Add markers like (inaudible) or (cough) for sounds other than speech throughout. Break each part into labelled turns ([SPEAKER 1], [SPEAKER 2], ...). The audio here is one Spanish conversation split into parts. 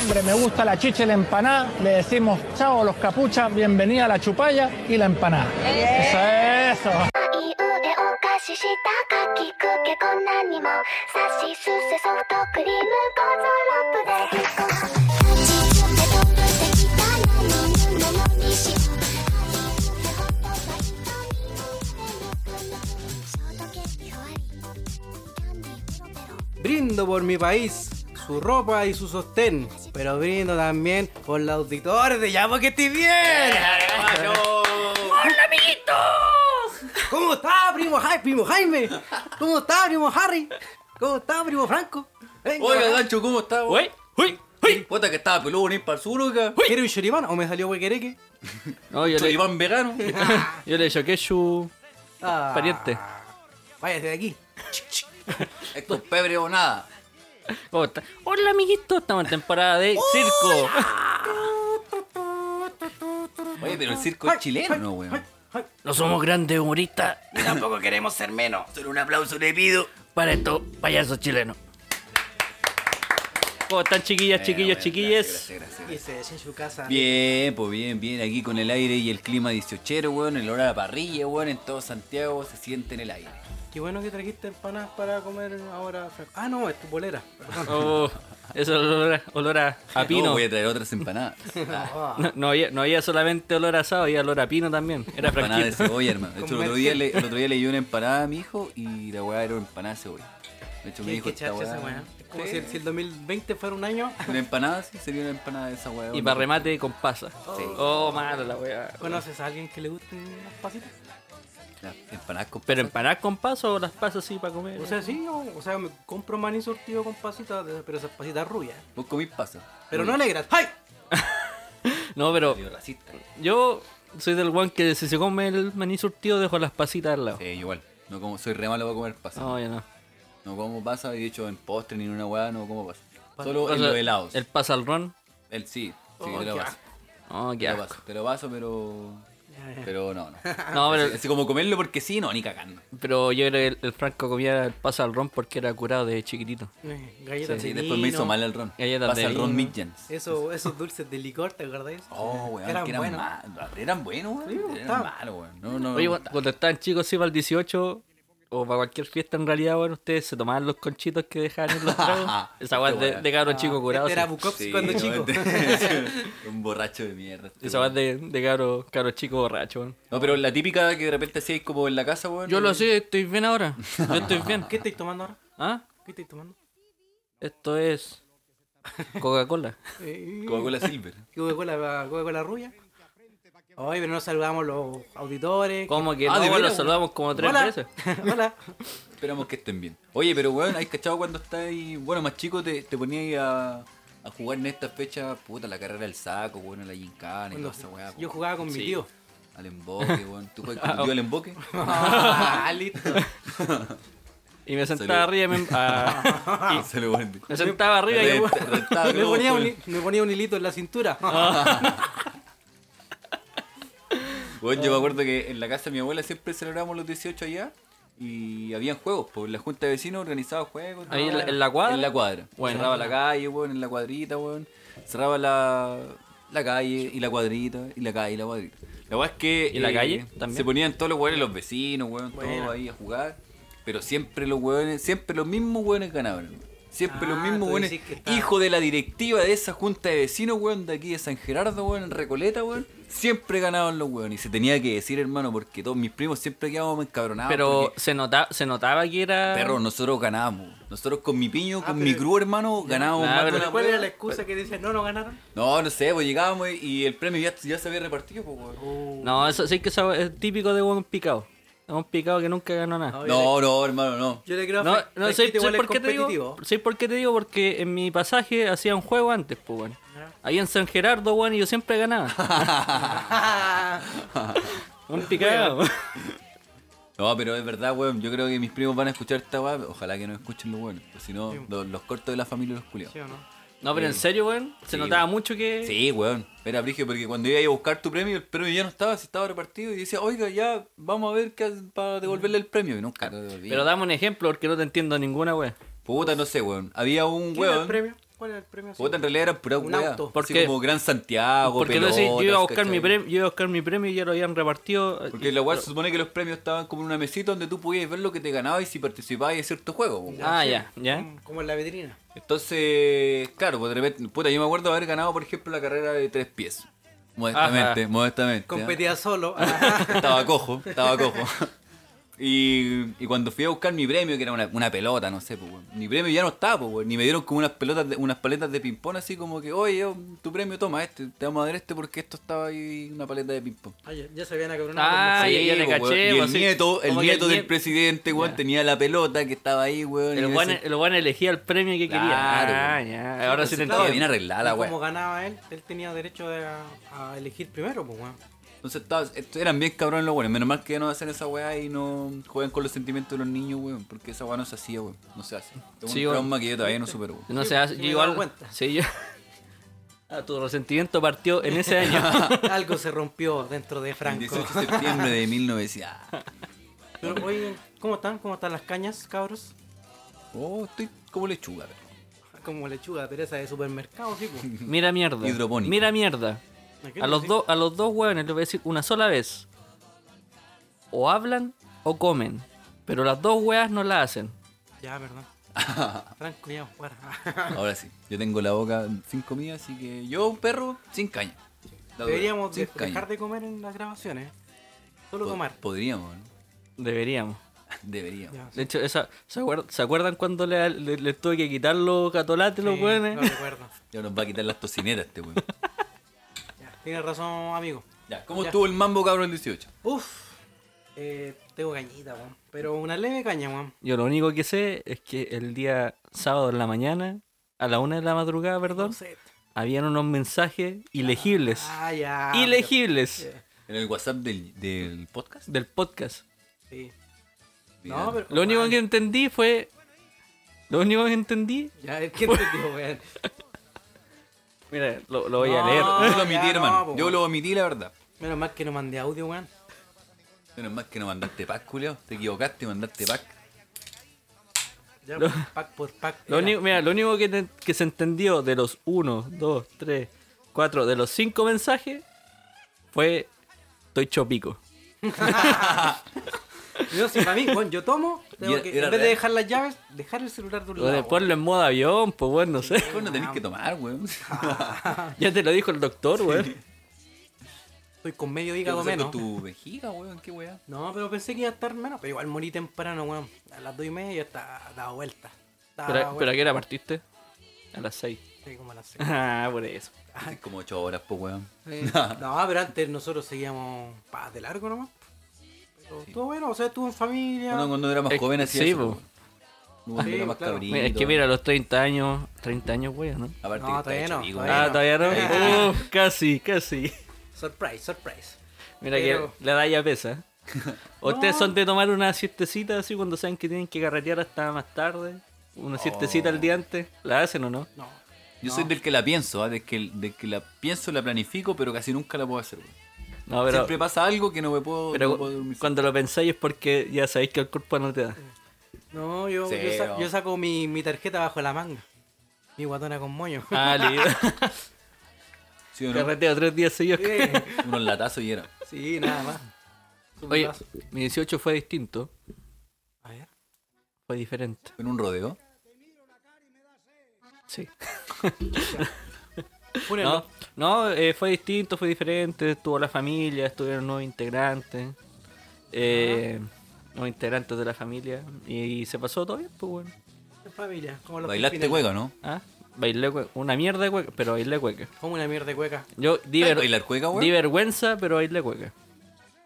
[SPEAKER 1] Hombre, me gusta la chicha y la empanada. Le decimos chao a los capuchas, bienvenida a la chupalla y la empanada. Eso, eso.
[SPEAKER 2] いい腕を貸ししたかきくけこんなにもさしすせソフトクリームゴーゾロップで立ちつて飛ぶてきたなになのにしようハリウッドホットファイトに眠くなるショートケーキふわりキャンディーペロペロ
[SPEAKER 3] Brindo por mi país, su ropa y su sostén, pero brindo también por los auditores de Llamo que estoy bien. ¡Hola, amiguitos! ¿Cómo está, primo, Ja- primo Jaime? ¿Cómo está, primo Harry? ¿Cómo está, primo Franco? Venga,
[SPEAKER 4] Oiga,
[SPEAKER 3] acá.
[SPEAKER 4] gancho, ¿cómo está? vos?
[SPEAKER 5] ¡Uy! ¡Uy! ¡Uy!
[SPEAKER 4] Puta que estaba peludo, un para el sur, oiga.
[SPEAKER 3] ¿Quiere un choripán o me salió huequereque?
[SPEAKER 5] No, yo le,
[SPEAKER 4] Talibán vegano.
[SPEAKER 5] yo le choqué su
[SPEAKER 3] Ah,
[SPEAKER 5] pariente.
[SPEAKER 3] Váyase de aquí.
[SPEAKER 4] Esto es pebre o nada.
[SPEAKER 5] ¿Cómo está? Hola, amiguitos. Estamos en temporada de circo.
[SPEAKER 4] Oye, pero el circo es chileno, ¿no, weón?
[SPEAKER 5] No somos grandes humoristas. y Tampoco queremos ser menos.
[SPEAKER 4] Solo un aplauso le pido.
[SPEAKER 5] Para estos payasos chilenos. ¿Cómo están, chiquillas, chiquillos,
[SPEAKER 4] Eh, bueno,
[SPEAKER 5] chiquilles?
[SPEAKER 4] gracias, gracias, gracias.
[SPEAKER 3] Y se en su casa.
[SPEAKER 4] Bien, pues bien, bien. Aquí con el aire y el clima 18, weón. El olor a parrilla, weón. En todo Santiago se siente en el aire.
[SPEAKER 3] Qué bueno que trajiste empanadas para comer ahora, Franco. Ah, no, es tu bolera. Perdón.
[SPEAKER 5] Oh, eso olor a, olor a, a
[SPEAKER 4] (laughs) No,
[SPEAKER 5] pino.
[SPEAKER 4] voy a traer otras empanadas. Ah,
[SPEAKER 5] No, no había, no había solamente olor a asado, había olor a pino también. (laughs) Era
[SPEAKER 4] empanadas de
[SPEAKER 5] franquito.
[SPEAKER 4] cebolla, hermano. De hecho, el otro, día le, el otro día le di una empanada a mi hijo y la weá era una empanada de cebolla. De hecho, me
[SPEAKER 3] Qué
[SPEAKER 4] dijo
[SPEAKER 3] que
[SPEAKER 4] esta
[SPEAKER 3] chacha esa
[SPEAKER 4] weá.
[SPEAKER 3] weá. Es como
[SPEAKER 4] Sí.
[SPEAKER 3] si el, si el 2020 fuera un año.
[SPEAKER 4] Una empanada, sí, sería una empanada de esa weá.
[SPEAKER 5] Y para remate con pasa. Oh, mala la weá.
[SPEAKER 3] ¿Conoces a alguien que le gusten las pasitas?
[SPEAKER 4] Las empanadas con
[SPEAKER 5] ¿Pero empanadas con paso o las pasas así para comer?
[SPEAKER 3] O sea, sí, yo, o sea, me compro maní surtido con pasitas, de- pero esas pasitas rubias.
[SPEAKER 4] Vos comís pasas.
[SPEAKER 3] Pero no alegras. ¡Ay!
[SPEAKER 5] no, pero
[SPEAKER 4] Racista.
[SPEAKER 5] yo soy del guan que si se come el maní surtido dejo las pasitas al lado.
[SPEAKER 4] Sí, igual. No como, soy re malo para comer pasas. No.
[SPEAKER 5] No, yo no.
[SPEAKER 4] como pasas, y de hecho en postre ni en una weá no como pasas. Solo
[SPEAKER 5] O
[SPEAKER 4] en
[SPEAKER 5] sea,
[SPEAKER 4] los helados.
[SPEAKER 5] El
[SPEAKER 4] El,
[SPEAKER 5] pasa al ron.
[SPEAKER 4] sí, sí,
[SPEAKER 3] Oh,
[SPEAKER 4] te lo
[SPEAKER 3] qué
[SPEAKER 4] paso.
[SPEAKER 5] Oh, qué
[SPEAKER 4] Te lo
[SPEAKER 5] asco.
[SPEAKER 4] paso, te lo paso, pero. Pero
[SPEAKER 5] (laughs)
[SPEAKER 4] no, no.
[SPEAKER 5] No,
[SPEAKER 4] Así,
[SPEAKER 5] pero,
[SPEAKER 4] así como comerlo porque sí, no, ni cagando.
[SPEAKER 5] pero yo creo que el, el Franco comía el pasa al ron porque era curado de chiquitito.
[SPEAKER 3] Eh, Galletas
[SPEAKER 4] Sí,
[SPEAKER 3] de
[SPEAKER 4] después me hizo
[SPEAKER 3] vino,
[SPEAKER 4] mal el ron.
[SPEAKER 5] Galletas
[SPEAKER 4] Pasa
[SPEAKER 5] de
[SPEAKER 4] el ron
[SPEAKER 5] vino.
[SPEAKER 4] Midjans.
[SPEAKER 3] Eso, esos dulces de licor, ¿te acordáis?
[SPEAKER 4] (laughs) Oh, weón,
[SPEAKER 3] Eran
[SPEAKER 4] que eran
[SPEAKER 3] buenos.
[SPEAKER 4] malos. Eran buenos,
[SPEAKER 3] Sí, me
[SPEAKER 4] weón. eran
[SPEAKER 3] gustaban.
[SPEAKER 4] malos, weón. No, no, me
[SPEAKER 5] Oye, cu-
[SPEAKER 4] gustaban.
[SPEAKER 5] cuando estaban chicos, sí, para el 18 o para cualquier fiesta, en realidad, bueno, ustedes se tomaban los conchitos que dejaban en los tragos. Esa weá
[SPEAKER 4] Qué
[SPEAKER 5] de,
[SPEAKER 4] buena.
[SPEAKER 5] de cabro chico curado.
[SPEAKER 3] Este era
[SPEAKER 5] sí.
[SPEAKER 3] Bukowski
[SPEAKER 4] Sí,
[SPEAKER 3] cuando
[SPEAKER 4] no,
[SPEAKER 3] chico.
[SPEAKER 5] (laughs)
[SPEAKER 4] (laughs) Un borracho de mierda. este
[SPEAKER 5] Esa weá de,
[SPEAKER 4] weón.
[SPEAKER 5] de cabro, cabro chico borracho. weón.
[SPEAKER 4] No, pero la típica que de repente hacéis como en la casa, weón.
[SPEAKER 5] Yo lo sé, estoy bien (laughs) ahora. Yo estoy bien.
[SPEAKER 3] ¿Qué estáis tomando ahora?
[SPEAKER 5] ¿Ah?
[SPEAKER 3] ¿Qué estáis tomando?
[SPEAKER 5] Esto es Coca-Cola.
[SPEAKER 3] Eh,
[SPEAKER 4] Coca-Cola Silver.
[SPEAKER 3] Coca-Cola Coca-Cola rubia. Ay, pero no saludamos los auditores.
[SPEAKER 5] ¿Cómo que
[SPEAKER 4] Ah,
[SPEAKER 5] no?
[SPEAKER 4] ¿de
[SPEAKER 5] Bueno,
[SPEAKER 4] veras,
[SPEAKER 5] lo
[SPEAKER 4] weón?
[SPEAKER 5] saludamos como tres
[SPEAKER 3] Hola.
[SPEAKER 5] veces.
[SPEAKER 3] (laughs) Hola.
[SPEAKER 4] Esperamos que estén bien. Oye, pero weón, ¿hay cachado cuando estáis, bueno, más chico, te, te poníais a, a jugar en esta fecha, puta, la carrera del saco, weón, a la gincana y
[SPEAKER 3] Cuando
[SPEAKER 4] toda esa weá.
[SPEAKER 3] yo
[SPEAKER 4] po.
[SPEAKER 3] jugaba con mi tío.
[SPEAKER 4] Al emboque, weón. ¿Tú juegas con tu tío al emboque?
[SPEAKER 3] (laughs) Ah,
[SPEAKER 4] (laughs)
[SPEAKER 3] listo.
[SPEAKER 5] Y me
[SPEAKER 4] Salud.
[SPEAKER 5] sentaba arriba y me,
[SPEAKER 4] (laughs)
[SPEAKER 5] ah,
[SPEAKER 4] Se lo guarde.
[SPEAKER 5] me sentaba arriba y
[SPEAKER 4] Reventa-
[SPEAKER 3] (laughs)
[SPEAKER 4] reventaba
[SPEAKER 3] Me
[SPEAKER 4] globos
[SPEAKER 3] ponía,
[SPEAKER 4] con
[SPEAKER 3] un,
[SPEAKER 4] el-
[SPEAKER 3] hi- me ponía un hilito en la cintura.
[SPEAKER 4] Ah. Bueno,
[SPEAKER 5] Ah.
[SPEAKER 4] yo me acuerdo que en la casa de mi abuela siempre celebramos los 18 allá y habían juegos, pues la junta de vecinos organizaba juegos.
[SPEAKER 5] Ahí en la-
[SPEAKER 4] todo, weón.
[SPEAKER 5] en la cuadra.
[SPEAKER 4] En la cuadra.
[SPEAKER 5] Bueno.
[SPEAKER 4] Cerraba la calle, weón, en la cuadrita, weón. Cerraba la, la calle y la cuadrita y la calle y la cuadrita. La verdad es que... eh,
[SPEAKER 5] ¿Y la calle también?
[SPEAKER 4] Se ponían todos los weones, los vecinos, weón,
[SPEAKER 3] Buena.
[SPEAKER 4] todos ahí a jugar. Pero siempre los weones, siempre los mismos weones ganaban. weón. Siempre los
[SPEAKER 3] Ah,
[SPEAKER 4] mismos
[SPEAKER 3] tú
[SPEAKER 4] weones.
[SPEAKER 3] decís que estaba-
[SPEAKER 4] Hijo hijo de la directiva de esa junta de vecinos, weón, de aquí de San Gerardo, weón, en Recoleta, weón, siempre ganaban los weón. Y se tenía que decir, hermano, porque todos mis primos siempre quedábamos encabronados.
[SPEAKER 5] Pero
[SPEAKER 4] porque,
[SPEAKER 5] se, nota, se notaba que era...
[SPEAKER 4] perro, nosotros ganábamos. Nosotros con mi piño,
[SPEAKER 3] Ah,
[SPEAKER 4] con
[SPEAKER 3] pero-
[SPEAKER 4] mi crew, hermano, ganábamos.
[SPEAKER 5] Nah,
[SPEAKER 4] más
[SPEAKER 5] Ah, pero-
[SPEAKER 4] de
[SPEAKER 3] (laughs)
[SPEAKER 4] una
[SPEAKER 3] ¿Cuál era la
[SPEAKER 4] weá.
[SPEAKER 3] excusa que decían no, no ganaron?
[SPEAKER 4] No, no sé, pues llegábamos y el premio ya, ya se había repartido, pues, weón.
[SPEAKER 5] No, eso sí que eso es típico de un picado. Es un picado que nunca ganó nada.
[SPEAKER 3] No,
[SPEAKER 4] No, no, hermano, no. (laughs)
[SPEAKER 3] Yo le creo
[SPEAKER 5] No,
[SPEAKER 3] a
[SPEAKER 5] no,
[SPEAKER 3] Frank- Frank
[SPEAKER 5] sé,
[SPEAKER 3] Quito igual es
[SPEAKER 5] por qué te digo.
[SPEAKER 3] competitivo.
[SPEAKER 5] sé por qué te digo, porque en mi pasaje hacía un juego antes, pues, weón. Ahí en San Gerardo, weón, y yo siempre ganaba.
[SPEAKER 3] (laughs)
[SPEAKER 5] un picado.
[SPEAKER 4] No, pero es verdad, weón. Yo creo que mis primos van a escuchar esta weá. Ojalá que no escuchen los weones. Pues si no, los, los cortos de la familia los culiados.
[SPEAKER 3] ¿Sí o no?
[SPEAKER 5] No, pero en serio, weón, se
[SPEAKER 4] Sí,
[SPEAKER 5] notaba
[SPEAKER 4] weón.
[SPEAKER 5] mucho que.
[SPEAKER 4] Sí, weón. Era brigio porque cuando iba a ir a buscar tu premio, el premio ya no estaba, se estaba repartido y decía, oiga, ya vamos a ver qué hacen para devolverle el premio. Y nunca lo devolví.
[SPEAKER 5] Pero dame un ejemplo porque no te entiendo ninguna, weón.
[SPEAKER 4] Puta, no sé, weón. Había un
[SPEAKER 3] ¿Cuál era el
[SPEAKER 4] weón.
[SPEAKER 3] premio? ¿Cuál era el premio?
[SPEAKER 4] Puta, en realidad eran puras
[SPEAKER 3] Un
[SPEAKER 4] weas.
[SPEAKER 3] auto.
[SPEAKER 5] ¿Por
[SPEAKER 4] Así
[SPEAKER 5] qué?
[SPEAKER 4] como Gran Santiago,
[SPEAKER 5] Porque no sé, yo iba a buscar mi
[SPEAKER 4] ¿cachai?
[SPEAKER 5] premio, yo iba a buscar mi premio y ya lo habían repartido.
[SPEAKER 4] Porque la weá se supone que los premios estaban como en una mesita donde tú podías ver lo que te ganabas y si participabas en cierto juego. po, weón.
[SPEAKER 5] Ah, ya, ya.
[SPEAKER 3] Mm, Como- Como en la vitrina.
[SPEAKER 4] Entonces, claro, pues de repente, puta, yo me acuerdo de haber ganado, por ejemplo, la carrera de tres pies. Modestamente,
[SPEAKER 5] Ajá.
[SPEAKER 4] modestamente. ¿ah?
[SPEAKER 3] Competía
[SPEAKER 5] (laughs)
[SPEAKER 3] solo.
[SPEAKER 4] Estaba cojo, estaba cojo. Y, y cuando fui a buscar mi premio, que era una, una pelota, no sé, pues, weón, mi premio ya no estaba, pues, weón, ni me dieron como unas pelotas, de- unas paletas de ping-pong, así como que, oye, yo, tu premio toma este, te vamos a dar este porque esto estaba ahí, una paleta de ping-pong.
[SPEAKER 3] Ah, ya, ya se habían acabado
[SPEAKER 5] Ah,
[SPEAKER 4] Sí,
[SPEAKER 5] ya, ya te
[SPEAKER 4] pues, weón.
[SPEAKER 5] caché.
[SPEAKER 4] Y el
[SPEAKER 5] pues, sí.
[SPEAKER 4] nieto, el
[SPEAKER 5] Como que
[SPEAKER 4] nieto del
[SPEAKER 5] nie-
[SPEAKER 4] presidente, weón,
[SPEAKER 5] Ya.
[SPEAKER 4] tenía la pelota que estaba ahí, weón. y
[SPEAKER 5] El
[SPEAKER 4] ese-
[SPEAKER 5] guan, el guan elegía el premio que quería.
[SPEAKER 4] Claro,
[SPEAKER 5] Ah,
[SPEAKER 4] weón.
[SPEAKER 5] ya. Ahora sí te
[SPEAKER 4] Estaba bien
[SPEAKER 5] entiendo.
[SPEAKER 4] arreglada la weá.
[SPEAKER 3] Como ganaba él, él tenía derecho de- a, a elegir primero, pues,
[SPEAKER 5] (laughs)
[SPEAKER 3] weón.
[SPEAKER 5] eh,
[SPEAKER 4] Entonces estaba- est- eran bien cabrones los weones. Menos mal que ya no hacen esa weá y no juegan con los sentimientos de los niños, weón. Porque esa weá no se hacía, weón. No se hace. Es
[SPEAKER 5] Sí,
[SPEAKER 4] un
[SPEAKER 5] weón.
[SPEAKER 4] trauma que yo todavía no supero, weón.
[SPEAKER 5] No
[SPEAKER 3] Sí,
[SPEAKER 5] sé,
[SPEAKER 3] sí
[SPEAKER 5] yo
[SPEAKER 3] me he
[SPEAKER 5] igual.
[SPEAKER 3] dado cuenta.
[SPEAKER 5] Sí, yo. (laughs) Ah, tu resentimiento partió en ese año. (laughs)
[SPEAKER 3] Algo se rompió dentro de
[SPEAKER 4] El
[SPEAKER 3] Franco.
[SPEAKER 4] 18 de
[SPEAKER 3] (laughs)
[SPEAKER 4] septiembre de 1900. Ah.
[SPEAKER 3] Pero, oye, ¿cómo están? ¿Cómo están las cañas, cabros?
[SPEAKER 4] Oh, estoy como lechuga, pero.
[SPEAKER 3] Como lechuga, Teresa de supermercado, sí,
[SPEAKER 5] (laughs)
[SPEAKER 3] pues.
[SPEAKER 5] Mira mierda.
[SPEAKER 4] Hidropónico.
[SPEAKER 5] Mira mierda.
[SPEAKER 3] Aquel
[SPEAKER 5] A los,
[SPEAKER 3] sí.
[SPEAKER 5] dos a los dos hueones les voy a decir una sola vez. O hablan o comen. Pero las dos hueas no la hacen.
[SPEAKER 3] Ya,
[SPEAKER 5] (laughs)
[SPEAKER 3] perdón. Franco, ya, fuera. Ah.
[SPEAKER 4] Ahora sí, yo tengo la boca sin comida, así que yo, un perro, sin caña. La
[SPEAKER 3] (laughs)
[SPEAKER 4] dura,
[SPEAKER 3] Deberíamos
[SPEAKER 4] sin
[SPEAKER 3] de- dejar de comer en las grabaciones. Solo
[SPEAKER 4] Po-
[SPEAKER 3] tomar.
[SPEAKER 4] Podríamos, ¿no? (laughs)
[SPEAKER 5] Deberíamos.
[SPEAKER 4] Deberíamos.
[SPEAKER 3] Ya,
[SPEAKER 5] De hecho, esa, ¿se, acuer- se acuerdan cuando le, le- les tuve que quitar los catolates, los
[SPEAKER 3] sí,
[SPEAKER 5] hueones?
[SPEAKER 3] Lo recuerdo.
[SPEAKER 4] Ya nos va a quitar las tocineras este weón.
[SPEAKER 3] Ya, Tienes razón, amigo.
[SPEAKER 4] Ya,
[SPEAKER 3] (laughs)
[SPEAKER 4] ¿cómo
[SPEAKER 3] Ya.
[SPEAKER 4] estuvo el mambo cabrón el 18?
[SPEAKER 3] Uf, eh, tengo cañita, weón. Pero una leve caña, weón.
[SPEAKER 5] Yo lo único que sé es que el día sábado en la mañana, a la una de la madrugada, perdón,
[SPEAKER 3] No sé.
[SPEAKER 5] habían unos mensajes ilegibles.
[SPEAKER 3] Ah, ya.
[SPEAKER 5] ilegibles
[SPEAKER 4] En el WhatsApp del, del podcast.
[SPEAKER 5] del podcast.
[SPEAKER 3] Sí.
[SPEAKER 4] Mira,
[SPEAKER 3] No, pero.
[SPEAKER 5] Lo único que entendí fue. Lo único que entendí.
[SPEAKER 3] Ya, es que entendió, weón.
[SPEAKER 5] Mira, lo, lo voy a
[SPEAKER 3] No.
[SPEAKER 5] leer.
[SPEAKER 4] Yo lo omití,
[SPEAKER 3] ya,
[SPEAKER 4] hermano.
[SPEAKER 3] no, po,
[SPEAKER 4] yo
[SPEAKER 3] weón.
[SPEAKER 4] lo omití, la verdad.
[SPEAKER 3] Menos mal que no mandé audio, weón.
[SPEAKER 4] Menos mal que no mandaste pack, culiao. Te equivocaste, mandaste pack.
[SPEAKER 3] Ya,
[SPEAKER 5] Lo-
[SPEAKER 3] pack por pack.
[SPEAKER 5] Lo
[SPEAKER 3] era.
[SPEAKER 5] único, mira, lo único que, te- que se entendió de los 1, 2, 3, 4, de los 5 mensajes fue estoy chopico.
[SPEAKER 3] No, si para mí, weón, yo tomo. Tengo
[SPEAKER 4] era-
[SPEAKER 3] que,
[SPEAKER 4] era
[SPEAKER 3] en vez de
[SPEAKER 4] real.
[SPEAKER 3] dejar las llaves, dejar el celular de un
[SPEAKER 5] Lo de
[SPEAKER 3] lado. weón.
[SPEAKER 5] ponlo en modo avión, pues bueno, no sé.
[SPEAKER 4] Vos no tenés que tomar, weón.
[SPEAKER 3] Ah,
[SPEAKER 4] (laughs)
[SPEAKER 5] (laughs) Ya te lo dijo el doctor, weón.
[SPEAKER 3] Estoy con medio
[SPEAKER 4] ¿Qué
[SPEAKER 3] hígado
[SPEAKER 4] pasa
[SPEAKER 3] menos.
[SPEAKER 4] con tu vejiga, weón? ¿Qué weá?
[SPEAKER 3] No, pero pensé que iba a estar menos. Pero igual morí temprano, weón. A las dos y media ya está dado vuelta. Estaba
[SPEAKER 5] ¿Pero,
[SPEAKER 3] dado
[SPEAKER 5] pero a
[SPEAKER 3] vuelta.
[SPEAKER 5] qué hora partiste? A las 6.
[SPEAKER 3] Sí, como a las seis.
[SPEAKER 5] (laughs) Ah, por eso.
[SPEAKER 4] Hace como 8 horas, po, weón.
[SPEAKER 5] (laughs)
[SPEAKER 3] No, pero antes nosotros seguíamos pa, de largo nomás. Pero estuvo bueno, o sea, estuvo en familia.
[SPEAKER 4] Uno cuando era más
[SPEAKER 5] Es-
[SPEAKER 4] joven hacía
[SPEAKER 5] sí,
[SPEAKER 4] eso,
[SPEAKER 5] po.
[SPEAKER 4] weón. Uno Cuando
[SPEAKER 3] Sí,
[SPEAKER 4] era más
[SPEAKER 3] claro.
[SPEAKER 4] cabrito.
[SPEAKER 5] Mira, es que mira, a los 30 años, 30 años, weón, ¿no?
[SPEAKER 3] No,
[SPEAKER 4] Aparte que
[SPEAKER 3] todavía
[SPEAKER 4] está
[SPEAKER 3] no,
[SPEAKER 4] chico,
[SPEAKER 3] todavía
[SPEAKER 4] weón.
[SPEAKER 5] Ah, todavía (laughs) no. Uf, casi, casi.
[SPEAKER 3] Surprise, surprise.
[SPEAKER 5] Mira
[SPEAKER 3] Pero-
[SPEAKER 5] que la edad ya (laughs) pesa. ¿O ustedes
[SPEAKER 3] No.
[SPEAKER 5] son de tomar una siestecita así cuando saben que tienen que carretear hasta más tarde? ¿Una siestecita el día antes? ¿La hacen o no?
[SPEAKER 3] No.
[SPEAKER 4] Yo soy del que la pienso, ¿ah? del, que, del que la pienso, la planifico, pero casi nunca la puedo hacer, weón.
[SPEAKER 5] No, pero,
[SPEAKER 4] Siempre pasa algo que no me puedo,
[SPEAKER 5] pero
[SPEAKER 4] no puedo dormir.
[SPEAKER 5] cuando lo pensáis es porque ya sabéis que el cuerpo no te da.
[SPEAKER 3] No, yo,
[SPEAKER 4] Sí,
[SPEAKER 3] yo, sa-
[SPEAKER 4] no.
[SPEAKER 3] yo saco mi, mi tarjeta bajo la manga. Mi guatona con moño.
[SPEAKER 5] Ah, (laughs) listo.
[SPEAKER 4] ¿Sí o no?
[SPEAKER 5] Carreteo tres días
[SPEAKER 3] (laughs)
[SPEAKER 5] seguidos.
[SPEAKER 3] Sí,
[SPEAKER 4] Unos latazos y era.
[SPEAKER 3] sí, nada más.
[SPEAKER 5] Oye, mi 18 fue distinto,
[SPEAKER 3] A ver.
[SPEAKER 5] fue diferente.
[SPEAKER 4] En un rodeo.
[SPEAKER 5] Sí.
[SPEAKER 3] Ponelo.
[SPEAKER 5] No, no eh, fue distinto, fue diferente. Estuvo la familia, estuvieron nuevos integrantes. eh, nuevos integrantes de la familia. Y, se pasó todo bien, pues bueno.
[SPEAKER 3] Familia, como los
[SPEAKER 4] Bailaste
[SPEAKER 3] Pimpinela.
[SPEAKER 4] cueca, ¿no?
[SPEAKER 5] Ah, bailé cue- Una mierda de cueca, pero bailé cueca.
[SPEAKER 3] Como una mierda de cueca.
[SPEAKER 5] Yo di,
[SPEAKER 4] ¿Sabes
[SPEAKER 5] ver-
[SPEAKER 4] bailar cueca, weón?
[SPEAKER 5] di vergüenza, pero bailé cueca.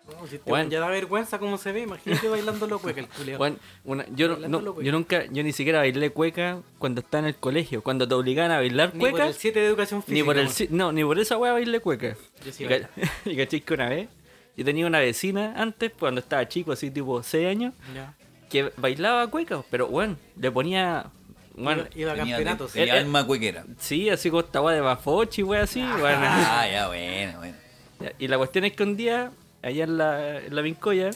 [SPEAKER 3] No, si este
[SPEAKER 5] Bueno.
[SPEAKER 3] weón ya da vergüenza cómo se ve, imagínate bailando lo cueca el culiao.
[SPEAKER 5] Bueno, una- yo, no-
[SPEAKER 3] Bailando
[SPEAKER 5] no-
[SPEAKER 3] la cueca.
[SPEAKER 5] yo nunca, yo ni siquiera bailé cueca cuando estaba en el colegio. Cuando te obligaban a bailar
[SPEAKER 3] Ni por
[SPEAKER 5] cueca.
[SPEAKER 3] el 7 de educación física.
[SPEAKER 5] Ni por el
[SPEAKER 3] weón.
[SPEAKER 5] si- no, ni por esa wea bailé cueca.
[SPEAKER 3] Yo sí
[SPEAKER 5] y, ca- (laughs) y caché que una vez, yo tenía una vecina antes, pues, cuando estaba chico, así tipo 6 años,
[SPEAKER 3] Ya.
[SPEAKER 5] que bailaba cueca, pero bueno, le ponía. Bueno,
[SPEAKER 3] Iba- Iba a
[SPEAKER 4] Tenía-
[SPEAKER 3] campeonatos.
[SPEAKER 4] Tenía
[SPEAKER 5] Eh, eh.
[SPEAKER 4] alma cuequera.
[SPEAKER 5] sí, así como esta wea de Bafochi, wea
[SPEAKER 3] (laughs)
[SPEAKER 5] así, bueno.
[SPEAKER 4] Ah, ya, bueno, bueno.
[SPEAKER 5] Ya, Y la cuestión es que un día, allá en la, en la Vincoya,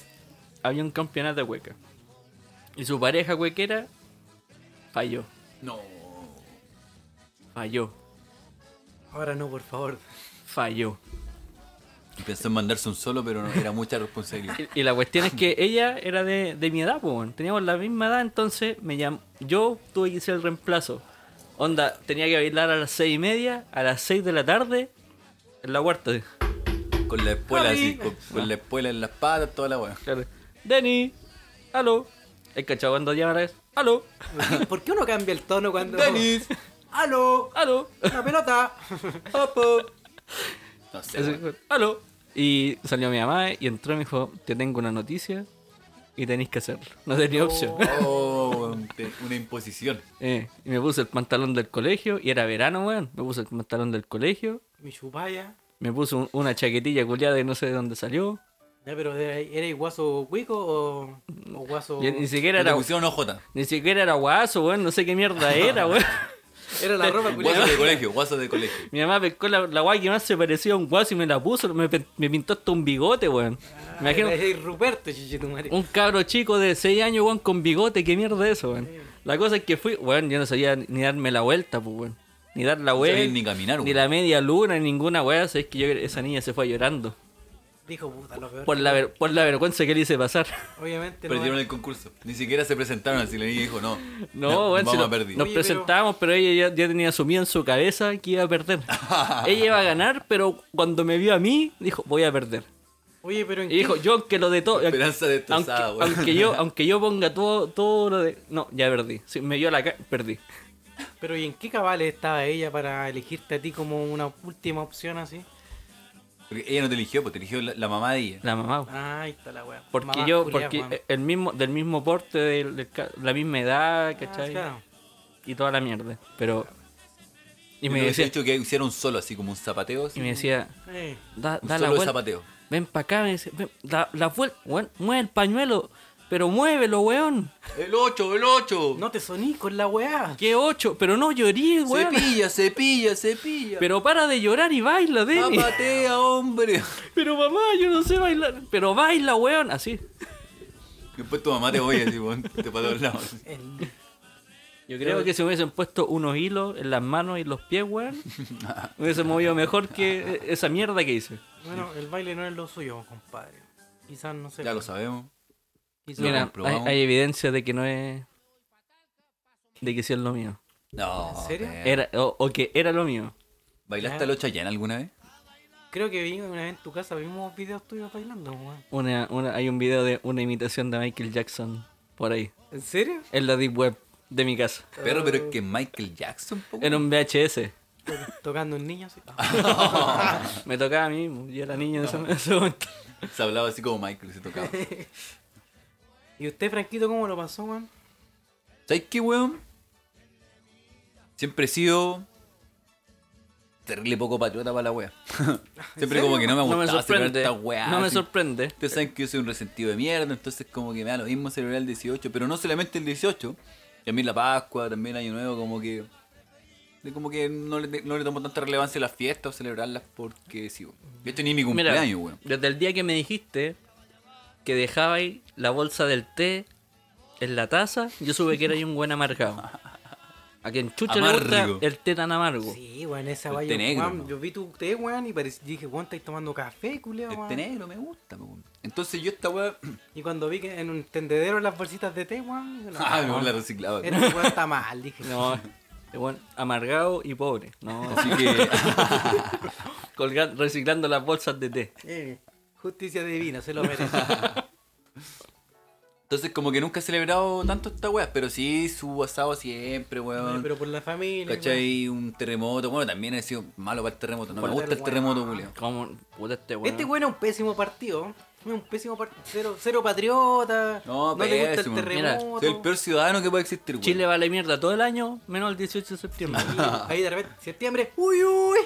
[SPEAKER 5] había un campeonato de cueca. Y su pareja cuequera Falló.
[SPEAKER 4] No.
[SPEAKER 5] Falló.
[SPEAKER 3] Ahora no, por favor.
[SPEAKER 5] Falló.
[SPEAKER 4] Y pensó en mandarse un solo, pero no, era
[SPEAKER 5] (laughs)
[SPEAKER 4] mucha responsabilidad.
[SPEAKER 5] Y, y la cuestión es que ella era de, de mi edad, pues, weón. teníamos la misma edad, entonces me llam... yo tuve que hacer el reemplazo. Onda, tenía que bailar a las seis y media, a las seis de la tarde, en la huerta. así.
[SPEAKER 4] Con la espuela así, con, con la espuela en las patas, toda la weá.
[SPEAKER 5] Claro. Denny, aló. El cachado cuando llama es, aló,
[SPEAKER 3] ¿Por qué- ¿Por qué uno cambia el tono cuando.
[SPEAKER 4] ¡Denis!
[SPEAKER 3] ¡Aló!
[SPEAKER 5] aló,
[SPEAKER 3] ¡Una pelota!
[SPEAKER 5] opo,
[SPEAKER 4] No sé.
[SPEAKER 5] Así,
[SPEAKER 4] weón.
[SPEAKER 5] aló. Y salió mi mamá y entró y me dijo, te tengo una noticia y tenéis que hacerlo. No tenía opción. (laughs)
[SPEAKER 4] Oh, weón, te- una imposición.
[SPEAKER 5] Eh, y me puse el pantalón del colegio, y era verano, weón. Me puse el pantalón del colegio,
[SPEAKER 3] Mi chupalla.
[SPEAKER 5] me puse un- una chaquetilla culiada de no sé de dónde salió.
[SPEAKER 3] Ya, pero ¿era, era el guaso cuico o, o guaso.?
[SPEAKER 5] Y ni siquiera
[SPEAKER 4] Pero te
[SPEAKER 5] era
[SPEAKER 4] pusieron OJ.
[SPEAKER 5] ni siquiera era guaso, weón, no sé qué
[SPEAKER 4] (laughs)
[SPEAKER 5] mierda era, weón.
[SPEAKER 3] Era la ropa culiada.
[SPEAKER 4] Guaso
[SPEAKER 3] (laughs)
[SPEAKER 4] de colegio, guaso
[SPEAKER 5] (laughs)
[SPEAKER 4] de colegio.
[SPEAKER 5] Mi mamá pescó la, la guay que más se parecía a un guaso y me la puso, me, pe- me pintó hasta un bigote, weón. Me imagino
[SPEAKER 3] Era el Ruperto, chichetumare.
[SPEAKER 5] un cabro chico de 6 años, weón, con bigote, qué mierda es eso, weón. La cosa es que fui, weón, yo no sabía ni darme la vuelta, pues, weón. Ni dar la
[SPEAKER 4] sabía
[SPEAKER 5] vuelta.
[SPEAKER 4] ni caminar,
[SPEAKER 5] Ni
[SPEAKER 4] weón.
[SPEAKER 5] la media luna, ni ninguna weá. Es que yo- esa niña se fue llorando.
[SPEAKER 3] Dijo puta, lo peor.
[SPEAKER 5] Por la, ver- por la vergüenza que le hice pasar.
[SPEAKER 3] Obviamente no.
[SPEAKER 4] Perdieron el concurso. Ni siquiera se presentaron así. La niña dijo, no.
[SPEAKER 5] No, bueno, si
[SPEAKER 4] vamos
[SPEAKER 5] no-
[SPEAKER 4] a perder.
[SPEAKER 5] nos
[SPEAKER 3] Oye, pero-
[SPEAKER 5] presentamos, pero, ella ya, ya tenía asumido en su cabeza que iba a
[SPEAKER 4] (laughs)
[SPEAKER 5] perder. ella iba a ganar, pero cuando me vio a mí, dijo, voy a perder.
[SPEAKER 3] Oye, pero en
[SPEAKER 5] Y dijo, yo aunque lo de todo...
[SPEAKER 4] (laughs) Esperanza
[SPEAKER 5] aunque,
[SPEAKER 4] destrozada, weón.
[SPEAKER 5] aunque yo, aunque yo ponga todo, todo lo de... No, ya perdí. Si me vio la cara, perdí.
[SPEAKER 3] qué- pero ¿y en qué cabales estaba ella para elegirte a ti como una última opción así?
[SPEAKER 4] (laughs) Porque ella no te eligió, pues te eligió la, la mamá de ella.
[SPEAKER 5] La mamá. weón.
[SPEAKER 3] Ah, ahí está la wea.
[SPEAKER 5] Porque
[SPEAKER 3] Mamá
[SPEAKER 5] yo,
[SPEAKER 3] culiá,
[SPEAKER 5] porque eh,
[SPEAKER 3] mamá.
[SPEAKER 5] el mismo, del mismo porte, del- del ca- la misma edad,
[SPEAKER 3] Ah,
[SPEAKER 5] ¿cachai?
[SPEAKER 3] claro.
[SPEAKER 5] Y toda la mierda. Pero... Y
[SPEAKER 4] Y
[SPEAKER 5] me decía,
[SPEAKER 4] dicho que hiciera un solo, así como un zapateo. así.
[SPEAKER 5] y me decía,
[SPEAKER 3] Eh,
[SPEAKER 5] da,
[SPEAKER 4] un
[SPEAKER 5] da la
[SPEAKER 4] solo de
[SPEAKER 5] vuelta.
[SPEAKER 4] zapateo.
[SPEAKER 5] Ven para acá, me dice, ven, da la vuelta, weón, mueve el pañuelo, pero muévelo, weón.
[SPEAKER 4] El 8, el 8.
[SPEAKER 3] no te soní con la weá.
[SPEAKER 5] Que ocho, pero no llorí, weón.
[SPEAKER 4] cepilla, cepilla, cepilla.
[SPEAKER 5] Pero para de llorar y baila, Denny.
[SPEAKER 4] Zapatea, hombre.
[SPEAKER 5] (laughs) Pero mamá, yo no sé bailar. Pero baila, weón, así.
[SPEAKER 4] Después tu mamá te oye así, weón, te para todos lados.
[SPEAKER 3] El-
[SPEAKER 5] Yo creo que si me hubiesen puesto unos hilos en las manos y los pies,
[SPEAKER 4] (laughs)
[SPEAKER 5] weón, me hubiese movido mejor que eh, esa mierda que hice.
[SPEAKER 3] bueno, el baile no es lo suyo, compadre. Quizás no sé.
[SPEAKER 4] Ya lo sabemos.
[SPEAKER 3] Quizás-
[SPEAKER 4] Lo
[SPEAKER 5] Mira, hay,
[SPEAKER 4] comprobamos.
[SPEAKER 5] hay evidencia de que no es. de que sí es lo mío.
[SPEAKER 4] No.
[SPEAKER 3] ¿En serio?
[SPEAKER 4] man.
[SPEAKER 5] Era, o, o que era lo mío.
[SPEAKER 4] ¿Bailaste al 8 allá alguna vez?
[SPEAKER 3] Creo que vi una vez en tu casa, vimos videos tuyos bailando, weón.
[SPEAKER 5] Una, una, hay un video de una imitación de Michael Jackson por ahí.
[SPEAKER 3] ¿En serio?
[SPEAKER 5] En la deep web de mi casa.
[SPEAKER 4] Pero, pero es que Michael Jackson, po,
[SPEAKER 5] Era un VHS.
[SPEAKER 3] Tocando un
[SPEAKER 4] (laughs)
[SPEAKER 3] niño así.
[SPEAKER 4] Ah.
[SPEAKER 5] Me tocaba a mí, mismo, yo era niño en ese- en ese momento.
[SPEAKER 4] se hablaba así como Michael, se tocaba.
[SPEAKER 3] ¿Y usted, Franquito, cómo lo pasó, weón?
[SPEAKER 4] ¿Sabes qué, weón? Siempre he sido terrible poco patriota para la wea.
[SPEAKER 5] (laughs)
[SPEAKER 4] Siempre como que no me ha
[SPEAKER 5] No me
[SPEAKER 4] gustado celebrar
[SPEAKER 5] sorprende.
[SPEAKER 4] esta wea.
[SPEAKER 5] No me
[SPEAKER 4] así.
[SPEAKER 5] sorprende.
[SPEAKER 4] Ustedes saben que yo soy un resentido de mierda, entonces como que me da lo mismo celebrar el 18, pero no solamente el 18, también la Pascua, también Año Nuevo, como que... de Como que no le, no le tomo tanta relevancia a las fiestas o celebrarlas porque sí, weón. Yo tenía mi
[SPEAKER 5] Mira,
[SPEAKER 4] cumpleaños, weón.
[SPEAKER 5] desde el día que me dijiste que dejabais la bolsa del té en la taza, yo supe que erais un buen
[SPEAKER 4] (laughs)
[SPEAKER 5] amargado. A quien chucha le gusta
[SPEAKER 4] Amargo.
[SPEAKER 5] el té tan amargo.
[SPEAKER 3] Sí, weón, esa
[SPEAKER 4] El
[SPEAKER 3] vaya.
[SPEAKER 4] té Este negro,
[SPEAKER 3] weón,
[SPEAKER 4] ¿no?
[SPEAKER 3] Yo vi tu té, weón, y parec- dije, weón, estáis tomando café, culeo,
[SPEAKER 4] Este
[SPEAKER 3] weón.
[SPEAKER 4] negro me gusta, po, weón. Entonces yo esta (laughs) wea...
[SPEAKER 3] Y cuando vi que en un tendedero las bolsitas de té, weón. dije, no,
[SPEAKER 4] (laughs) ah, me
[SPEAKER 3] weón,
[SPEAKER 4] la reciclaba.
[SPEAKER 3] Este weón está mal,
[SPEAKER 4] (laughs)
[SPEAKER 3] dije.
[SPEAKER 5] No, es buen- amargado y pobre. No,
[SPEAKER 4] Así que...
[SPEAKER 5] colga- reciclando las bolsas de té.
[SPEAKER 3] (laughs) Eh, justicia divina, se lo
[SPEAKER 4] (laughs)
[SPEAKER 3] merece.
[SPEAKER 4] Entonces como que nunca he celebrado tanto esta weá, pero sí su asado siempre,
[SPEAKER 3] Bueno,
[SPEAKER 4] weón.
[SPEAKER 3] pero por la familia. weón.
[SPEAKER 4] ¿Cachai? Un terremoto. Bueno, también he sido malo para el terremoto. No me gusta el terremoto, Julio.
[SPEAKER 5] Como, puta este weón.
[SPEAKER 3] Este weón es un pésimo partido. Es un pésimo partido. Cero, cero patriota.
[SPEAKER 4] No,
[SPEAKER 3] no te gusta el
[SPEAKER 4] pésimo.
[SPEAKER 5] Mira,
[SPEAKER 3] terremoto.
[SPEAKER 4] Soy el peor ciudadano que puede existir, weón.
[SPEAKER 5] Chile vale mierda todo el año, menos el 18 de (laughs) septiembre.
[SPEAKER 3] Sí, Ahí de repente, septiembre. Uy, uy.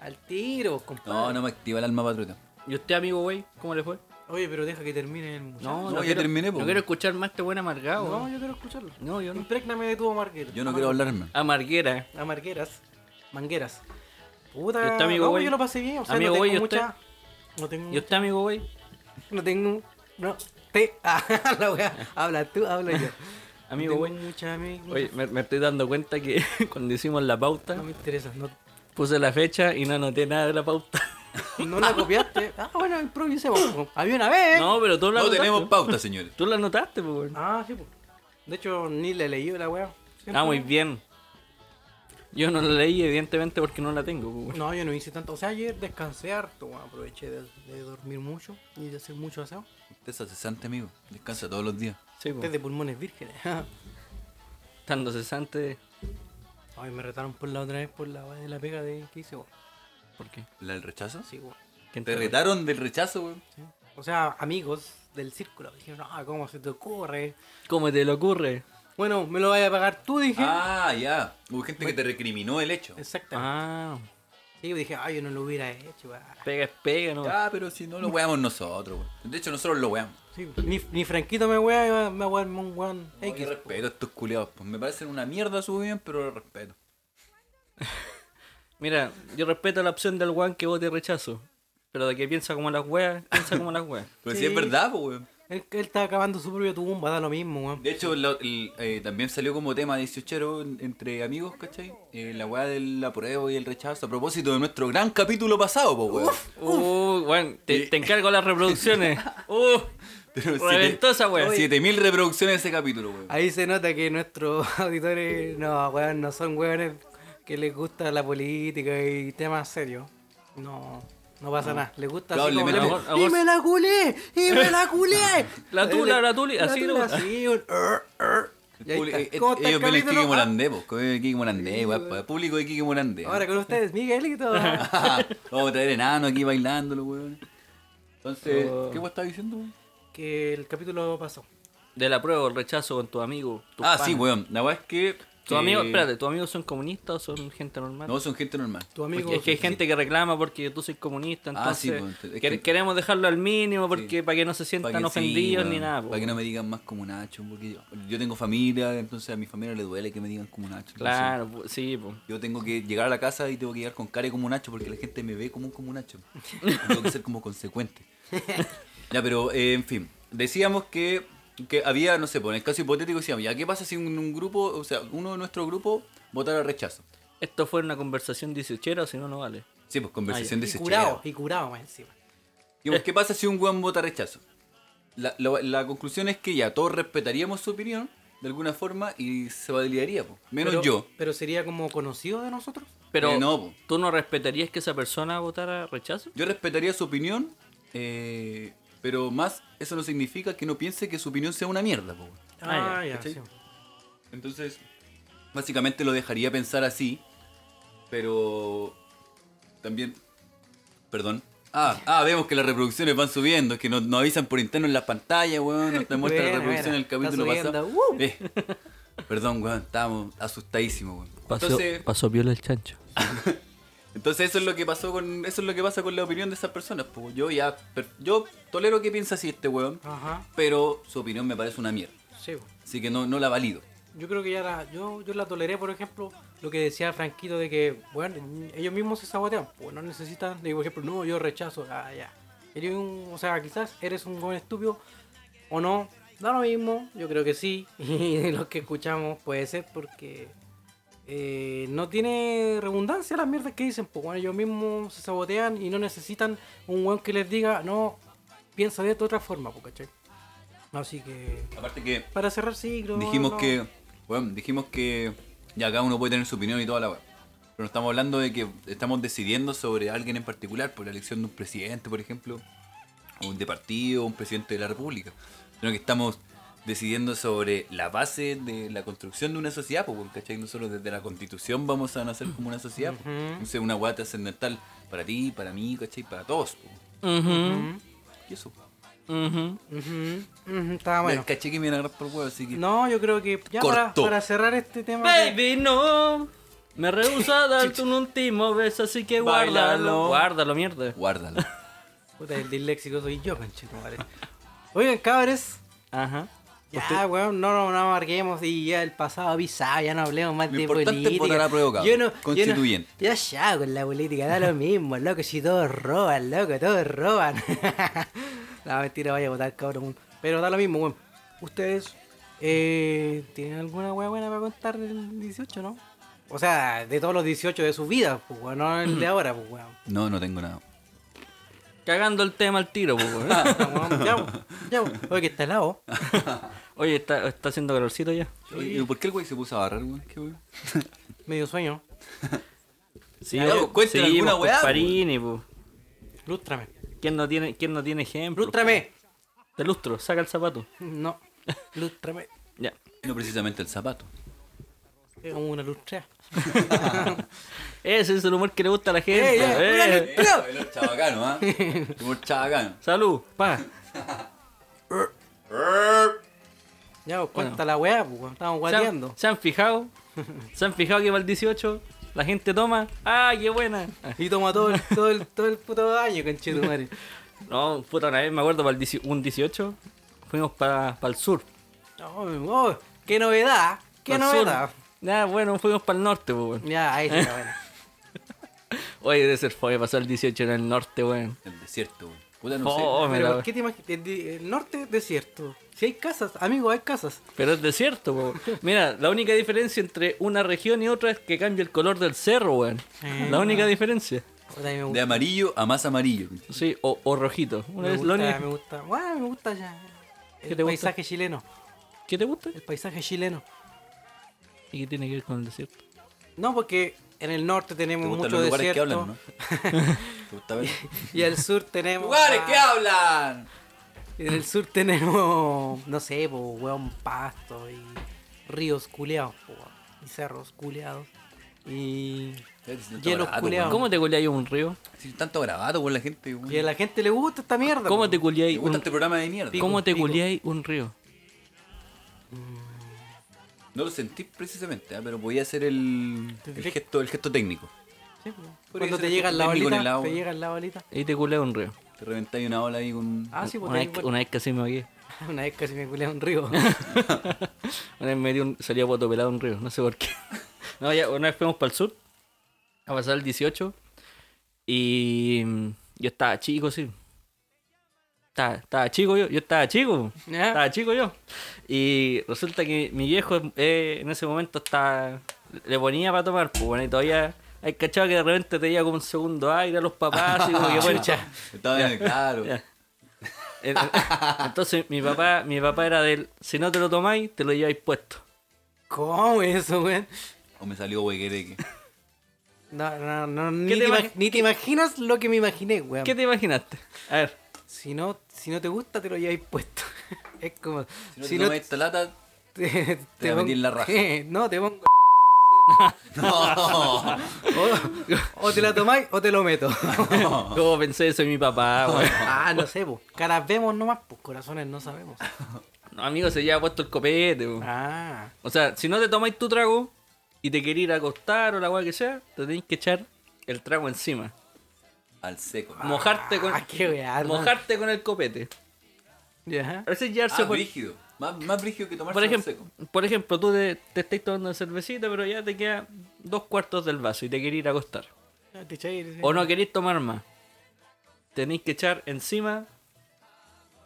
[SPEAKER 3] Al tiro, compadre.
[SPEAKER 4] No, no me activa el alma patriota.
[SPEAKER 5] ¿Y usted, amigo, güey? ¿Cómo le fue?
[SPEAKER 3] Oye, pero deja que termine el muchacho.
[SPEAKER 4] No, ya terminé, pues. po.
[SPEAKER 5] No quiero escuchar más este buen amargado.
[SPEAKER 3] No,
[SPEAKER 5] güey.
[SPEAKER 3] yo quiero escucharlo.
[SPEAKER 5] No, yo no.
[SPEAKER 3] Imprégname de tu amarguera.
[SPEAKER 4] Yo no quiero hablarme.
[SPEAKER 5] Amarguera.
[SPEAKER 3] A margueras. Mangueras.
[SPEAKER 5] ¿Y
[SPEAKER 3] Puta,
[SPEAKER 5] usted, amigo
[SPEAKER 3] no,
[SPEAKER 5] güey?
[SPEAKER 3] yo lo pasé bien. O sea,
[SPEAKER 5] Amigo
[SPEAKER 3] no
[SPEAKER 5] güey,
[SPEAKER 3] tengo
[SPEAKER 5] ¿y
[SPEAKER 3] mucha... No tengo...
[SPEAKER 5] ¿Y usted, amigo, güey?
[SPEAKER 3] (laughs) No tengo... No. Te... Ah, la wea. Habla tú, habla yo.
[SPEAKER 5] (laughs) Amigo,
[SPEAKER 3] Tengo
[SPEAKER 5] bueno.
[SPEAKER 3] muchas amigas.
[SPEAKER 5] Oye, me, me estoy dando cuenta que (laughs) cuando hicimos la pauta,
[SPEAKER 3] No me interesa. No,
[SPEAKER 5] puse la fecha y no anoté nada de la pauta.
[SPEAKER 3] no la copiaste. (laughs) Ah, bueno, improvisemos. po. Había una vez.
[SPEAKER 5] (laughs) No, pero tú la
[SPEAKER 4] No
[SPEAKER 5] anotaste.
[SPEAKER 4] tenemos pauta, señores.
[SPEAKER 5] Tú la anotaste, pues. weón.
[SPEAKER 3] Ah, sí, po. De hecho, ni le he leído la weá. Siempre-
[SPEAKER 5] Ah, muy bien. Yo no la leí, evidentemente, porque no la tengo, pues. weón.
[SPEAKER 3] No, yo no hice tanto. O sea, ayer descansé harto. weón. aproveché de, de dormir mucho y de hacer mucho aseo.
[SPEAKER 4] Usted es cesante, amigo. Descansa todos los días.
[SPEAKER 5] Sí,
[SPEAKER 3] Test
[SPEAKER 5] pues.
[SPEAKER 3] de pulmones vírgenes. (laughs)
[SPEAKER 5] Estando cesante.
[SPEAKER 3] Ay, me retaron por la otra vez por la weá de la pega de que hice, weón.
[SPEAKER 5] ¿Por qué?
[SPEAKER 4] ¿La del rechazo?
[SPEAKER 3] Sí, weón.
[SPEAKER 5] ¿Quién
[SPEAKER 4] Te
[SPEAKER 5] te-
[SPEAKER 4] retaron del rechazo, weón.
[SPEAKER 3] Sí. O sea, amigos del círculo dijeron, ah, ¿cómo se te ocurre?
[SPEAKER 5] ¿Cómo te le ocurre?
[SPEAKER 3] Bueno, me lo vaya a pagar tú, dije.
[SPEAKER 4] Ah, ya. Hubo gente que te recriminó el hecho.
[SPEAKER 3] Exactamente.
[SPEAKER 5] Ah,
[SPEAKER 3] Sí, yo dije, ay, yo no lo hubiera hecho. weón.
[SPEAKER 5] pega es pega, ¿no?
[SPEAKER 4] Ah, pero si no lo weamos nosotros, weón. De hecho, nosotros lo weamos.
[SPEAKER 3] Sí, ni, ni Franquito me wea, me wea un weón
[SPEAKER 4] Hay que
[SPEAKER 3] X.
[SPEAKER 4] respeto a estos culiados. Pues me parecen una mierda su bien, pero lo respeto.
[SPEAKER 5] Mira, yo respeto la opción del weón que vote rechazo. Pero de que piensa como las weas, piensa como las
[SPEAKER 4] (laughs)
[SPEAKER 5] weas.
[SPEAKER 4] Pero si
[SPEAKER 3] Sí.
[SPEAKER 4] es verdad, pues, weón.
[SPEAKER 3] Él, él está acabando su propia tumba, da lo mismo, weón.
[SPEAKER 4] De hecho, la- el- eh, también salió como tema 18 entre amigos, ¿cachai? Eh, la weá del apruebo y el rechazo. A propósito de nuestro gran capítulo pasado, pues, weón.
[SPEAKER 5] Uh, weón, te, te encargo las reproducciones. Uh,
[SPEAKER 4] (laughs) Pero
[SPEAKER 5] Reventó esa weá.
[SPEAKER 4] 7000 reproducciones de ese capítulo, weón.
[SPEAKER 3] Ahí se nota que nuestros (laughs) auditores, no, weón, no son weones que les gusta la política y temas serios. No, no pasa nada. Les gusta
[SPEAKER 4] Claro,
[SPEAKER 3] así
[SPEAKER 4] le
[SPEAKER 3] como-
[SPEAKER 4] meten-
[SPEAKER 3] ¡Y
[SPEAKER 5] A vos- a
[SPEAKER 3] me la culé! ¡Y me la culé!
[SPEAKER 5] (laughs) La tula, la tuli, así,
[SPEAKER 3] tula,
[SPEAKER 5] ¿no?
[SPEAKER 3] así, un- "er, ur, ur. Y ahí
[SPEAKER 4] El
[SPEAKER 3] está.
[SPEAKER 4] público- eh,
[SPEAKER 3] ¿Cómo está el
[SPEAKER 4] ellos ven el
[SPEAKER 3] capítulo?
[SPEAKER 4] Kike
[SPEAKER 3] Ah,
[SPEAKER 4] Morandé, pues. como El Kike Morandé, weón. El público de Kike Morandé. (laughs)
[SPEAKER 3] Ahora con ustedes,
[SPEAKER 5] (laughs)
[SPEAKER 3] Miguelito.
[SPEAKER 4] Vamos a traer enano aquí bailándolo, weón. Entonces,
[SPEAKER 5] Oh.
[SPEAKER 4] ¿qué vos estás diciendo, weón?
[SPEAKER 3] que el capítulo pasó.
[SPEAKER 5] De la prueba o el rechazo con tu amigo. tu
[SPEAKER 4] Ah,
[SPEAKER 5] pana.
[SPEAKER 4] sí, weón. La weá es que.
[SPEAKER 5] ¿Tus
[SPEAKER 4] eh,
[SPEAKER 5] amigos, espérate, ¿tus amigos son comunistas o son gente normal?
[SPEAKER 4] No, son gente normal.
[SPEAKER 3] Tu
[SPEAKER 5] Porque
[SPEAKER 3] amigo.
[SPEAKER 5] es que hay gente que reclama porque tú sois comunista, entonces
[SPEAKER 4] Ah, sí, pues, es
[SPEAKER 5] quer-
[SPEAKER 4] que-
[SPEAKER 5] queremos dejarlo al mínimo porque
[SPEAKER 4] Sí.
[SPEAKER 5] para que no se
[SPEAKER 4] Pa'
[SPEAKER 5] sientan
[SPEAKER 4] que- sí,
[SPEAKER 5] ofendidos ni
[SPEAKER 4] weón,
[SPEAKER 5] nada. po,
[SPEAKER 4] Para que no me digan más como Nacho, porque yo, yo tengo familia, entonces a mi familia le duele que me digan como Nacho. entonces
[SPEAKER 5] Claro, po, sí, po.
[SPEAKER 4] Yo tengo que llegar a la casa y tengo que llegar con cara de como Nacho porque la gente me ve como un
[SPEAKER 5] (laughs)
[SPEAKER 4] como Nacho. tengo que ser como consecuente. ya, pero eh, en fin, decíamos que, que había, no sé, pues, en el caso hipotético decíamos, ya, ¿qué pasa si un, un grupo, o sea, uno de nuestro grupo votara rechazo?
[SPEAKER 5] Esto fue una conversación 18, si no, no vale.
[SPEAKER 4] Sí, pues conversación
[SPEAKER 5] Ah,
[SPEAKER 4] de
[SPEAKER 3] y
[SPEAKER 4] ese
[SPEAKER 3] curado, y curado más encima.
[SPEAKER 4] Digamos, ¿qué pasa si un weón vota rechazo? La, la- la conclusión es que ya todos respetaríamos su opinión de alguna forma y se validaría, po. menos
[SPEAKER 3] Pero-
[SPEAKER 4] yo.
[SPEAKER 3] Pero sería como conocido de nosotros.
[SPEAKER 5] Pero
[SPEAKER 4] Eh, no, po.
[SPEAKER 5] tú no respetarías que esa persona votara rechazo.
[SPEAKER 4] Yo respetaría su opinión, eh, pero más eso no significa que no piense que su opinión sea una mierda, po.
[SPEAKER 5] Ah, ya,
[SPEAKER 3] sí.
[SPEAKER 4] Entonces, básicamente lo dejaría pensar así, pero también... Perdón. Ah, ah, vemos que las reproducciones van subiendo, es que nos, nos avisan por interno en las pantallas, weón, nos te muestran la
[SPEAKER 3] Buena,
[SPEAKER 4] reproducción
[SPEAKER 3] buena,
[SPEAKER 4] del capítulo
[SPEAKER 3] está
[SPEAKER 4] pasado.
[SPEAKER 3] subiendo, Uh.
[SPEAKER 4] Eh, perdón, weón, estábamos asustadísimos, weón.
[SPEAKER 5] Pasó,
[SPEAKER 4] Entonces,
[SPEAKER 5] pasó viola el chancho.
[SPEAKER 4] entonces eso es lo que pasó con eso es lo que pasa con la opinión de esas personas, pues yo ya per- yo tolero que piensa así este weón,
[SPEAKER 3] Ajá,
[SPEAKER 4] pero su opinión me parece una mierda,
[SPEAKER 3] sí. po.
[SPEAKER 4] así que no no la valido.
[SPEAKER 3] Yo creo que ya la, yo, yo la toleré, por ejemplo, lo que decía Franquito de que, bueno, ellos mismos se sabotean, pues no necesitan, digo, por ejemplo, no, yo rechazo, ah, ya. Eres un, o sea, quizás eres un buen estúpido o no, da lo mismo, yo creo que sí, (laughs) y lo que escuchamos puede ser porque eh, no tiene redundancia las mierdas que dicen, pues bueno, ellos mismos se sabotean y no necesitan un buen que les diga, no, piensa de esta otra forma, pues, ¿cachai? Así que,
[SPEAKER 4] Aparte que
[SPEAKER 3] para cerrar ciclo,
[SPEAKER 4] dijimos
[SPEAKER 3] no-
[SPEAKER 4] que bueno, dijimos que ya cada uno puede tener su opinión y toda la weá. Pero no estamos hablando de que estamos decidiendo sobre alguien en particular, por la elección de un presidente, por ejemplo, o un de partido, o un presidente de la República, sino que estamos decidiendo sobre la base de la construcción de una sociedad, pues, weón, ¿cachai? Nosotros desde la constitución vamos a nacer como una sociedad, pues. Entonces, una guata trascendental para ti, para mí, ¿cachai? Para todos, pues. Y eso.
[SPEAKER 3] Ujú, ujú, está Ah, bueno.
[SPEAKER 4] Bueno. Caché que me iban a agarrar por huevo, así que...
[SPEAKER 3] No, yo creo que ya para,
[SPEAKER 4] Cortó.
[SPEAKER 3] para cerrar este tema. que-
[SPEAKER 5] Baby, no. Me rehúsa a darte un último beso, así que
[SPEAKER 4] Báilalo.
[SPEAKER 5] guárdalo. Guárdalo, mierda.
[SPEAKER 4] Guárdalo.
[SPEAKER 3] Puta, el disléxico soy yo, canchito, Oigan, cabres.
[SPEAKER 5] Ajá.
[SPEAKER 3] Ya, weón, no nos no amarguemos y ya el pasado avisado, ya no hablemos más
[SPEAKER 4] Lo
[SPEAKER 3] de
[SPEAKER 4] importante es
[SPEAKER 3] política.
[SPEAKER 4] votar a prueba,
[SPEAKER 3] yo
[SPEAKER 4] cabrón.
[SPEAKER 3] no,
[SPEAKER 4] Constituyente.
[SPEAKER 3] Yo no, ya, ya, con la política, da lo mismo, loco, si todos roban, (laughs) loco, todos roban. no, mentira, vaya a votar, cabrón. Pero da lo mismo, weón. Ustedes Eh, ¿Tienen alguna wea buena para contar del 18, no? O sea, de todos los 18 de su vida, pues, weón, no
[SPEAKER 4] (clears throat)
[SPEAKER 3] el de ahora, pues, weón.
[SPEAKER 4] No, no tengo nada.
[SPEAKER 5] Cagando el tema al tiro, pues, weón.
[SPEAKER 3] Ya, (laughs) weón, ya, weón, ya, weón. Oye, que está helado.
[SPEAKER 5] Oye, está, está haciendo calorcito ya.
[SPEAKER 4] Oye, ¿Por qué el güey se puso a barrer, weón? ¿Qué weón?
[SPEAKER 3] Medio sueño.
[SPEAKER 5] Sí,
[SPEAKER 4] Ya, pues, cuenten alguna
[SPEAKER 5] pues,
[SPEAKER 4] weá, pues.
[SPEAKER 5] Parini, pues.
[SPEAKER 3] Lústrame.
[SPEAKER 5] ¿Quién no tiene, quién no tiene ejemplo?
[SPEAKER 3] Lústrame.
[SPEAKER 5] Te lustro, saca el zapato.
[SPEAKER 3] No. Lústrame.
[SPEAKER 5] Ya. (laughs)
[SPEAKER 4] No precisamente el (laughs) zapato.
[SPEAKER 3] Es como una lustrea.
[SPEAKER 5] Ese es el humor que le gusta a la gente.
[SPEAKER 3] Eh, eh, mira,
[SPEAKER 5] eh.
[SPEAKER 3] le- ¡No!
[SPEAKER 4] El chabacano, (laughs) ¿ah? El chabacano.
[SPEAKER 5] Salud.
[SPEAKER 3] Pa. Ya, pues, cuenta la weá, pues, weón. Estamos
[SPEAKER 5] ¿Se han-
[SPEAKER 3] guateando.
[SPEAKER 5] ¿Se han fijado? ¿Se han fijado que para el 18 la gente toma? ¡Ah, qué buena!
[SPEAKER 3] Y toma todo el, todo el, todo el puto año, conchito
[SPEAKER 5] (laughs)
[SPEAKER 3] madre.
[SPEAKER 5] No, puta, una vez me acuerdo para el 18 un 18 fuimos para el sur.
[SPEAKER 3] Oh, oh, ¡Qué novedad! ¡Qué
[SPEAKER 5] Pa'l sur.
[SPEAKER 3] novedad!
[SPEAKER 5] Ya, bueno, fuimos para el norte, pues, weón.
[SPEAKER 3] Ya, ahí
[SPEAKER 5] (laughs)
[SPEAKER 3] está, bueno.
[SPEAKER 5] Oye, debe ser fome pasar el 18 en el norte, weón.
[SPEAKER 4] El desierto, weón. Puta, no sé.
[SPEAKER 5] Fome,
[SPEAKER 3] Pero,
[SPEAKER 5] la
[SPEAKER 3] ¿por qué te imaginas? El, di- el norte desierto. Si hay casas, amigo, hay casas.
[SPEAKER 5] Pero es desierto, po. Mira, la única diferencia entre una región y otra es que cambia el color del cerro, weón.
[SPEAKER 3] Eh.
[SPEAKER 5] La única diferencia.
[SPEAKER 3] Puta, a mí me
[SPEAKER 4] De
[SPEAKER 3] gusta.
[SPEAKER 4] amarillo a más amarillo.
[SPEAKER 5] Sí, o, o rojito.
[SPEAKER 3] Me
[SPEAKER 5] Una vez, la
[SPEAKER 3] gusta,
[SPEAKER 5] única-
[SPEAKER 3] me gusta. Bueno, me gusta ya. El
[SPEAKER 5] ¿Qué te gusta?
[SPEAKER 3] paisaje chileno.
[SPEAKER 5] ¿Qué te gusta?
[SPEAKER 3] El paisaje chileno.
[SPEAKER 5] ¿Y qué tiene que ver con el desierto?
[SPEAKER 3] No, porque en el norte
[SPEAKER 4] Te
[SPEAKER 3] tenemos
[SPEAKER 4] gustan
[SPEAKER 3] mucho
[SPEAKER 4] los lugares
[SPEAKER 3] desierto.
[SPEAKER 4] que hablan, ¿no? (laughs) Te gusta ver.
[SPEAKER 3] Y al sur tenemos.
[SPEAKER 4] ¡Lugares
[SPEAKER 3] ah,
[SPEAKER 4] que hablan!
[SPEAKER 3] Y en el sur tenemos, no sé, po, weón, pasto y ríos culeados, po, weón, y cerros culeados. Y, Hielo culeado.
[SPEAKER 5] ¿Cómo te culiáis un río?
[SPEAKER 4] Si tanto grabado con la gente, weón.
[SPEAKER 3] y a la gente le gusta esta mierda.
[SPEAKER 5] ¿Cómo
[SPEAKER 3] po.
[SPEAKER 5] te
[SPEAKER 4] ¿Te
[SPEAKER 5] culiáis
[SPEAKER 4] gusta
[SPEAKER 5] un,
[SPEAKER 4] este programa de mierda?
[SPEAKER 3] Pico.
[SPEAKER 5] ¿cómo te culiáis un río?
[SPEAKER 4] No lo sentí precisamente, ah, pero podía ser el, el gesto, el gesto técnico.
[SPEAKER 3] Sí, po.
[SPEAKER 4] Podría
[SPEAKER 3] Cuando
[SPEAKER 4] ser
[SPEAKER 3] te llega la
[SPEAKER 4] técnico en el
[SPEAKER 3] bolita,
[SPEAKER 4] agua.
[SPEAKER 3] te llega la bolita.
[SPEAKER 5] Y te culiáis un río.
[SPEAKER 4] Te reventáis una ola ahí con...
[SPEAKER 3] Ah, sí, pues
[SPEAKER 5] una,
[SPEAKER 3] una,
[SPEAKER 5] vez, una vez casi me ahogué.
[SPEAKER 3] (laughs) una vez casi me culé a un río. (laughs)
[SPEAKER 5] (laughs) Una vez me dio un, salía poto pelado un río, no sé por qué. (laughs) No, ya, una vez fuimos para el sur, a pasar el 18, y mm, yo estaba chico, sí. Estaba, estaba chico yo, yo estaba chico,
[SPEAKER 3] Ya.
[SPEAKER 5] estaba chico yo. Y resulta que mi viejo eh, en ese momento estaba, le ponía para tomar, pues bueno, y todavía hay cachado que de repente te llega como un segundo aire a los papás, y como
[SPEAKER 4] (laughs) Ah,
[SPEAKER 5] que bueno,
[SPEAKER 3] Chucha.
[SPEAKER 4] Estaba en el claro.
[SPEAKER 5] ya. En- en- Entonces mi papá, mi papá era del, si no te lo tomáis, te lo lleváis puesto.
[SPEAKER 3] ¿Cómo eso, weón?
[SPEAKER 4] O me salió huequereque.
[SPEAKER 3] No, no, no, ni
[SPEAKER 5] ¿Qué
[SPEAKER 3] te,
[SPEAKER 5] te
[SPEAKER 3] ima-
[SPEAKER 5] imagi-
[SPEAKER 3] ni te imaginas lo que me imaginé, weón.
[SPEAKER 5] ¿Qué te imaginaste? A ver,
[SPEAKER 3] Si no, si no te gusta, te lo lleváis puesto. (laughs) es como.
[SPEAKER 4] Si no, te tomas esta lata...
[SPEAKER 3] te, te
[SPEAKER 4] va a
[SPEAKER 3] pon-
[SPEAKER 4] meter en la raja.
[SPEAKER 3] (laughs) no, te pongo.
[SPEAKER 4] (laughs) No.
[SPEAKER 3] O, o te la tomáis o te lo
[SPEAKER 4] (laughs)
[SPEAKER 3] meto.
[SPEAKER 5] (laughs) ¿cómo pensé eso de mi papá? güey?
[SPEAKER 3] ah, no sé, pues. Caras vemos nomás, pues corazones no sabemos.
[SPEAKER 5] No, amigo, se lleva puesto el copete. güey.
[SPEAKER 3] Ah,
[SPEAKER 5] O sea, si no te tomáis tu trago y te querís ir a acostar o la weá que sea, te tenéis que echar el trago encima.
[SPEAKER 4] Al seco.
[SPEAKER 5] Mojarte con,
[SPEAKER 3] Ah, qué weá, hermano.
[SPEAKER 5] mojarte con el copete.
[SPEAKER 3] ya.
[SPEAKER 5] A veces llevarse
[SPEAKER 4] Ah,
[SPEAKER 5] por,
[SPEAKER 4] brígido. Más, más brígido que tomarse
[SPEAKER 5] por,
[SPEAKER 4] al
[SPEAKER 5] ejemplo,
[SPEAKER 4] seco.
[SPEAKER 5] por ejemplo, tú te, te estás tomando una cervecita, pero ya te quedan dos cuartos del vaso y te querís ir a acostar.
[SPEAKER 3] Te echáis-
[SPEAKER 5] O no queréis tomar más. Tenéis que echar encima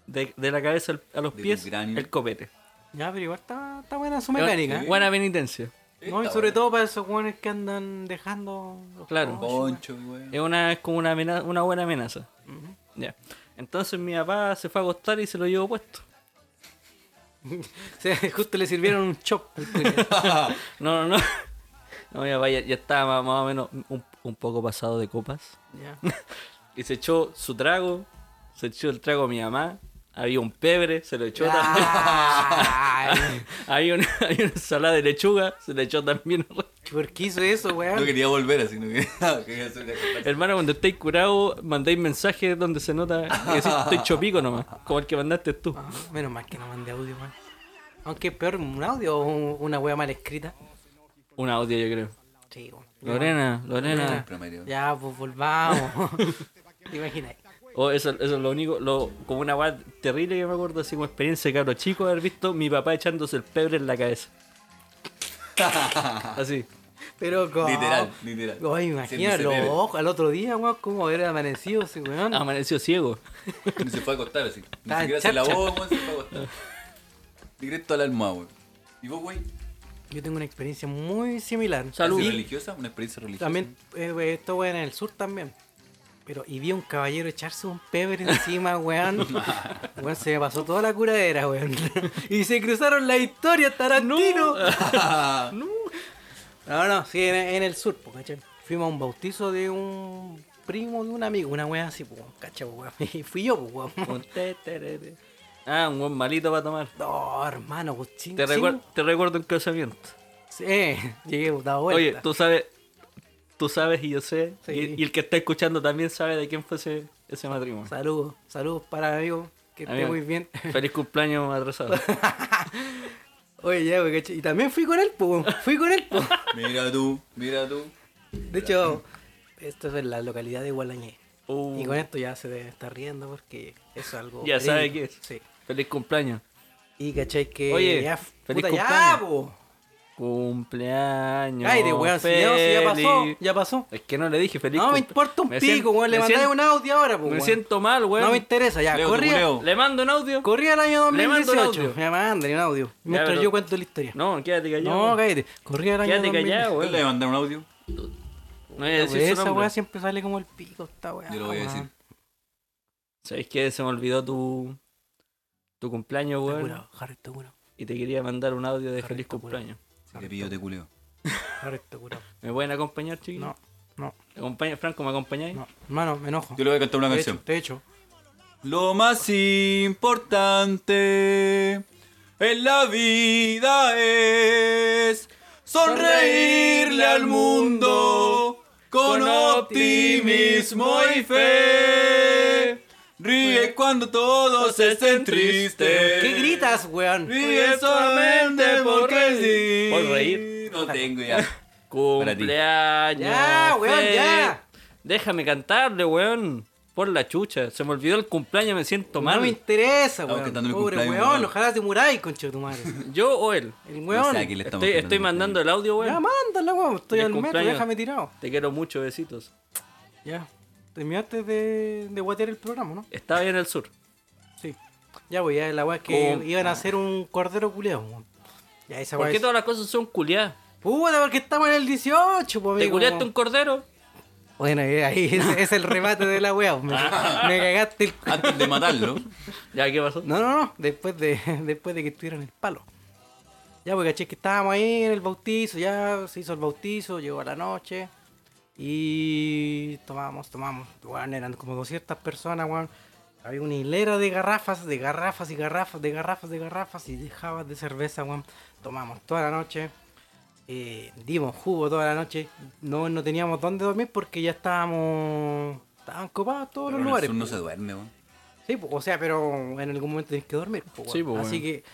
[SPEAKER 5] de, de la cabeza al- a los
[SPEAKER 4] De tu
[SPEAKER 5] pies
[SPEAKER 4] cráneo.
[SPEAKER 5] el copete.
[SPEAKER 3] Ya, pero igual está, está buena su mecánica. ¿eh?
[SPEAKER 5] Bu- Buena penitencia.
[SPEAKER 3] No, y sobre todo para esos weones que andan dejando. los
[SPEAKER 5] Claro.
[SPEAKER 3] coches, weón.
[SPEAKER 4] Poncho, weón.
[SPEAKER 5] Es una es como una, amena- una buena amenaza. Ya. Entonces mi papá se fue a acostar y se lo llevó puesto.
[SPEAKER 3] (laughs) Sí, Justo le sirvieron un chop. al
[SPEAKER 4] (laughs)
[SPEAKER 3] culiao.
[SPEAKER 5] No, no, (laughs) no. No, mi papá ya, ya estaba más, más o menos un, un poco pasado de copas. (laughs)
[SPEAKER 3] Ya.
[SPEAKER 5] Y se echó su trago. Se echó el trago a mi mamá. Había un pebre, se lo echó también. (laughs)
[SPEAKER 3] Ay,
[SPEAKER 5] Había una, había una ensalada de lechuga, se le echó también. (laughs)
[SPEAKER 3] ¿Por qué hizo eso,
[SPEAKER 4] No
[SPEAKER 3] weón?
[SPEAKER 4] quería volver, así no quería, (laughs) Ah, quería hacer una cosa.
[SPEAKER 5] Hermano, cuando estáis curado, mandáis mensajes donde se nota que decís, estoy chopico nomás, como el que mandaste tú.
[SPEAKER 3] Ah, menos mal que no mandé audio, weón. Aunque es peor un audio o un- una wea mal escrita.
[SPEAKER 5] Un audio, yo creo.
[SPEAKER 3] Sí, weón.
[SPEAKER 5] Lorena, Lorena.
[SPEAKER 4] Pero, Mario,
[SPEAKER 3] Ya, pues volvamos. (laughs) ¿Te imaginas?
[SPEAKER 5] Oh, eso, eso es lo único, lo, como una guay terrible que me acuerdo, así como experiencia de cabro chico, haber visto mi papá echándose el pebre en la cabeza. Así.
[SPEAKER 3] Pero como...
[SPEAKER 4] Literal, literal.
[SPEAKER 3] Oye,
[SPEAKER 4] Se
[SPEAKER 3] imagina
[SPEAKER 4] me
[SPEAKER 3] los
[SPEAKER 4] debe.
[SPEAKER 3] ojos. Al otro día, weón, cómo era amanecido ese weón.
[SPEAKER 5] Ah. Amaneció ciego. (laughs)
[SPEAKER 4] Ni (laughs) se fue a acostar así. Ni
[SPEAKER 3] Ah,
[SPEAKER 4] siquiera se
[SPEAKER 3] chacha.
[SPEAKER 4] lavó, weón, se fue a acostar. Directo a la almohada, weón. ¿Y vos, güey?
[SPEAKER 3] Yo tengo una experiencia muy similar.
[SPEAKER 5] Salud.
[SPEAKER 4] ¿Es
[SPEAKER 3] Y
[SPEAKER 4] religiosa? ¿Una experiencia religiosa?
[SPEAKER 3] También, eh, wey, esto weón en el sur también. Pero, y vi a un caballero echarse un pebre encima, (laughs) weón. weón, se me pasó toda la curadera, weón. (laughs) y se cruzaron la historia, Tarantino. (laughs)
[SPEAKER 4] ¿No?
[SPEAKER 3] No, no, sí, en, en el sur, po, ¿cachai? Fuimos a un bautizo de un primo de un amigo, una wea así, po, ¿cachai? po, weón? (laughs) Y fui yo, po, weón.
[SPEAKER 5] Un té, tereré. Ah, un buen malito para tomar.
[SPEAKER 3] No, hermano, po, chin,
[SPEAKER 5] Te,
[SPEAKER 3] chin.
[SPEAKER 5] recuer- te recuerdo un casamiento.
[SPEAKER 3] Sí, (laughs) llegué, po, dado vuelta.
[SPEAKER 5] Oye, tú sabes, tú sabes y yo sé,
[SPEAKER 3] Sí.
[SPEAKER 5] y, y el que está escuchando también sabe de quién fue ese, ese matrimonio.
[SPEAKER 3] Saludos, saludos para mi amigo, que esté
[SPEAKER 5] Amigo,
[SPEAKER 3] muy bien. (laughs)
[SPEAKER 5] Feliz cumpleaños atrasado.
[SPEAKER 3] Oye, ya, wey, ¿cachai? Y también fui con él, po, weón, fui con él, po.
[SPEAKER 4] Mira tú, mira tú.
[SPEAKER 3] De hecho, esto es en la localidad de Gualañé.
[SPEAKER 5] Uh.
[SPEAKER 3] Y con esto ya se debe estar riendo porque eso es algo.
[SPEAKER 5] Ya sabe
[SPEAKER 3] verídico.
[SPEAKER 5] qué es.
[SPEAKER 3] Sí.
[SPEAKER 5] Feliz cumpleaños.
[SPEAKER 3] Y cachai que.
[SPEAKER 5] Oye,
[SPEAKER 3] ya,
[SPEAKER 5] feliz
[SPEAKER 3] puta, ya,
[SPEAKER 5] cumpleaños.
[SPEAKER 3] po.
[SPEAKER 5] Cumpleaños.
[SPEAKER 3] Ay, de weón, si ya, si ya pasó,
[SPEAKER 5] feliz.
[SPEAKER 3] ya pasó.
[SPEAKER 5] Es que no le dije feliz
[SPEAKER 3] No me
[SPEAKER 5] cumple-
[SPEAKER 3] importa un
[SPEAKER 5] Me
[SPEAKER 3] pico,
[SPEAKER 5] siento-
[SPEAKER 3] weón. Le
[SPEAKER 5] me
[SPEAKER 3] mandáis
[SPEAKER 5] siento-
[SPEAKER 3] un audio ahora, po,
[SPEAKER 5] Me
[SPEAKER 3] weón.
[SPEAKER 5] siento mal, weón.
[SPEAKER 3] No me interesa, ya.
[SPEAKER 4] Leo, tu
[SPEAKER 3] Corría,
[SPEAKER 4] culeo.
[SPEAKER 5] Le mando un audio.
[SPEAKER 3] corría el año
[SPEAKER 5] Le mando un
[SPEAKER 3] 2018.
[SPEAKER 5] audio.
[SPEAKER 3] Ya, mándale un audio. Mientras
[SPEAKER 5] pero-
[SPEAKER 3] yo cuento la historia.
[SPEAKER 5] No, quédate
[SPEAKER 3] No,
[SPEAKER 5] callado.
[SPEAKER 3] cállate. Corría el año
[SPEAKER 5] quédate
[SPEAKER 3] 2018.
[SPEAKER 5] callado,
[SPEAKER 4] ¿Puedes le
[SPEAKER 5] weón.
[SPEAKER 4] mandar un audio?
[SPEAKER 5] No voy a decir
[SPEAKER 3] Pues
[SPEAKER 5] su
[SPEAKER 3] esa
[SPEAKER 5] nombre.
[SPEAKER 3] weá siempre sale como el pico, esta weá.
[SPEAKER 4] Yo lo voy a
[SPEAKER 3] weón.
[SPEAKER 4] decir.
[SPEAKER 5] ¿Sabes qué? Se me olvidó tu, tu cumpleaños,
[SPEAKER 3] Está
[SPEAKER 5] weón.
[SPEAKER 3] curado, Harry está curado.
[SPEAKER 5] Y te quería mandar un audio de
[SPEAKER 3] Correcto,
[SPEAKER 5] feliz
[SPEAKER 3] weón.
[SPEAKER 5] cumpleaños.
[SPEAKER 4] Si te pillo, te culeo.
[SPEAKER 3] Harry está curado.
[SPEAKER 5] ¿Me pueden acompañar, chiquillos?
[SPEAKER 3] No, no,
[SPEAKER 5] ¿Me acompaña- Franco, ¿me acompañáis?
[SPEAKER 3] no. Hermano, me enojo.
[SPEAKER 4] Yo le voy a cantar una
[SPEAKER 3] Te
[SPEAKER 4] canción.
[SPEAKER 3] echo, te echo.
[SPEAKER 4] Lo más importante en la vida es sonreírle al mundo con optimismo y fe. Ríe cuando todos estén tristes.
[SPEAKER 3] ¿Qué gritas, weón?
[SPEAKER 4] Ríe solamente porque sí.
[SPEAKER 5] Por reír.
[SPEAKER 4] (laughs) No tengo ya. Para ti.
[SPEAKER 5] Cumpleaños.
[SPEAKER 3] Ya, weón,
[SPEAKER 5] feliz.
[SPEAKER 3] ya.
[SPEAKER 5] Déjame cantarle, weón. Por la chucha. Se me olvidó el cumpleaños, me siento
[SPEAKER 3] No me
[SPEAKER 5] mal.
[SPEAKER 3] interesa,
[SPEAKER 4] Estamos
[SPEAKER 3] weón.
[SPEAKER 4] cantando el
[SPEAKER 3] Pobre
[SPEAKER 4] cumpleaños,
[SPEAKER 3] weón,
[SPEAKER 4] weón.
[SPEAKER 3] ojalá te muráis, concha de tu
[SPEAKER 4] (laughs)
[SPEAKER 3] madre.
[SPEAKER 5] Yo o él.
[SPEAKER 3] El
[SPEAKER 4] No
[SPEAKER 3] weón.
[SPEAKER 4] sé a quién
[SPEAKER 5] Estoy,
[SPEAKER 4] le estamos cantando este
[SPEAKER 5] estoy
[SPEAKER 4] el
[SPEAKER 5] mandando el
[SPEAKER 4] cumpleaños.
[SPEAKER 5] audio,
[SPEAKER 3] Ya,
[SPEAKER 5] weón.
[SPEAKER 3] mándala, weón. Estoy
[SPEAKER 5] Feliz
[SPEAKER 3] al metro,
[SPEAKER 5] cumpleaños.
[SPEAKER 3] déjame tirado.
[SPEAKER 5] Te quiero mucho, besitos.
[SPEAKER 3] Ya. Terminaste de, de guatear el programa, ¿no?
[SPEAKER 5] Estaba ahí en el sur.
[SPEAKER 3] Sí. Ya, pues ya la weá es que
[SPEAKER 5] Con-
[SPEAKER 3] iban a hacer un cordero culeado, weón. Ya, esa
[SPEAKER 5] ¿Por
[SPEAKER 3] weá.
[SPEAKER 5] qué
[SPEAKER 3] es-
[SPEAKER 5] todas las cosas son culiadas?
[SPEAKER 3] Puta, porque estamos en el 18, pues,
[SPEAKER 5] ¿Te
[SPEAKER 3] amigo.
[SPEAKER 5] culiaste un cordero?
[SPEAKER 3] Bueno, eh, ahí es, es el remate de la weá. Me, me
[SPEAKER 5] Ah.
[SPEAKER 3] cagaste el.
[SPEAKER 4] Antes
[SPEAKER 3] (laughs)
[SPEAKER 4] de matarlo,
[SPEAKER 5] Ya, ¿qué pasó?
[SPEAKER 3] No, no, no. Después de, (laughs) después de que estuvieron el palo. Ya, porque caché que estábamos ahí en el bautizo, ya se hizo el bautizo, llegó la noche. Y tomamos, tomamos. Bueno, eran como 200 personas, weón. Había una hilera de garrafas, de garrafas y garrafas, de garrafas, de garrafas y dejabas de cerveza, weón. Tomamos toda la noche. eh, dimos jugo toda la noche. No, no teníamos dónde dormir porque ya estábamos. Estaban copados todos los
[SPEAKER 4] pero en el
[SPEAKER 3] lugares.
[SPEAKER 4] sur no
[SPEAKER 3] po.
[SPEAKER 4] se
[SPEAKER 3] (laughs)
[SPEAKER 4] duerme, weón.
[SPEAKER 3] Sí, po, o sea, pero en algún momento tienes que dormir. po,
[SPEAKER 5] Sí,
[SPEAKER 3] weón.
[SPEAKER 5] po,
[SPEAKER 3] Así
[SPEAKER 5] weón.
[SPEAKER 3] que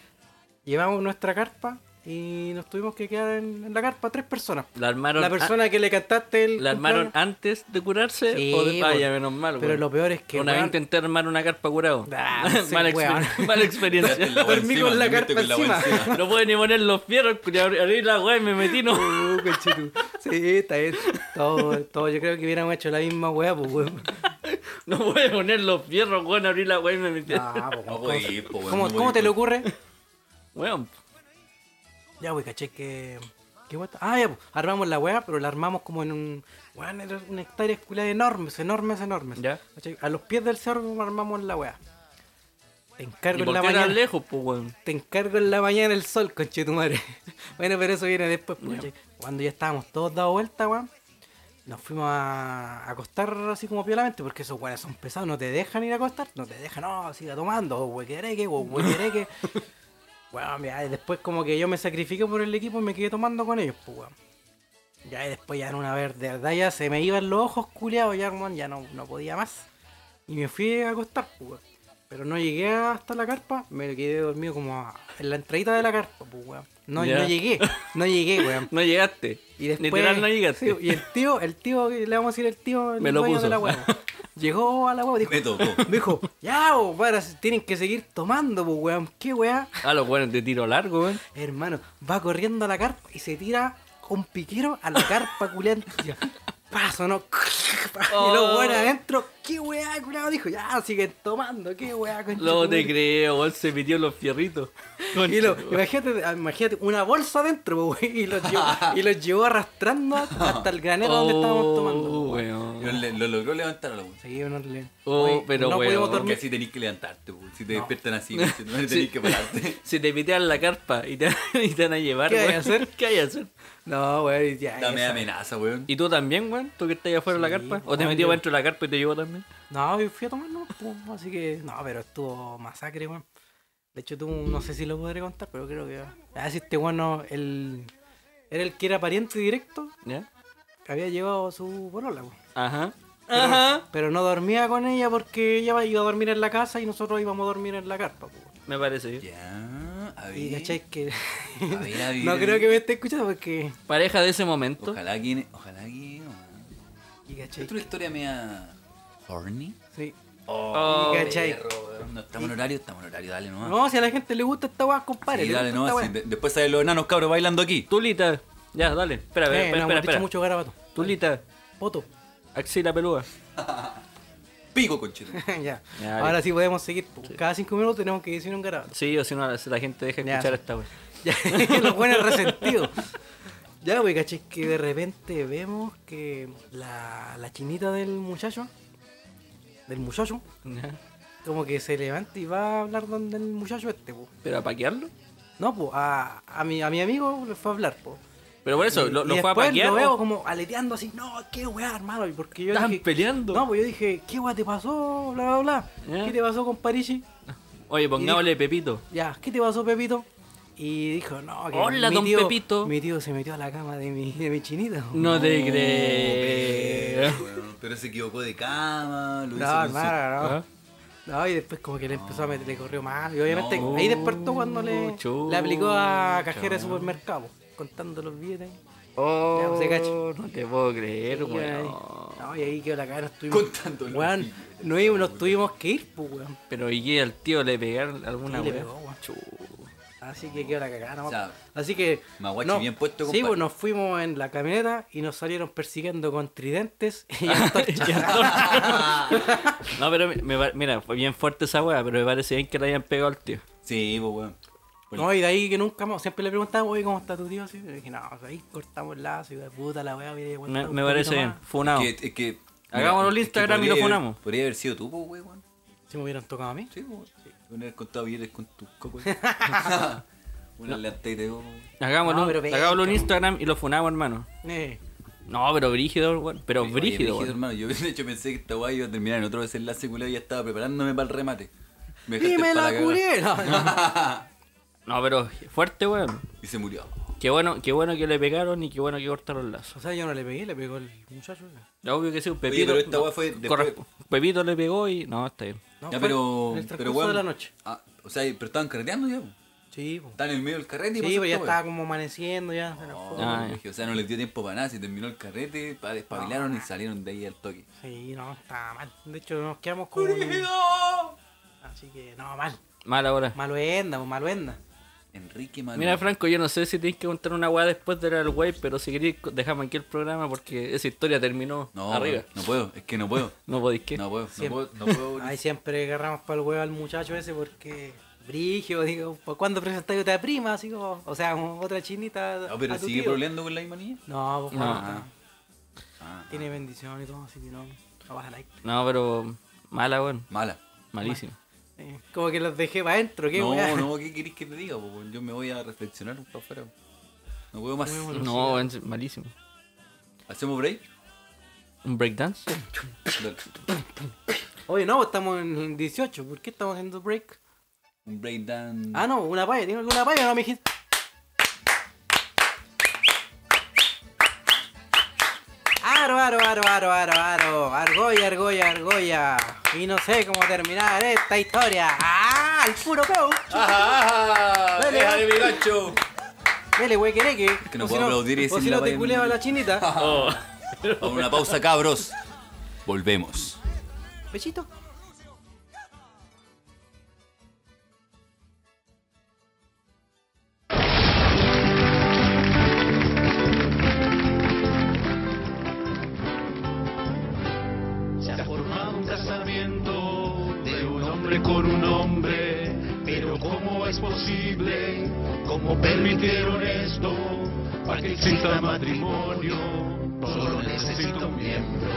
[SPEAKER 3] llevamos nuestra carpa y nos tuvimos que quedar en, en la carpa tres personas.
[SPEAKER 5] La armaron,
[SPEAKER 3] La persona que le cantaste el.
[SPEAKER 5] a- la armaron
[SPEAKER 3] cumpleaños-
[SPEAKER 5] antes de curarse
[SPEAKER 3] Sí,
[SPEAKER 5] o de... Vaya,
[SPEAKER 3] po.
[SPEAKER 5] menos mal,
[SPEAKER 3] Pero
[SPEAKER 5] weón.
[SPEAKER 3] lo peor es que.
[SPEAKER 5] Una vez
[SPEAKER 3] weón,
[SPEAKER 5] intenté armar una carpa curado.
[SPEAKER 3] Ah, sí,
[SPEAKER 5] (laughs) mala,
[SPEAKER 3] weón.
[SPEAKER 5] exper- (laughs) mala experiencia.
[SPEAKER 4] Tiraste la weá
[SPEAKER 3] Dormí
[SPEAKER 4] encima,
[SPEAKER 3] con la
[SPEAKER 4] dormiste
[SPEAKER 3] carpa
[SPEAKER 4] weá
[SPEAKER 3] encima.
[SPEAKER 5] No pude ni poner los fierros, culiao, abrí- abrí la weá y me metí, no.
[SPEAKER 3] Uh, conchitú. sí, está bien. Todo, todo, yo creo que hubiéramos hecho la misma weá, pues, weón.
[SPEAKER 5] No pude poner los fierros, weón, abrí la weá y me metí.
[SPEAKER 3] Ah, po,
[SPEAKER 4] No
[SPEAKER 3] ¿cómo,
[SPEAKER 4] podía ir, po, weón,
[SPEAKER 3] cómo-
[SPEAKER 4] no
[SPEAKER 3] cómo
[SPEAKER 4] podía
[SPEAKER 3] te
[SPEAKER 4] ir,
[SPEAKER 3] le
[SPEAKER 4] po.
[SPEAKER 3] ocurre?
[SPEAKER 5] Weón,
[SPEAKER 3] Ya, wey, caché que. ¿Qué weá está- Ah, ya, po, armamos la weá, pero la armamos como en un. Weón, era una hectárea escuela enormes, enormes, enormes.
[SPEAKER 5] Ya.
[SPEAKER 3] ¿Cachai? A los pies del cerro armamos la weá. Te encargo
[SPEAKER 5] ¿y
[SPEAKER 3] en la
[SPEAKER 5] por qué tan
[SPEAKER 3] mañana.
[SPEAKER 5] lejos, pues, weón?
[SPEAKER 3] Te encargo en la mañana el sol, conche tu madre. (laughs) bueno, pero eso viene después, po, ¿cachai? Cuando ya estábamos todos dados vuelta, weón. Nos fuimos a acostar así como piolamente, porque esos weones son pesados, no te dejan ir a acostar, no te dejan, no, siga tomando, o que o huequereque.
[SPEAKER 5] (laughs)
[SPEAKER 3] Bueno, mira, y después como que yo me sacrifiqué por el equipo y me quedé tomando con ellos, pues, weón. Ya y después ya en una vez, de verdad ya se me iban los ojos culeados, ya, weón, ya no, no podía más. Y me fui a acostar, pues, weón. Pero no llegué hasta la carpa, me quedé dormido como a- en la entradita de la carpa, pues, weón. No,
[SPEAKER 5] Ya.
[SPEAKER 3] no llegué, no llegué, weón.
[SPEAKER 5] (laughs) No llegaste.
[SPEAKER 3] Y después,
[SPEAKER 5] Literal, no
[SPEAKER 3] sí,
[SPEAKER 5] llegaste.
[SPEAKER 3] y el tío, el tío, le vamos a decir el tío, el
[SPEAKER 5] Me lo
[SPEAKER 3] dueño
[SPEAKER 5] puso.
[SPEAKER 3] de la
[SPEAKER 5] (laughs)
[SPEAKER 3] weá, weón. Llegó a la weá, dijo,
[SPEAKER 4] Me tocó.
[SPEAKER 3] (laughs) dijo, ya, vos, para, tienen que seguir tomando, pues, weón. ¿Qué weá?
[SPEAKER 5] A Ah, los weones de tiro largo, weón.
[SPEAKER 3] Hermano, va corriendo a la carpa y se tira con (laughs)
[SPEAKER 5] (laughs) Oh.
[SPEAKER 3] piquero a la carpa culiante. Paso, ¿no? Y luego bueno adentro. qué weá, curado dijo, ya, siguen tomando, qué weá, concha
[SPEAKER 5] No
[SPEAKER 3] tu
[SPEAKER 5] te
[SPEAKER 3] madre".
[SPEAKER 5] creo, weón, se metió en los fierritos.
[SPEAKER 3] Y lo- imagínate, ah, imagínate, una bolsa adentro, po, wey, (laughs) y los llevó, y los llevó arrastrando hasta el granero donde estábamos tomando. po,
[SPEAKER 5] Oh,
[SPEAKER 3] wey.
[SPEAKER 5] weón.
[SPEAKER 4] Lo, le- lo logró levantar a la weón.
[SPEAKER 3] Sí, no le-
[SPEAKER 5] Oh,
[SPEAKER 3] Oye,
[SPEAKER 5] pero,
[SPEAKER 3] no
[SPEAKER 5] weón.
[SPEAKER 3] podíamos
[SPEAKER 4] Porque
[SPEAKER 3] dormir.
[SPEAKER 4] así tenés que levantarte, weón. Si te despiertan así, weón, si no tenés
[SPEAKER 5] Sí. (laughs)
[SPEAKER 4] que pararte.
[SPEAKER 5] Si te pitean la carpa y te, (laughs) y te van a llevar,
[SPEAKER 3] ¿Qué hay que
[SPEAKER 5] weón,
[SPEAKER 3] hacer?
[SPEAKER 5] (laughs) ¿Qué hay que hacer?
[SPEAKER 3] No, wey, ya.
[SPEAKER 4] Dame
[SPEAKER 3] esa-
[SPEAKER 4] amenaza, weón.
[SPEAKER 5] ¿Y tú también, weón? ¿Tú que estás afuera de la
[SPEAKER 3] Sí,
[SPEAKER 5] carpa? ¿O te
[SPEAKER 3] weón,
[SPEAKER 5] metió
[SPEAKER 3] yo-
[SPEAKER 5] para dentro de la carpa y te llevó también?
[SPEAKER 3] No, yo fui a tomar, no, po, así que, no, pero estuvo masacre, weón. De hecho, tú no sé si lo podré contar, pero creo que. Ah, si este bueno, el. Era el que era pariente directo,
[SPEAKER 5] ¿Ya?
[SPEAKER 3] había llevado su polola, weón.
[SPEAKER 5] Ajá. Ajá.
[SPEAKER 3] Pero no dormía con ella porque ella iba a dormir en la casa y nosotros íbamos a dormir en la carpa, po, weón.
[SPEAKER 5] Me parece bien.
[SPEAKER 4] Ya, a ver.
[SPEAKER 3] Y cachai que.
[SPEAKER 4] A ver, a ver,
[SPEAKER 3] (laughs) no
[SPEAKER 4] a ver.
[SPEAKER 3] creo que me esté escuchando porque.
[SPEAKER 5] Pareja de ese momento.
[SPEAKER 4] Ojalá que. Ojalá que.
[SPEAKER 3] Y cachai.
[SPEAKER 4] Es una historia media. horny.
[SPEAKER 3] Sí.
[SPEAKER 5] Oh,
[SPEAKER 3] y cachai.
[SPEAKER 4] No, estamos en horario, estamos en horario, dale nomás.
[SPEAKER 3] No, si a la gente le gusta esta weá, compadre.
[SPEAKER 4] Sí,
[SPEAKER 3] le
[SPEAKER 4] dale
[SPEAKER 3] gusta
[SPEAKER 4] nomás.
[SPEAKER 3] esta
[SPEAKER 4] sí.
[SPEAKER 3] weá.
[SPEAKER 4] De- después salen los enanos cabros bailando aquí.
[SPEAKER 5] Tulita. Ya, dale. Espera, espera,
[SPEAKER 3] Eh, no,
[SPEAKER 5] espera.
[SPEAKER 3] me
[SPEAKER 5] espera,
[SPEAKER 3] han dicho mucho garabato.
[SPEAKER 5] Tulita.
[SPEAKER 3] Poto. (laughs)
[SPEAKER 5] Axila peluda.
[SPEAKER 4] Pico, conchito.
[SPEAKER 5] (laughs)
[SPEAKER 3] ya.
[SPEAKER 5] Ya,
[SPEAKER 3] Ahora
[SPEAKER 5] bien.
[SPEAKER 3] sí podemos seguir. po. Cada cinco minutos tenemos que decir un garabato. (laughs)
[SPEAKER 5] Sí, o si no, la gente deja
[SPEAKER 3] Ya.
[SPEAKER 5] escuchar esta weón.
[SPEAKER 3] Ya, (laughs) los buenos resentidos. Ya, wey, caché que de repente vemos que la, la chinita del muchacho, del muchacho, como que se levanta y va a hablar donde el muchacho este, po.
[SPEAKER 5] ¿Pero a paquearlo?
[SPEAKER 3] No, pues a, a, mi, a mi amigo le fue a hablar, po.
[SPEAKER 5] Pero por eso,
[SPEAKER 3] Y-
[SPEAKER 5] ¿lo,
[SPEAKER 3] y
[SPEAKER 5] lo fue a
[SPEAKER 3] después
[SPEAKER 5] paquear?
[SPEAKER 3] Lo
[SPEAKER 5] o-
[SPEAKER 3] veo como aleteando así, no, qué weá, hermano. y Porque yo
[SPEAKER 5] Estaban
[SPEAKER 3] dije,
[SPEAKER 5] peleando.
[SPEAKER 3] No, pues yo dije, ¿qué weá te pasó? Bla, bla, bla.
[SPEAKER 5] Ya.
[SPEAKER 3] ¿Qué te pasó con Parisi?
[SPEAKER 5] Oye, pongámosle Pepito.
[SPEAKER 3] Ya, ¿qué te pasó, Pepito? Y dijo, no, que
[SPEAKER 5] Hola,
[SPEAKER 3] mi
[SPEAKER 5] don
[SPEAKER 3] tío-
[SPEAKER 5] Pepito.
[SPEAKER 3] Mi tío se metió a la cama de mi, de mi chinita. po.
[SPEAKER 5] No te creo.
[SPEAKER 4] pero, weón, pero se equivocó de cama. Lo hizo
[SPEAKER 3] No,
[SPEAKER 4] con su-
[SPEAKER 3] hermano, no.
[SPEAKER 5] ¿Ah?
[SPEAKER 3] No, y después como que le empezó a meter, le corrió mal. Y obviamente
[SPEAKER 4] No.
[SPEAKER 3] ahí despertó cuando le,
[SPEAKER 5] Chucha.
[SPEAKER 3] le aplicó a cajera de supermercado, contando los billetes. Ya,
[SPEAKER 5] Oh,
[SPEAKER 3] pues, se cacha.
[SPEAKER 5] no te puedo creer,
[SPEAKER 3] Y ahí-
[SPEAKER 5] weón.
[SPEAKER 3] No, y ahí quedó la cara, nos tuvimos.
[SPEAKER 4] Contando los
[SPEAKER 3] Weón,
[SPEAKER 4] billetes,
[SPEAKER 3] no íbamos- nos tuvimos que ir, pues, weón.
[SPEAKER 5] Pero y que al tío le pegaron alguna
[SPEAKER 3] Sí, le
[SPEAKER 5] weá.
[SPEAKER 3] pegó, weón.
[SPEAKER 5] Chu.
[SPEAKER 3] Así que quedó la cagada, nomás.
[SPEAKER 4] Ya.
[SPEAKER 3] Así que.
[SPEAKER 4] Maguachi bien
[SPEAKER 3] Sí,
[SPEAKER 4] puesto, compadre.
[SPEAKER 3] pues nos fuimos en la camioneta y nos salieron persiguiendo con tridentes
[SPEAKER 4] (laughs)
[SPEAKER 3] y antorchas.
[SPEAKER 5] No, pero me- me va- mira, fue bien fuerte esa weá, pero me parece bien que le hayan pegado al tío.
[SPEAKER 4] (laughs) Sí, pues, weón.
[SPEAKER 3] No, y de ahí que nunca más. Siempre le preguntaba, oye, ¿cómo está tu tío? Así, y dije, no, pues, ahí cortamos el lazo y de puta la weá. mire,
[SPEAKER 5] Me,
[SPEAKER 3] aguantaba un
[SPEAKER 5] me parece
[SPEAKER 3] poquito
[SPEAKER 5] bien,
[SPEAKER 3] más.
[SPEAKER 5] funado.
[SPEAKER 4] Que, es que,
[SPEAKER 5] Hagámoslo en
[SPEAKER 4] mira, es que
[SPEAKER 5] Instagram y lo
[SPEAKER 4] podría haber-
[SPEAKER 5] funamos.
[SPEAKER 4] Podría haber sido tú, pues, weón.
[SPEAKER 3] Si me hubieran tocado a mí.
[SPEAKER 4] Sí, pues. Una vez contado billetes con tus
[SPEAKER 5] (laughs)
[SPEAKER 4] cocos. (laughs) Una lata y te digo,
[SPEAKER 5] Hagámoslo,
[SPEAKER 3] No, pero ve,
[SPEAKER 5] hagámoslo en
[SPEAKER 3] cabrón.
[SPEAKER 5] Instagram y lo funamos, hermano.
[SPEAKER 3] Eh,
[SPEAKER 5] No, pero brígido, weón. Pero
[SPEAKER 4] Oye,
[SPEAKER 5] brígido, weón.
[SPEAKER 4] hermano. Yo de hecho pensé que esta guay iba a terminar en otro desenlace culé y ya estaba preparándome para el remate. Me dejaste
[SPEAKER 3] Dime
[SPEAKER 4] pa'
[SPEAKER 3] la
[SPEAKER 4] cagada.
[SPEAKER 3] culé. No, no.
[SPEAKER 4] (laughs)
[SPEAKER 5] No, pero fuerte, weón.
[SPEAKER 4] Y se murió.
[SPEAKER 5] Qué bueno, qué bueno que le pegaron y qué bueno que cortaron lazos.
[SPEAKER 3] O sea, yo no le pegué, le pegó el muchacho. No,
[SPEAKER 5] Obvio que sí, un
[SPEAKER 4] Oye,
[SPEAKER 5] Pepito.
[SPEAKER 4] pero esta
[SPEAKER 5] no,
[SPEAKER 4] weá fue después-
[SPEAKER 5] correspo- Pepito le pegó y. No, está bien.
[SPEAKER 4] ya,
[SPEAKER 3] fue
[SPEAKER 4] pero.
[SPEAKER 3] En el transcurso
[SPEAKER 4] pero, weón,
[SPEAKER 3] de la noche.
[SPEAKER 4] ah, o sea, pero estaban carreteando ya. po.
[SPEAKER 3] Sí, pues.
[SPEAKER 4] Estaban en medio del
[SPEAKER 3] Sí,
[SPEAKER 4] carrete y
[SPEAKER 3] pero ya
[SPEAKER 4] estaba
[SPEAKER 3] estaba como amaneciendo ya.
[SPEAKER 4] Oh.
[SPEAKER 5] Ah, ya.
[SPEAKER 4] o sea, no les dio tiempo para nada. Si terminó el carrete, pa- despabilaron y salieron de ahí al toque.
[SPEAKER 3] Sí, no, estaba mal. De hecho, nos quedamos con. Así que, no, mal.
[SPEAKER 5] Mala hora.
[SPEAKER 3] Maluenda, pues maluenda.
[SPEAKER 4] Enrique Manuel.
[SPEAKER 5] Mira, Franco, yo no sé si tienes que contar una weá después de la del wey, pero si querés, co- dejamos aquí el programa porque esa historia terminó
[SPEAKER 4] No,
[SPEAKER 5] arriba.
[SPEAKER 4] no puedo. Es que no puedo.
[SPEAKER 5] No podéis que.
[SPEAKER 4] No puedo. No
[SPEAKER 3] Siempre.
[SPEAKER 4] puedo. No puedo.
[SPEAKER 3] Ahí siempre agarramos para el huevo al muchacho ese porque. Brigio, digo, ¿por cuándo presentáis otra prima? Así como, o sea, como otra chinita. (laughs)
[SPEAKER 4] No, pero
[SPEAKER 3] a tu
[SPEAKER 4] sigue
[SPEAKER 3] tío.
[SPEAKER 4] problemando con la misma niña.
[SPEAKER 3] No, pues
[SPEAKER 5] No.
[SPEAKER 3] falta.
[SPEAKER 4] Ah,
[SPEAKER 3] Tiene bendición y todo, así que no, no baja like.
[SPEAKER 5] No, pero. Mala, weón.
[SPEAKER 4] Mala.
[SPEAKER 5] Malísimo.
[SPEAKER 3] Eh, como que los dejé para adentro, qué
[SPEAKER 4] no,
[SPEAKER 3] weá.
[SPEAKER 4] no, ¿qué querés que te diga? po, weón? Yo me voy a reflexionar para afuera. po. No puedo más.
[SPEAKER 5] No, weón, es malísimo.
[SPEAKER 4] ¿Hacemos break?
[SPEAKER 5] ¿Un
[SPEAKER 3] (laughs)
[SPEAKER 5] breakdance?
[SPEAKER 4] Dale.
[SPEAKER 3] Oye, no, pues, estamos en el 18, ¿por qué estamos haciendo break?
[SPEAKER 4] Un break down.
[SPEAKER 3] Ah, no, una paya, tengo alguna paya, no me dijiste. Aro, aro, aro, aro, aro, aro. Argolla, argolla, argolla. Y no sé cómo terminar esta historia. ¡Ah! ¡El puro coach!
[SPEAKER 4] ¡Ajá!
[SPEAKER 3] Dale,
[SPEAKER 4] ¡Deja
[SPEAKER 3] dale.
[SPEAKER 4] de mi gancho!
[SPEAKER 3] Dele, güey, que que.
[SPEAKER 4] que no puedo aplaudir y
[SPEAKER 3] O
[SPEAKER 4] decir
[SPEAKER 3] si
[SPEAKER 4] la
[SPEAKER 3] no
[SPEAKER 4] vaya
[SPEAKER 3] te
[SPEAKER 4] en
[SPEAKER 3] culeaba
[SPEAKER 4] el-
[SPEAKER 3] la
[SPEAKER 4] (laughs)
[SPEAKER 3] chinita.
[SPEAKER 5] Oh.
[SPEAKER 4] Con una pausa, cabros. Volvemos.
[SPEAKER 3] Pechito.
[SPEAKER 6] se ha formado un castillo hombre con un hombre, pero ¿cómo es posible? ¿Cómo permitieron esto? Para que exista matrimonio, solo necesita un miembro.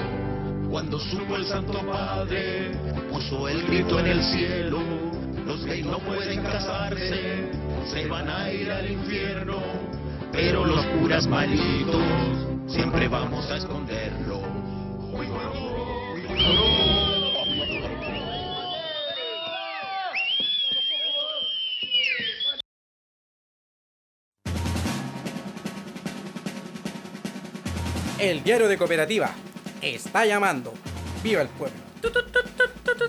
[SPEAKER 6] Cuando supo el Santo Padre, puso el grito en el cielo. Los gays no pueden casarse, se van a ir al infierno. Pero los curas malitos siempre vamos a esconderlo. Uy, uy, uy, uy, uy.
[SPEAKER 3] El diario de cooperativa está llamando. Viva el pueblo.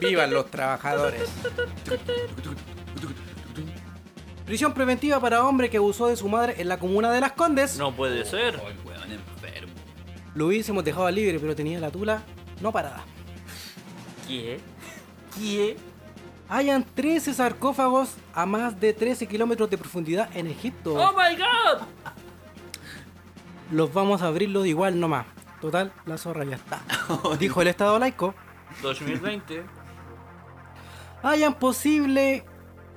[SPEAKER 3] Vivan los trabajadores. Prisión preventiva para hombre que abusó de su madre en la comuna de Las Condes.
[SPEAKER 5] No puede ser.
[SPEAKER 4] Weón enfermo.
[SPEAKER 3] Lo hubiésemos dejado libre, pero tenía la tula no parada.
[SPEAKER 5] ¿Qué? ¿Qué?
[SPEAKER 3] Hayan 13 sarcófagos a más de 13 kilómetros de profundidad en Egipto.
[SPEAKER 5] ¡Oh my god!
[SPEAKER 3] Los vamos a abrirlos igual nomás. Total, la zorra ya está. Dijo el Estado laico.
[SPEAKER 5] 2020.
[SPEAKER 3] Hayan posible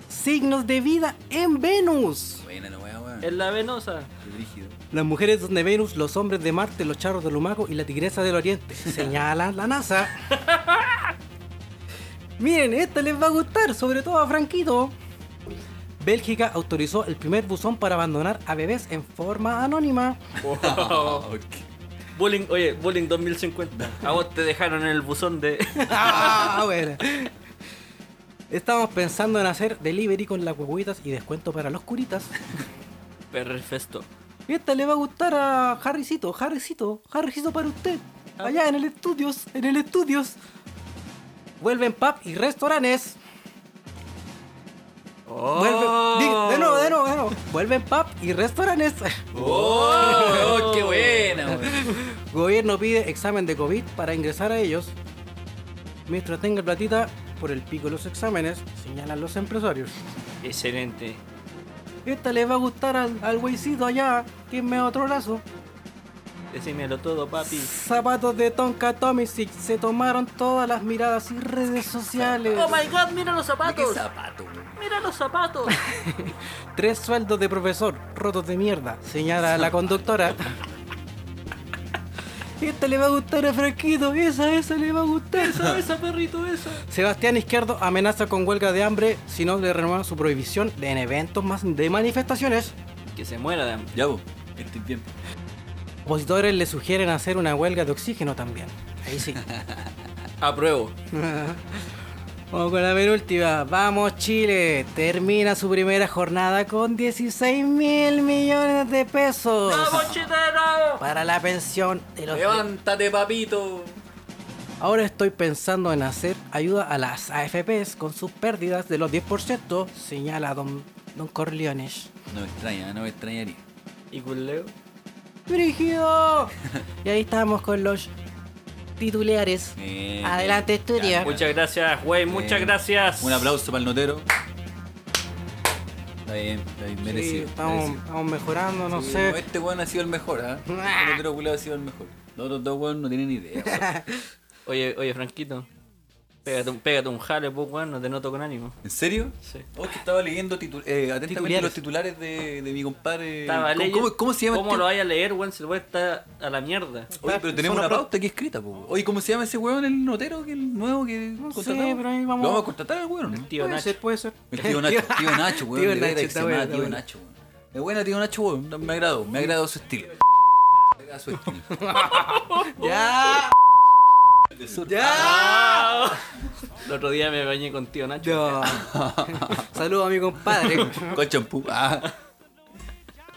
[SPEAKER 3] signos de vida en Venus.
[SPEAKER 4] Buena la weá, weón.
[SPEAKER 5] Es la venosa.
[SPEAKER 4] Qué brígido.
[SPEAKER 3] Las mujeres son de Venus, los hombres de Marte, los charros de Lumaco y la tigresa del Oriente. Señala la NASA. Miren, esta les va a gustar, sobre todo a Franquito. Bélgica autorizó el primer buzón para abandonar a bebés en forma anónima.
[SPEAKER 4] Oh.
[SPEAKER 5] Bullying, oye, Bullying 2050. A vos te dejaron en el buzón de.
[SPEAKER 3] Ah, bueno. Estábamos pensando en hacer delivery con las huevuitas y descuento para los curitas.
[SPEAKER 5] (laughs) Perfecto.
[SPEAKER 3] Esta le va a gustar a Harrycito, Harrycito, Harrycito para usted. Allá en el estudios, en el estudios. Vuelven pub y restaurantes.
[SPEAKER 5] Oh,
[SPEAKER 3] Vuelve- Diga, de nuevo, de nuevo, de nuevo. Vuelven pub y restaurantes.
[SPEAKER 4] ¡Oh! ¡Qué buena, weón!
[SPEAKER 3] Gobierno pide examen de COVID para ingresar a ellos. Mientras tenga platita, por el pico de los exámenes, señalan los empresarios.
[SPEAKER 5] Excelente.
[SPEAKER 3] Esta le va a gustar al, al güeycito allá, que me otro lazo.
[SPEAKER 5] Decímelo todo, papi.
[SPEAKER 3] Zapatos de Tonka Tomisic se tomaron todas las miradas y redes sociales.
[SPEAKER 5] Oh my god, mira los
[SPEAKER 4] ¿Qué
[SPEAKER 5] zapatos.
[SPEAKER 4] zapato, weón?
[SPEAKER 5] Mira los zapatos.
[SPEAKER 3] Tres sueldos de profesor, rotos de mierda, señala la conductora. Esta le va a gustar a Franquito, esa, esa le va a gustar.
[SPEAKER 5] (laughs) esa, esa, perrito, esa.
[SPEAKER 3] Sebastián Izquierdo amenaza con huelga de hambre si no le renuevan su prohibición de en eventos más de manifestaciones.
[SPEAKER 5] Que se muera de hambre.
[SPEAKER 4] Ya, vos. Estoy bien.
[SPEAKER 3] Opositores le sugieren hacer una huelga de oxígeno también. Ahí sí.
[SPEAKER 5] Apruebo.
[SPEAKER 3] Vamos con la penúltima. Vamos Chile. Termina su primera jornada con 16 mil millones de pesos
[SPEAKER 5] chitero!
[SPEAKER 3] para la pensión de los...
[SPEAKER 4] ¡Levántate, papito!
[SPEAKER 3] Ahora estoy pensando en hacer ayuda a las AFPs con sus pérdidas de los 10%, señala don, don Corleones.
[SPEAKER 4] No me extraña, no me extrañaría.
[SPEAKER 5] ¿Y culeo?
[SPEAKER 4] (laughs)
[SPEAKER 3] ¡Brígido! Y ahí estamos con los titulares.
[SPEAKER 4] Eh,
[SPEAKER 3] Adelante,
[SPEAKER 4] bien.
[SPEAKER 3] estudia.
[SPEAKER 4] Ya,
[SPEAKER 5] Muchas gracias, güey, muchas
[SPEAKER 4] Eh,
[SPEAKER 5] gracias.
[SPEAKER 4] Un aplauso para el notero. Está bien, está bien,
[SPEAKER 3] Sí,
[SPEAKER 4] merecido.
[SPEAKER 3] estamos,
[SPEAKER 4] merecido.
[SPEAKER 3] estamos mejorando, no
[SPEAKER 4] Sí,
[SPEAKER 3] sé.
[SPEAKER 4] no, Este weón ha sido el mejor,
[SPEAKER 3] (laughs)
[SPEAKER 4] ¿ah? El notero culiao ha sido el mejor. Los otros dos weón no tienen ni idea.
[SPEAKER 3] (laughs)
[SPEAKER 4] weón.
[SPEAKER 5] Oye, oye, Franquito. Pégate un, pégate un jale, pues, weón, no te noto con ánimo.
[SPEAKER 4] ¿En serio?
[SPEAKER 5] Sí.
[SPEAKER 4] Oh, que estaba leyendo titu- eh, atentamente
[SPEAKER 3] Titulares.
[SPEAKER 4] los titulares de, de mi compadre.
[SPEAKER 5] Estaba
[SPEAKER 4] ¿Cómo,
[SPEAKER 5] leyendo-
[SPEAKER 4] cómo- cómo se llama
[SPEAKER 5] ¿Cómo
[SPEAKER 4] este-
[SPEAKER 5] lo vaya a leer, weón? Si lo voy a estar a la mierda.
[SPEAKER 4] Oye, pero tenemos una pauta aquí escrita, po. Oye, ¿cómo se llama ese weón, el notero, que el nuevo que contratamos?
[SPEAKER 3] pero ahí vamos-
[SPEAKER 4] ¿Lo vamos a contratar al weón? no?
[SPEAKER 5] Tío
[SPEAKER 3] puede
[SPEAKER 5] Nacho.
[SPEAKER 3] ser, puede ser.
[SPEAKER 4] El
[SPEAKER 3] (laughs)
[SPEAKER 4] tío Nacho, tío Nacho, weón.
[SPEAKER 3] Tío
[SPEAKER 4] de verdad
[SPEAKER 3] Nacho,
[SPEAKER 4] que
[SPEAKER 3] está
[SPEAKER 4] se
[SPEAKER 3] bueno,
[SPEAKER 4] llama
[SPEAKER 3] está
[SPEAKER 4] tío
[SPEAKER 3] bueno.
[SPEAKER 4] Nacho, weón. Es buena, tío Nacho, weón. Me agradó, me agradó su estilo. Me agradó
[SPEAKER 3] (laughs)
[SPEAKER 4] su estilo.
[SPEAKER 3] ¡Ya!
[SPEAKER 4] Ah,
[SPEAKER 3] ¡Ya!
[SPEAKER 5] El otro día me bañé con tío Nacho.
[SPEAKER 3] Yo. (laughs) Saludos a mi compadre.
[SPEAKER 4] Con champú. ah.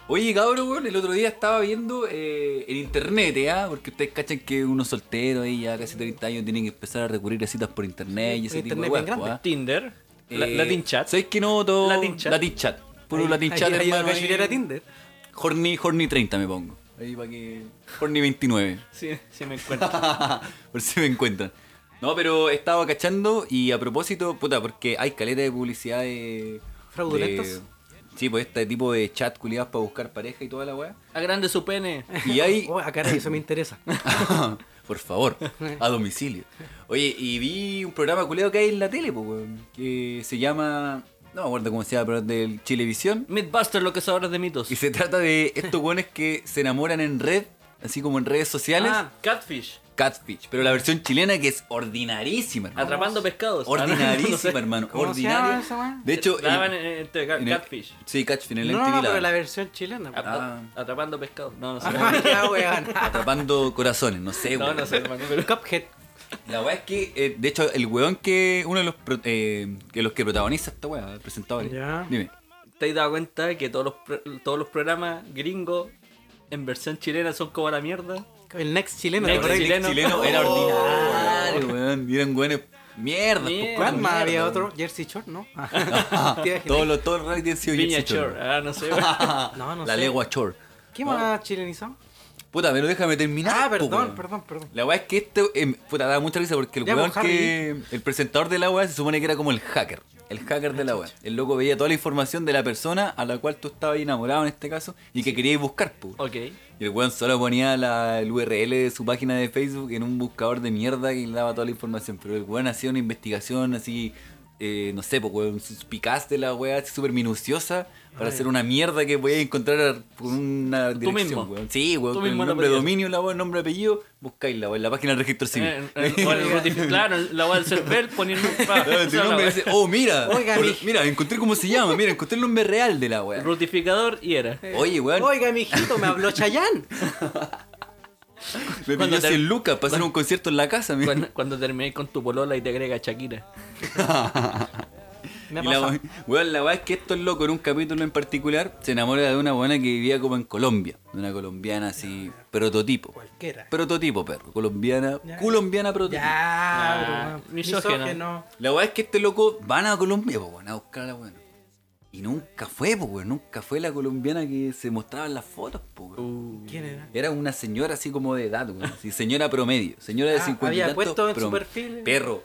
[SPEAKER 4] Oye, cabrón, weón, el otro día estaba viendo eh, en internet, ¿ya? Porque ustedes cachan que unos solteros ahí ya casi 30 años tienen que empezar a recurrir a citas por internet y ese
[SPEAKER 3] Por
[SPEAKER 4] tipo de
[SPEAKER 3] internet bien
[SPEAKER 4] weas, po,
[SPEAKER 3] grande.
[SPEAKER 4] ¿ah?
[SPEAKER 5] Tinder. La-
[SPEAKER 4] Eh,
[SPEAKER 5] Latin Chat.
[SPEAKER 4] ¿Sabes que no? Todo...
[SPEAKER 5] Latin Chat.
[SPEAKER 4] Latin Chat. Puro Latin Chat,
[SPEAKER 3] Ahí- ahí
[SPEAKER 4] hermano.
[SPEAKER 3] va a cachilear
[SPEAKER 4] ahí.
[SPEAKER 3] a Tinder.
[SPEAKER 4] Horny, horny 30 me pongo. Ahí para que... Horny 29.
[SPEAKER 5] Sí, sí me encuentro.
[SPEAKER 4] (laughs) Por si me encuentran. No, pero estaba cachando y a propósito, puta, porque hay caleta de publicidad de.
[SPEAKER 3] ¿Fraudulentas?
[SPEAKER 4] de- Sí, pues este tipo de chat culiados para buscar pareja y toda la weá.
[SPEAKER 5] A grande su
[SPEAKER 4] (laughs)
[SPEAKER 5] pene.
[SPEAKER 4] Y hay.
[SPEAKER 3] Oh, ah, caray, eso me interesa.
[SPEAKER 4] Por favor, a domicilio. Oye, y vi un programa culiado que hay en la tele, po, weón, que se llama. No me acuerdo cómo se llama, pero es del Chilevisión.
[SPEAKER 5] Mythbusters, lo que sabores de mitos.
[SPEAKER 4] Y se trata de estos weones que se enamoran en red, así como en redes sociales.
[SPEAKER 5] Ah, catfish.
[SPEAKER 4] Catfish, pero la versión chilena que es ordinarísima. hermano.
[SPEAKER 5] Atrapando pescados. Ah, (laughs)
[SPEAKER 4] Ordinarísima, hermano.
[SPEAKER 3] ¿Cómo se llama
[SPEAKER 4] Ordinaria.
[SPEAKER 3] esa weá?
[SPEAKER 4] De hecho,
[SPEAKER 5] Daban en-
[SPEAKER 4] el-
[SPEAKER 5] en- en-
[SPEAKER 4] en el-
[SPEAKER 5] catfish.
[SPEAKER 4] Sí, Catfish en (laughs) el
[SPEAKER 3] No,
[SPEAKER 4] MTV
[SPEAKER 3] no,
[SPEAKER 4] la
[SPEAKER 3] pero la
[SPEAKER 4] daban.
[SPEAKER 3] versión chilena. po.
[SPEAKER 4] Ah.
[SPEAKER 5] Atrapando pescados. No, no sé.
[SPEAKER 3] Ya, weón.
[SPEAKER 4] Atrapando corazones, no sé,
[SPEAKER 5] No,
[SPEAKER 4] weón.
[SPEAKER 5] no sé, hermano. Pero...
[SPEAKER 3] Cuphead.
[SPEAKER 4] La weá es que, eh, de hecho, el weón que. Uno de los, pro- eh, que los que protagoniza esta weá, el presentador.
[SPEAKER 3] Ya.
[SPEAKER 4] Dime.
[SPEAKER 5] ¿Te has dado cuenta que todos los, pro- todos los programas gringos en versión chilena son como la mierda?
[SPEAKER 3] El next chileno.
[SPEAKER 5] Next
[SPEAKER 3] ¿te acordás?
[SPEAKER 5] chileno.
[SPEAKER 4] era
[SPEAKER 5] Oh.
[SPEAKER 4] ordinario, weón. Eran weones. Mierda,
[SPEAKER 5] Mierda.
[SPEAKER 4] weón.
[SPEAKER 3] Batman había otro. Jersey Shore,
[SPEAKER 4] (laughs)
[SPEAKER 3] ¿no? (laughs) Ah, te imaginas.
[SPEAKER 4] Todo lo, todo el reality ha sido
[SPEAKER 5] Viña
[SPEAKER 4] Jersey Shore.
[SPEAKER 5] Shore. Ah, no sé.
[SPEAKER 4] (laughs)
[SPEAKER 3] No, no
[SPEAKER 4] La
[SPEAKER 3] sé.
[SPEAKER 4] legua Shore.
[SPEAKER 3] ¿Qué más chilenizado?
[SPEAKER 4] Puta, pero déjame terminar.
[SPEAKER 3] Ah,
[SPEAKER 4] po,
[SPEAKER 3] perdón,
[SPEAKER 4] pues, weón.
[SPEAKER 3] perdón, perdón.
[SPEAKER 4] La weá es que este. eh, puta, da mucha risa porque el
[SPEAKER 3] Ya,
[SPEAKER 4] weón
[SPEAKER 3] pues,
[SPEAKER 4] que. El presentador de la weá se supone que era como el hacker. El hacker de la weá. El loco veía toda la información de la persona a la cual tú estabas enamorado en este caso y que querías buscar, pues. po.
[SPEAKER 5] ok.
[SPEAKER 4] Y el weón solo ponía la, el URL de su página de Facebook en un buscador de mierda que le daba toda la información. Pero el weón hacía una investigación así, eh, no sé, pues weón, suspicaz de la weá, así súper minuciosa, para hacer una mierda que podía encontrar a- con una dirección,
[SPEAKER 5] mismo.
[SPEAKER 4] weón. Sí, weón,
[SPEAKER 5] Tú
[SPEAKER 4] con el
[SPEAKER 5] mismo la
[SPEAKER 4] nombre de
[SPEAKER 5] pedías.
[SPEAKER 4] dominio, la weá, el nombre de apellido, buscáis la weá, en la página del registro civil.
[SPEAKER 5] Eh, eh, o
[SPEAKER 4] (laughs)
[SPEAKER 5] el notific- claro, la voy a hacer ver, poner un pa-
[SPEAKER 4] Claro, tu
[SPEAKER 5] esa
[SPEAKER 4] nombre
[SPEAKER 5] la
[SPEAKER 4] dice,
[SPEAKER 5] wea.
[SPEAKER 4] oh,
[SPEAKER 5] (laughs)
[SPEAKER 4] mira,
[SPEAKER 3] Oiga,
[SPEAKER 4] por-
[SPEAKER 3] mi-
[SPEAKER 4] mira, encontré cómo se llama, mira, encontré el nombre real de la weá.
[SPEAKER 5] Rutificador y era.
[SPEAKER 4] Oye, weón,
[SPEAKER 3] Oiga, mijito, me habló
[SPEAKER 4] (laughs)
[SPEAKER 3] Chayán.
[SPEAKER 4] me
[SPEAKER 5] cuando
[SPEAKER 4] pidió
[SPEAKER 5] te-
[SPEAKER 4] 100 lucas para hacer un concierto en la casa, mira.
[SPEAKER 5] Cuando, cuando terminé con tu polola y te agrega Shakira.
[SPEAKER 3] Me
[SPEAKER 4] Y la,
[SPEAKER 3] pasó.
[SPEAKER 4] we- (laughs) weón, la weá es que esto es loco. En un capítulo en particular se enamora de una buena que vivía como en Colombia. De una colombiana así, prototipo.
[SPEAKER 3] Cualquiera.
[SPEAKER 4] Prototipo, perro. Colombiana, colombiana prototipo.
[SPEAKER 3] Ya, bro.
[SPEAKER 5] misógino.
[SPEAKER 3] Misógino.
[SPEAKER 4] La weá es que este loco van a Colombia, pues, a buscar a la buena. Y nunca fue, pues, weón. Nunca fue la colombiana que se mostraba en las fotos, pues, weón.
[SPEAKER 3] ¿Quién era?
[SPEAKER 4] Era una señora así como de edad, güey. así, señora promedio. Señora de
[SPEAKER 3] Ah,
[SPEAKER 4] 50 y
[SPEAKER 3] había
[SPEAKER 4] tantos,
[SPEAKER 3] puesto en su
[SPEAKER 4] prom-
[SPEAKER 3] perfil. eh.
[SPEAKER 4] Perro.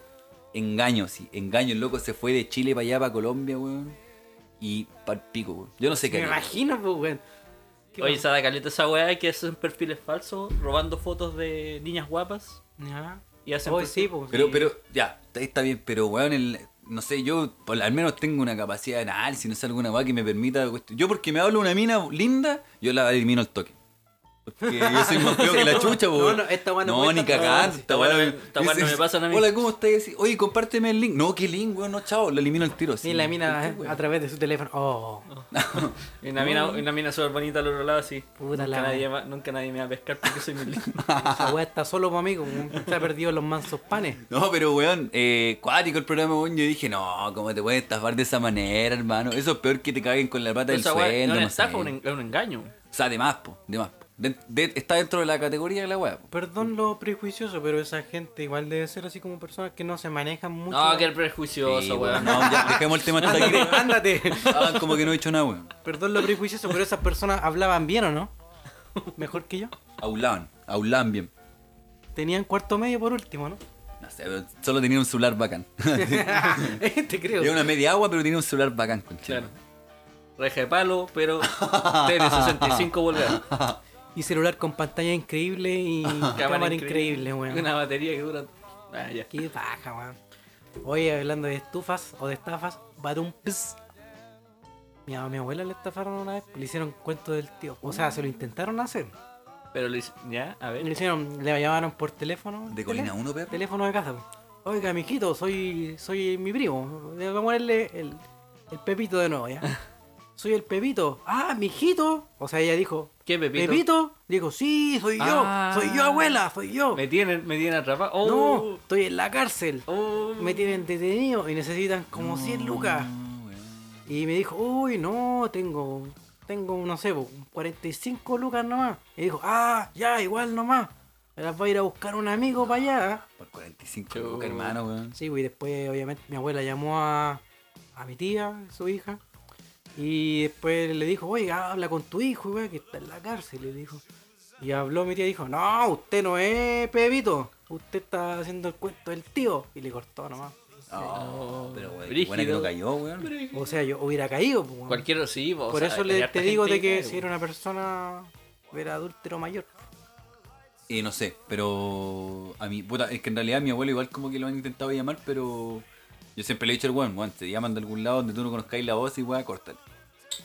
[SPEAKER 4] Engaño, sí. Engaño. El loco se fue de Chile para allá, para Colombia, weón. Y para pico, weón. Yo no sé qué.
[SPEAKER 3] Me
[SPEAKER 4] haría.
[SPEAKER 3] imagino, pues, weón. ¿Qué
[SPEAKER 5] Oye,
[SPEAKER 3] pasó?
[SPEAKER 5] esa da caleta esa weá que hacen perfiles falsos, robando fotos de niñas guapas.
[SPEAKER 3] Ya.
[SPEAKER 5] Y hacen
[SPEAKER 3] Hoy
[SPEAKER 5] por-
[SPEAKER 3] sí, pues.
[SPEAKER 4] Pero,
[SPEAKER 3] sí.
[SPEAKER 4] pero, ya, está- está bien, pero weón, el- no sé, yo por- al menos tengo una capacidad de análisis, no sé, alguna weá que me permita. cuest- Yo porque me hablo una mina linda, yo la elimino al toque. Porque yo soy más feo que la chucha,
[SPEAKER 3] No,
[SPEAKER 4] weón.
[SPEAKER 3] no, esta weá no
[SPEAKER 4] No,
[SPEAKER 3] cuenta,
[SPEAKER 4] ni cagar.
[SPEAKER 5] weón. Esta weá no- esta weá no me pasa a mí.
[SPEAKER 4] Hola, ¿cómo estás? Y así, Oye, compárteme el link. No, qué link, weón, no, chao, la elimino al tiro. así.
[SPEAKER 3] Ni la mina
[SPEAKER 4] ¿Por qué,
[SPEAKER 3] eh,
[SPEAKER 4] (laughs) weón?
[SPEAKER 3] a través de su teléfono. Oh,
[SPEAKER 5] Y una mina, y una mina súper bonita al otro lado así.
[SPEAKER 3] Puta
[SPEAKER 5] nunca,
[SPEAKER 3] la
[SPEAKER 5] nadie
[SPEAKER 3] wea.
[SPEAKER 5] va- nunca nadie me va a pescar porque soy (laughs) muy lindo.
[SPEAKER 3] esa weá está solo pues, conmigo. Se ha perdido los mansos panes.
[SPEAKER 4] No, pero weón, eh, cuático el programa, weón. Yo dije, no, ¿cómo te puedes estafar de esa manera, hermano? Eso es peor que te caguen con la pata del
[SPEAKER 5] Esa wea es
[SPEAKER 4] sueldo,
[SPEAKER 5] una
[SPEAKER 4] no sé.
[SPEAKER 5] estafa, un, en- es un engaño.
[SPEAKER 4] O sea, de más, po, de más. po. De- de- está dentro de la categoría de la weá. po.
[SPEAKER 3] Perdón lo prejuicioso, pero esa gente igual debe ser así como personas que no se manejan mucho.
[SPEAKER 5] No, que el
[SPEAKER 4] Sí,
[SPEAKER 5] prejuicioso,
[SPEAKER 4] weón,
[SPEAKER 5] weón.
[SPEAKER 4] No, ya, dejemos el tema hasta aquí. (laughs)
[SPEAKER 3] ándate, ándate.
[SPEAKER 4] Ah, como que no he hecho nada, weón.
[SPEAKER 3] Perdón lo prejuicioso, pero esas personas hablaban bien o no? Mejor que yo.
[SPEAKER 4] Aulaban, aulaban bien.
[SPEAKER 3] Tenían cuarto medio por último, ¿no?
[SPEAKER 4] No sé, pero solo tenía un celular bacán.
[SPEAKER 3] Te Este creo.
[SPEAKER 4] Tenía una media agua, pero tenía un celular bacán,
[SPEAKER 5] (laughs)
[SPEAKER 4] concha.
[SPEAKER 5] Claro. Reja de palo, pero (laughs) tiene 65 pulgadas.
[SPEAKER 3] Y celular con pantalla increíble y cámara increíble, weón.
[SPEAKER 5] Una batería que dura. Ah, ya.
[SPEAKER 3] Qué baja, weón. Oye, hablando de estufas o de estafas, Barum Ps. Mi, a mi abuela le estafaron una vez, le hicieron cuento del tío. O sea, se lo intentaron hacer.
[SPEAKER 5] Pero lo hice- Ya, a
[SPEAKER 3] Le
[SPEAKER 5] ver.
[SPEAKER 3] hicieron, le llamaron por teléfono.
[SPEAKER 4] De Colina 1, perro.
[SPEAKER 3] Teléfono de casa. Oiga, mijito, soy, soy mi primo. Vamos a ponerle el, el Pepito de
[SPEAKER 4] (laughs)
[SPEAKER 3] nuevo, ¿ya? Soy el Pepito. Ah, mijito. O sea, ella dijo,
[SPEAKER 5] ¿Qué pepito?
[SPEAKER 3] ¿Pepito? Digo, sí, soy yo.
[SPEAKER 5] Ah.
[SPEAKER 3] Soy yo, abuela, soy yo.
[SPEAKER 5] Me tienen, me tienen atrapado. Oh,
[SPEAKER 3] No, estoy en la cárcel.
[SPEAKER 5] oh.
[SPEAKER 3] Me tienen detenido y necesitan como 100 lucas. Y me dijo, uy, no, tengo, tengo, no sé, po, 45 lucas nomás. Y dijo, ah, ya, igual nomás. Me las va a ir a buscar un amigo para allá.
[SPEAKER 4] Por 45 lucas, hermano, weón.
[SPEAKER 3] Sí, pues, y después, obviamente, mi abuela llamó a, a mi tía, su hija, y después le dijo, oiga, habla con tu hijo, weón, que está en la cárcel, le dijo. Y habló mi tía y dijo, no, usted no es Pepito, usted está haciendo el cuento del tío. Y le cortó nomás.
[SPEAKER 4] Oh, pero weón, qué
[SPEAKER 5] Brígido.
[SPEAKER 4] buena que no cayó, weón.
[SPEAKER 3] O sea, yo hubiera caído. po, weón.
[SPEAKER 5] Cualquier sí, po, o
[SPEAKER 3] Por
[SPEAKER 5] sea,
[SPEAKER 3] eso
[SPEAKER 5] hay
[SPEAKER 3] le,
[SPEAKER 5] harta
[SPEAKER 3] te digo
[SPEAKER 5] gente
[SPEAKER 3] de que
[SPEAKER 5] cae,
[SPEAKER 3] si era una persona era adúltero mayor.
[SPEAKER 4] Y no sé, pero a mí, puta, es que en realidad a mi abuelo igual como que lo han intentado llamar, pero yo siempre le he dicho al weón, weón, te llaman de algún lado donde tú no conozcáis la voz y weón, córtale.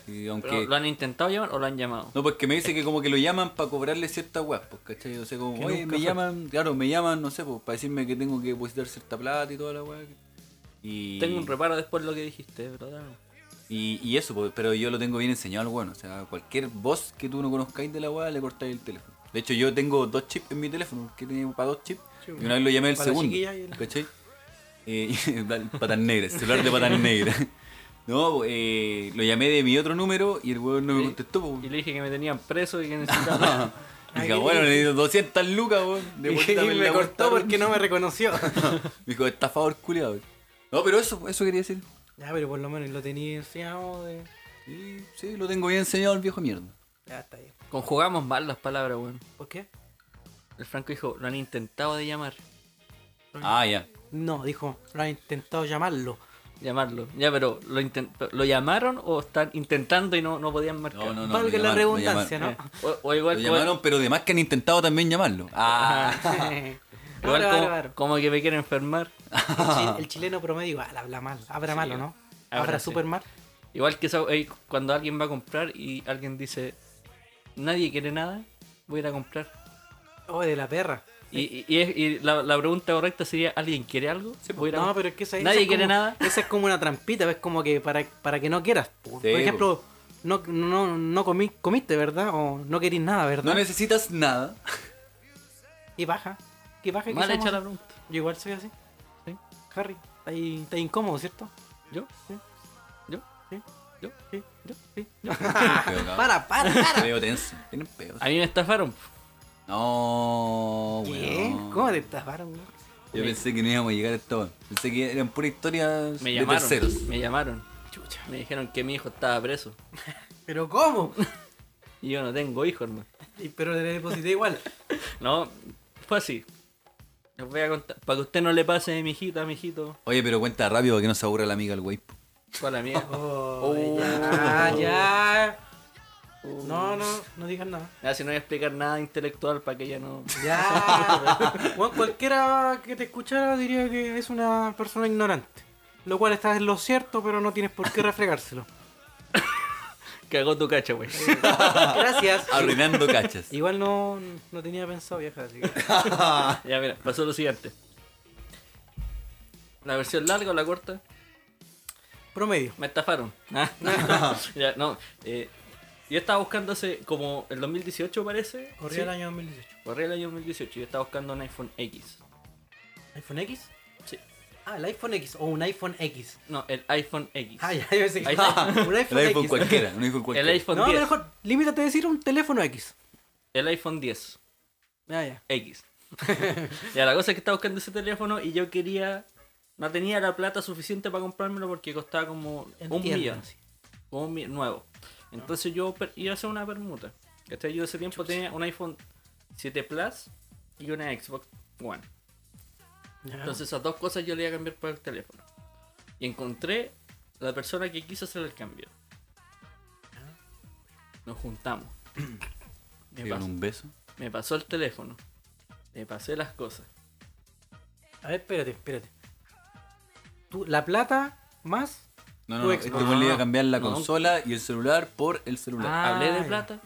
[SPEAKER 4] Y
[SPEAKER 5] po.
[SPEAKER 4] aunque...
[SPEAKER 5] Pero, ¿Lo han intentado llamar o lo han llamado?
[SPEAKER 4] No, porque me dice que como que lo llaman para cobrarle ciertas weas, pues, ¿cachai? O sea, como, oye, me llaman, claro, me llaman, no sé, pues, para decirme que tengo que depositar cierta plata y toda la wea. Y,
[SPEAKER 5] Tengo un reparo después de lo que dijiste, pero dale.
[SPEAKER 4] y, y eso, pues, pero yo lo tengo bien enseñado al weón. O sea, cualquier voz que tú no conozcáis de la wea, le cortáis el teléfono. De hecho, yo tengo dos chips en mi teléfono, que tiene para dos chips.
[SPEAKER 3] Sí,
[SPEAKER 4] y una vez lo llamé el
[SPEAKER 3] para la
[SPEAKER 4] segundo,
[SPEAKER 3] chiquilla y el-
[SPEAKER 4] ¿cachai? Eh, (laughs) en plan, patas negras, celular de patas negras. (laughs) No, eh, lo llamé de mi otro número y el weón no me contestó, pues.
[SPEAKER 5] Y le dije que me tenían preso y que
[SPEAKER 4] (laughs)
[SPEAKER 5] necesitaba.
[SPEAKER 4] Me Dijo, bueno, necesito 200 lucas,
[SPEAKER 3] (laughs)
[SPEAKER 4] weón.
[SPEAKER 3] Y, y
[SPEAKER 4] Devuélvame
[SPEAKER 3] me
[SPEAKER 4] la
[SPEAKER 3] cortó
[SPEAKER 4] plata,
[SPEAKER 3] porque no me reconoció.
[SPEAKER 4] weón. Me (laughs) dijo, estafador culiado. weón. No, pero eso, eso quería decir.
[SPEAKER 3] (laughs) ya, pero por lo menos lo tenía enseñado de...
[SPEAKER 4] Sí, sí, lo tengo bien enseñado al viejo mierda.
[SPEAKER 3] Ya está bien.
[SPEAKER 5] Conjugamos mal las palabras, weón.
[SPEAKER 3] ¿Por qué?
[SPEAKER 5] El Franco dijo, lo han intentado de llamar.
[SPEAKER 4] Ah, ya.
[SPEAKER 3] No, dijo, lo ha intentado llamarlo.
[SPEAKER 5] Llamarlo. Ya, pero ¿lo, inten- ¿lo llamaron o están intentando y no, no podían marcar?
[SPEAKER 4] No, no, no.
[SPEAKER 3] Valga
[SPEAKER 4] lo
[SPEAKER 3] la
[SPEAKER 4] llamaron, lo
[SPEAKER 3] redundancia,
[SPEAKER 4] llamaron.
[SPEAKER 3] ¿no?
[SPEAKER 5] O, o igual,
[SPEAKER 4] Lo
[SPEAKER 5] como-
[SPEAKER 4] llamaron, pero además que han intentado también llamarlo.
[SPEAKER 3] (laughs)
[SPEAKER 4] Ah,
[SPEAKER 5] (laughs) igual
[SPEAKER 3] Claro,
[SPEAKER 5] como,
[SPEAKER 3] claro,
[SPEAKER 5] como que me quieren enfermar.
[SPEAKER 3] claro. El,
[SPEAKER 5] (laughs)
[SPEAKER 3] chi- el chileno promedio igual habla mal, habla
[SPEAKER 5] Sí,
[SPEAKER 3] malo, ¿no?
[SPEAKER 5] habla,
[SPEAKER 3] Habla
[SPEAKER 5] sí.
[SPEAKER 3] súper mal.
[SPEAKER 5] Igual que esa- eh, cuando alguien va a comprar y alguien dice, nadie quiere nada, voy a ir a comprar.
[SPEAKER 3] Oh, de la perra.
[SPEAKER 5] Y, y- y es- y la, la pregunta correcta sería, ¿alguien quiere algo?
[SPEAKER 4] pues.
[SPEAKER 5] Voy a ir a
[SPEAKER 3] No,
[SPEAKER 5] comp-
[SPEAKER 3] pero es que esa, esa
[SPEAKER 5] pues, Nadie
[SPEAKER 3] es
[SPEAKER 5] quiere
[SPEAKER 3] como-
[SPEAKER 5] nada.
[SPEAKER 3] Esa es como una trampita, es como que para, para que no quieras. pues. Por, por
[SPEAKER 4] Sí, pues.
[SPEAKER 3] ejemplo, no, no, no comí, comiste, ¿verdad? O no querís nada,
[SPEAKER 4] no
[SPEAKER 3] ¿verdad? (laughs)
[SPEAKER 4] necesitas nada.
[SPEAKER 3] y baja. Y baja que
[SPEAKER 5] Mal
[SPEAKER 3] somos-
[SPEAKER 5] hecha la pregunta.
[SPEAKER 3] Yo igual soy así.
[SPEAKER 5] Sí.
[SPEAKER 3] Harry, está, ahí- está incómodo, ¿cierto?
[SPEAKER 5] ¿Yo?
[SPEAKER 3] Sí.
[SPEAKER 5] ¿Yo?
[SPEAKER 3] Sí.
[SPEAKER 5] ¿Yo?
[SPEAKER 3] Sí,
[SPEAKER 5] ¿Yo?
[SPEAKER 4] Pero, cabrón,
[SPEAKER 3] Para, para,
[SPEAKER 4] (laughs)
[SPEAKER 3] (laughs) para.
[SPEAKER 4] Veo tenso. Tienen pedos.
[SPEAKER 5] A mí me estafaron.
[SPEAKER 4] No,
[SPEAKER 3] ¿Qué?
[SPEAKER 4] weón.
[SPEAKER 3] ¿Cómo te estafaron? weón?
[SPEAKER 4] Yo pensé que no íbamos a llegar a esto. weón. Pensé que eran pura historia
[SPEAKER 5] Me
[SPEAKER 4] de
[SPEAKER 5] llamaron.
[SPEAKER 4] terceros.
[SPEAKER 5] Me llamaron.
[SPEAKER 3] Chucha.
[SPEAKER 5] Me dijeron que mi hijo estaba preso.
[SPEAKER 3] ¿Pero cómo? (laughs)
[SPEAKER 5] Y yo no tengo hijo, hermano.
[SPEAKER 3] Y- Pero le deposité igual.
[SPEAKER 5] No, fue así. Les voy a contar. Para que usted no le pase, mijita, mijito.
[SPEAKER 4] Oye, pero cuenta rápido para que no se aburra la amiga
[SPEAKER 3] (laughs)
[SPEAKER 4] el wey. po.
[SPEAKER 5] Con la mía.
[SPEAKER 3] Oh, Ya, ya.
[SPEAKER 4] Oh.
[SPEAKER 3] No, no, no digas nada.
[SPEAKER 5] Ya, si no voy a explicar nada intelectual para que ella no.
[SPEAKER 3] (laughs) Ya. Bueno, cualquiera que te escuchara diría que es una persona ignorante. Lo cual está en lo cierto, pero no tienes por qué refregárselo.
[SPEAKER 5] Cagó tu cacha, güey.
[SPEAKER 3] (laughs) Gracias.
[SPEAKER 4] Arruinando cachas.
[SPEAKER 3] Igual no, no tenía pensado viajar, así (laughs) que...
[SPEAKER 5] ya, mira, pasó lo siguiente. ¿La versión larga o la corta?
[SPEAKER 3] Promedio.
[SPEAKER 5] Me estafaron.
[SPEAKER 4] (laughs)
[SPEAKER 5] Ah, ya, no. eh, yo estaba buscando hace como el 2018, parece.
[SPEAKER 3] Corría
[SPEAKER 5] Sí,
[SPEAKER 3] el año 2018.
[SPEAKER 5] Corría el año 2018. Yo estaba buscando un iPhone X.
[SPEAKER 3] ¿iPhone X?
[SPEAKER 5] Sí.
[SPEAKER 3] Ah, el iPhone X o un iPhone X.
[SPEAKER 5] No, el iPhone X.
[SPEAKER 3] Ah, ya, yo pensé que
[SPEAKER 5] Ahí
[SPEAKER 3] un
[SPEAKER 5] está.
[SPEAKER 3] iPhone,
[SPEAKER 4] El iPhone
[SPEAKER 3] X.
[SPEAKER 4] cualquiera, un iPhone
[SPEAKER 5] el
[SPEAKER 4] cualquiera.
[SPEAKER 3] (laughs)
[SPEAKER 5] iPhone
[SPEAKER 3] No,
[SPEAKER 5] 10.
[SPEAKER 3] mejor, límítate a decir un teléfono X.
[SPEAKER 5] El iPhone 10
[SPEAKER 3] Ya, ya. (laughs)
[SPEAKER 5] X. ya, la cosa es que estaba buscando ese teléfono y yo quería. No tenía la plata suficiente para comprármelo porque costaba como un
[SPEAKER 3] Entiendo.
[SPEAKER 5] millón. así, Como un millón nuevo. Entonces yo per- iba a hacer una permuta. ¿Cachai? Yo ese tiempo tenía un iPhone 7 Plus y una Xbox One. Entonces esas dos cosas yo le iba a cambiar para el teléfono. Y encontré la persona que quiso hacer el cambio.
[SPEAKER 3] Ah.
[SPEAKER 5] Nos
[SPEAKER 3] (clears throat)
[SPEAKER 5] juntamos. Me
[SPEAKER 4] Dieron
[SPEAKER 5] pasó.
[SPEAKER 4] un beso.
[SPEAKER 5] Me pasó el teléfono. Me pasé las cosas.
[SPEAKER 3] A ver, espérate, espérate. Tú, la plata más.
[SPEAKER 4] No,
[SPEAKER 3] Tu
[SPEAKER 4] no, no.
[SPEAKER 3] ex-
[SPEAKER 4] Este
[SPEAKER 3] no,
[SPEAKER 4] güey le iba a
[SPEAKER 5] Ah.
[SPEAKER 4] cambiar la
[SPEAKER 5] no.
[SPEAKER 4] consola y el celular por el celular.
[SPEAKER 3] Ah,
[SPEAKER 5] ¿Hablé de
[SPEAKER 3] ya.
[SPEAKER 5] plata?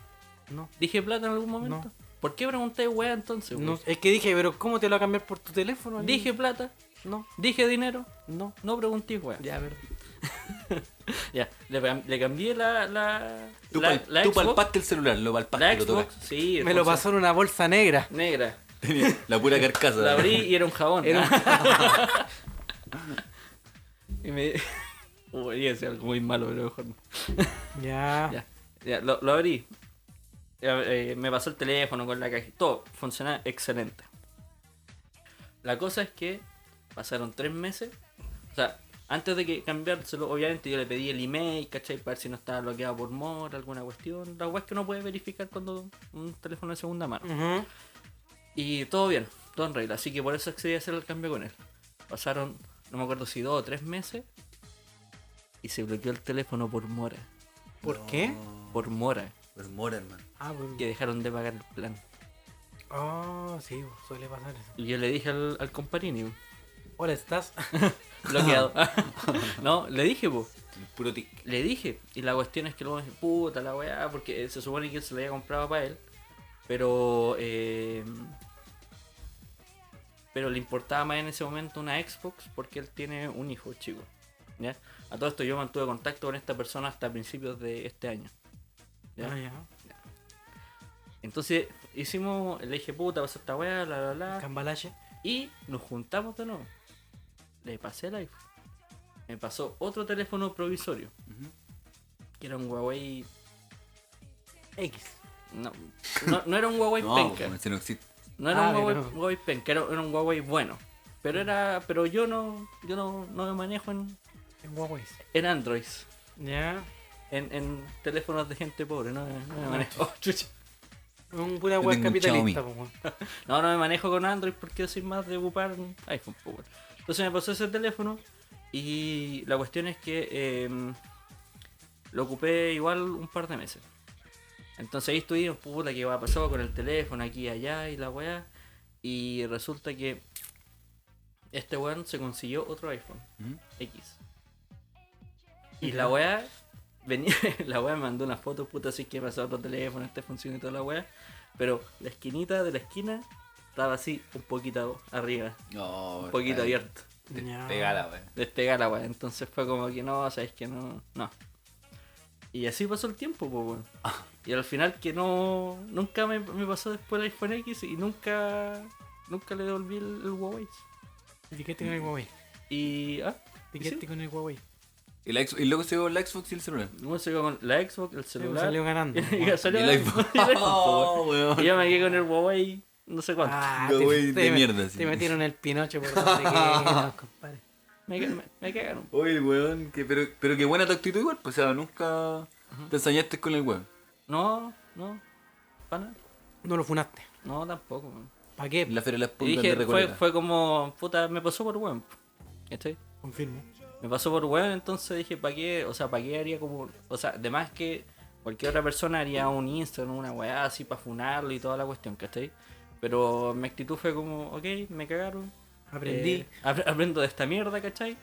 [SPEAKER 3] No.
[SPEAKER 5] ¿Dije plata en algún momento?
[SPEAKER 3] No.
[SPEAKER 5] ¿Por qué pregunté wea entonces? wea?
[SPEAKER 3] No, es que dije, pero ¿cómo te lo va a cambiar por tu teléfono?
[SPEAKER 5] ¿Dije plata?
[SPEAKER 3] No,
[SPEAKER 5] ¿Dije dinero?
[SPEAKER 3] no.
[SPEAKER 5] No pregunté wea. Ya, (laughs)
[SPEAKER 3] Ya, a ver.
[SPEAKER 5] le, cam- le cambié la. la,
[SPEAKER 4] Tú,
[SPEAKER 5] la,
[SPEAKER 4] pal-
[SPEAKER 5] la
[SPEAKER 4] tú
[SPEAKER 5] Xbox.
[SPEAKER 4] palpaste el celular, lo palpaste,
[SPEAKER 5] La
[SPEAKER 4] lo
[SPEAKER 5] Xbox,
[SPEAKER 4] tocaste.
[SPEAKER 5] sí.
[SPEAKER 3] Me lo
[SPEAKER 5] entonces,
[SPEAKER 3] pasó en una bolsa negra.
[SPEAKER 5] Negra.
[SPEAKER 4] (laughs) Tenía la pura carcasa.
[SPEAKER 5] La abrí y era un jabón.
[SPEAKER 3] Era
[SPEAKER 5] (laughs) y me. Uy, iba a ser algo muy malo, pero mejor no.
[SPEAKER 3] Ya.
[SPEAKER 5] Ya, ya, lo, lo abrí. Ya, eh, me pasó el teléfono con la caja. Todo funcionaba excelente. La cosa es que pasaron tres meses. O sea, antes de que cambiárselo, obviamente yo le pedí el email, ¿cachai? Para ver si no estaba bloqueado por mor, alguna cuestión. La web que uno puede verificar cuando un teléfono de segunda mano.
[SPEAKER 3] Ujú.
[SPEAKER 5] Y todo bien, todo en regla. Así que por eso accedí a hacer el cambio con él. Pasaron no me acuerdo si dos o tres meses, y se bloqueó el teléfono por mora.
[SPEAKER 7] ¿Por qué?
[SPEAKER 5] Por mora,
[SPEAKER 4] Pero mora, hermano.
[SPEAKER 7] Ah, pues,
[SPEAKER 5] que dejaron de pagar el plan.
[SPEAKER 7] Ah, sí, suele pasar eso.
[SPEAKER 5] Y yo le dije al, al compañero,
[SPEAKER 7] Hola, ¿estás?
[SPEAKER 5] bloqueado. no, le dije, po.
[SPEAKER 4] El puro tic.
[SPEAKER 5] Le dije, y la cuestión es que luego dije, puta la weá, porque se supone que se la había comprado para él, pero eh, pero le importaba más en ese momento una Xbox porque él tiene un hijo chico. ¿ya? A todo esto yo mantuve contacto con esta persona hasta principios de este año. ¿ya?
[SPEAKER 7] Ah, ya.
[SPEAKER 5] Entonces hicimos, le dije, puta, pasa esta weá, bla, bla, bla.
[SPEAKER 7] Cambalache.
[SPEAKER 5] Y nos juntamos de nuevo. Le pasé el iPhone. Me pasó otro teléfono provisorio. Que era un Huawei.
[SPEAKER 7] X.
[SPEAKER 5] No, no, no era un Huawei
[SPEAKER 4] (laughs) No, pues.
[SPEAKER 5] penca.
[SPEAKER 4] bueno, si no existe.
[SPEAKER 5] No era
[SPEAKER 7] Ah,
[SPEAKER 5] un Huawei,
[SPEAKER 7] bueno.
[SPEAKER 5] Huawei penca, era, era un Huawei bueno. Pero era. Pero yo no. Yo no, no me manejo en.
[SPEAKER 7] En Huawei.
[SPEAKER 5] en Androids.
[SPEAKER 7] Ya.
[SPEAKER 5] En, en teléfonos de gente pobre, no, no me manejo. Oh, chucha.
[SPEAKER 7] Un pura
[SPEAKER 4] Yo
[SPEAKER 7] web
[SPEAKER 4] tengo un
[SPEAKER 7] capitalista, po, weón.
[SPEAKER 5] No, no me manejo con Android porque yo soy más de ocupar iPhone. po, weón. Entonces me pasó ese teléfono y la cuestión es que eh, lo ocupé igual un par de meses. Entonces ahí estuvimos, puta, que va pasado con el teléfono aquí y allá y la weá. Y resulta que este weón se consiguió otro iPhone
[SPEAKER 4] ¿Mm?
[SPEAKER 5] X. Y la weá venía, (laughs) la weá me mandó una foto, puta, así que pasó otro teléfono, este funciona y toda la weá. Pero la esquinita de la esquina estaba así, un poquito arriba,
[SPEAKER 4] No,
[SPEAKER 5] un poquito
[SPEAKER 4] está-
[SPEAKER 5] abierto.
[SPEAKER 4] Te,
[SPEAKER 7] Ya.
[SPEAKER 4] te gala, wey.
[SPEAKER 5] Despegada la weá. Entonces fue como que no, sabes que no, no. Y así pasó el tiempo, pues
[SPEAKER 4] (laughs)
[SPEAKER 5] weón. Y al final que no. Nunca me, me pasó después el iPhone X y nunca. Nunca le devolví el, el Huawei.
[SPEAKER 7] Etiquete con el Huawei.
[SPEAKER 5] Y. Ah, y sí,
[SPEAKER 7] Etiquete con el Huawei.
[SPEAKER 4] Y, la Xbox- y luego se llevó la Xbox y el celular.
[SPEAKER 5] uno se quedó con la Xbox, el celular.
[SPEAKER 7] pues,
[SPEAKER 5] (laughs)
[SPEAKER 7] salió ganando,
[SPEAKER 5] y salió
[SPEAKER 4] Y el iPhone.
[SPEAKER 5] (laughs) y el
[SPEAKER 4] (laughs)
[SPEAKER 5] iPhone, po, weón.
[SPEAKER 4] weón.
[SPEAKER 5] Y yo me quedé con el Huawei, no sé cuánto.
[SPEAKER 7] Ah,
[SPEAKER 4] Lo voy de
[SPEAKER 7] met-
[SPEAKER 4] mierda, sí.
[SPEAKER 7] te metieron el pinoche por donde quieras, compadre.
[SPEAKER 5] Me, ca- me- me cagaron.
[SPEAKER 4] Oye, el weón, que, pero, pero qué buena tu actitud igual, pues, o sea, nunca te ensañaste con el weón.
[SPEAKER 5] No, no. Pana.
[SPEAKER 7] No lo funaste.
[SPEAKER 5] No, tampoco. weón.
[SPEAKER 7] ¿Para qué?
[SPEAKER 4] En la feria de las
[SPEAKER 5] Y
[SPEAKER 4] puntas de
[SPEAKER 5] dije, fue,
[SPEAKER 4] Recoleta.
[SPEAKER 5] fue como, puta, me pasó por weón. ¿Cachai?
[SPEAKER 7] Confirmo.
[SPEAKER 5] Me pasó por weón, entonces dije, ¿para qué? O sea, ¿para qué haría como.? O sea, además que cualquier otra persona haría un Instagram, una weá así para funarlo y toda la cuestión, ¿cachai? Pero mi actitud fue como, ok, me cagaron.
[SPEAKER 7] Aprendí.
[SPEAKER 5] Eh, ap- aprendo de esta mierda, ¿cachai?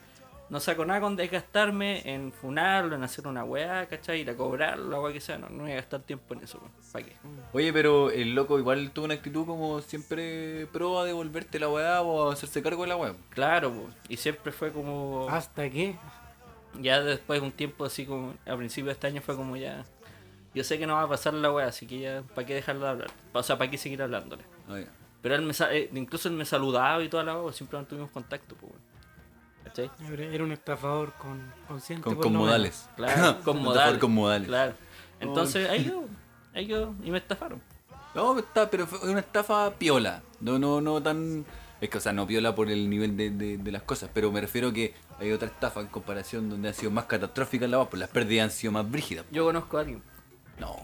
[SPEAKER 5] No saco nada con desgastarme en funarlo, en hacer una weá, ¿cachai? Ir a cobrarlo, la weá que sea. No, no voy a gastar tiempo en eso, ¿para qué?
[SPEAKER 4] Oye, pero el loco igual tuvo una actitud como siempre pro a devolverte la weá o a hacerse cargo de la weá.
[SPEAKER 5] Claro, po. y siempre fue como.
[SPEAKER 4] Ah,
[SPEAKER 7] Hasta aquí.
[SPEAKER 5] Ya después de un tiempo así como a principio de este año fue como ya yo sé que no va a pasar la weá, así que ya para qué dejarla de hablar, o sea, para qué seguir hablándole.
[SPEAKER 4] Oye,
[SPEAKER 5] Pero él me sa- eh, incluso él me saludaba y toda la weá, siempre mantuvimos contacto, pues. weón. ¿Cachai?
[SPEAKER 7] Era un estafador con consciente.
[SPEAKER 4] Con,
[SPEAKER 7] por
[SPEAKER 4] con
[SPEAKER 7] lo menos.
[SPEAKER 4] modales.
[SPEAKER 5] pues,
[SPEAKER 4] (laughs)
[SPEAKER 5] Claro, con
[SPEAKER 4] Mejor
[SPEAKER 5] modales.
[SPEAKER 4] con modales.
[SPEAKER 5] Claro. Entonces, ahí yo, ahí yo y me estafaron.
[SPEAKER 4] No, está, pero fue una estafa piola. No, no, no tan. Es que, o sea, no piola por el nivel de, de- de las cosas, pero me refiero que hay otra estafa en comparación donde ha sido más catastrófica la weá, pues las pérdidas han sido más brígidas.
[SPEAKER 5] Yo conozco a alguien.
[SPEAKER 4] No.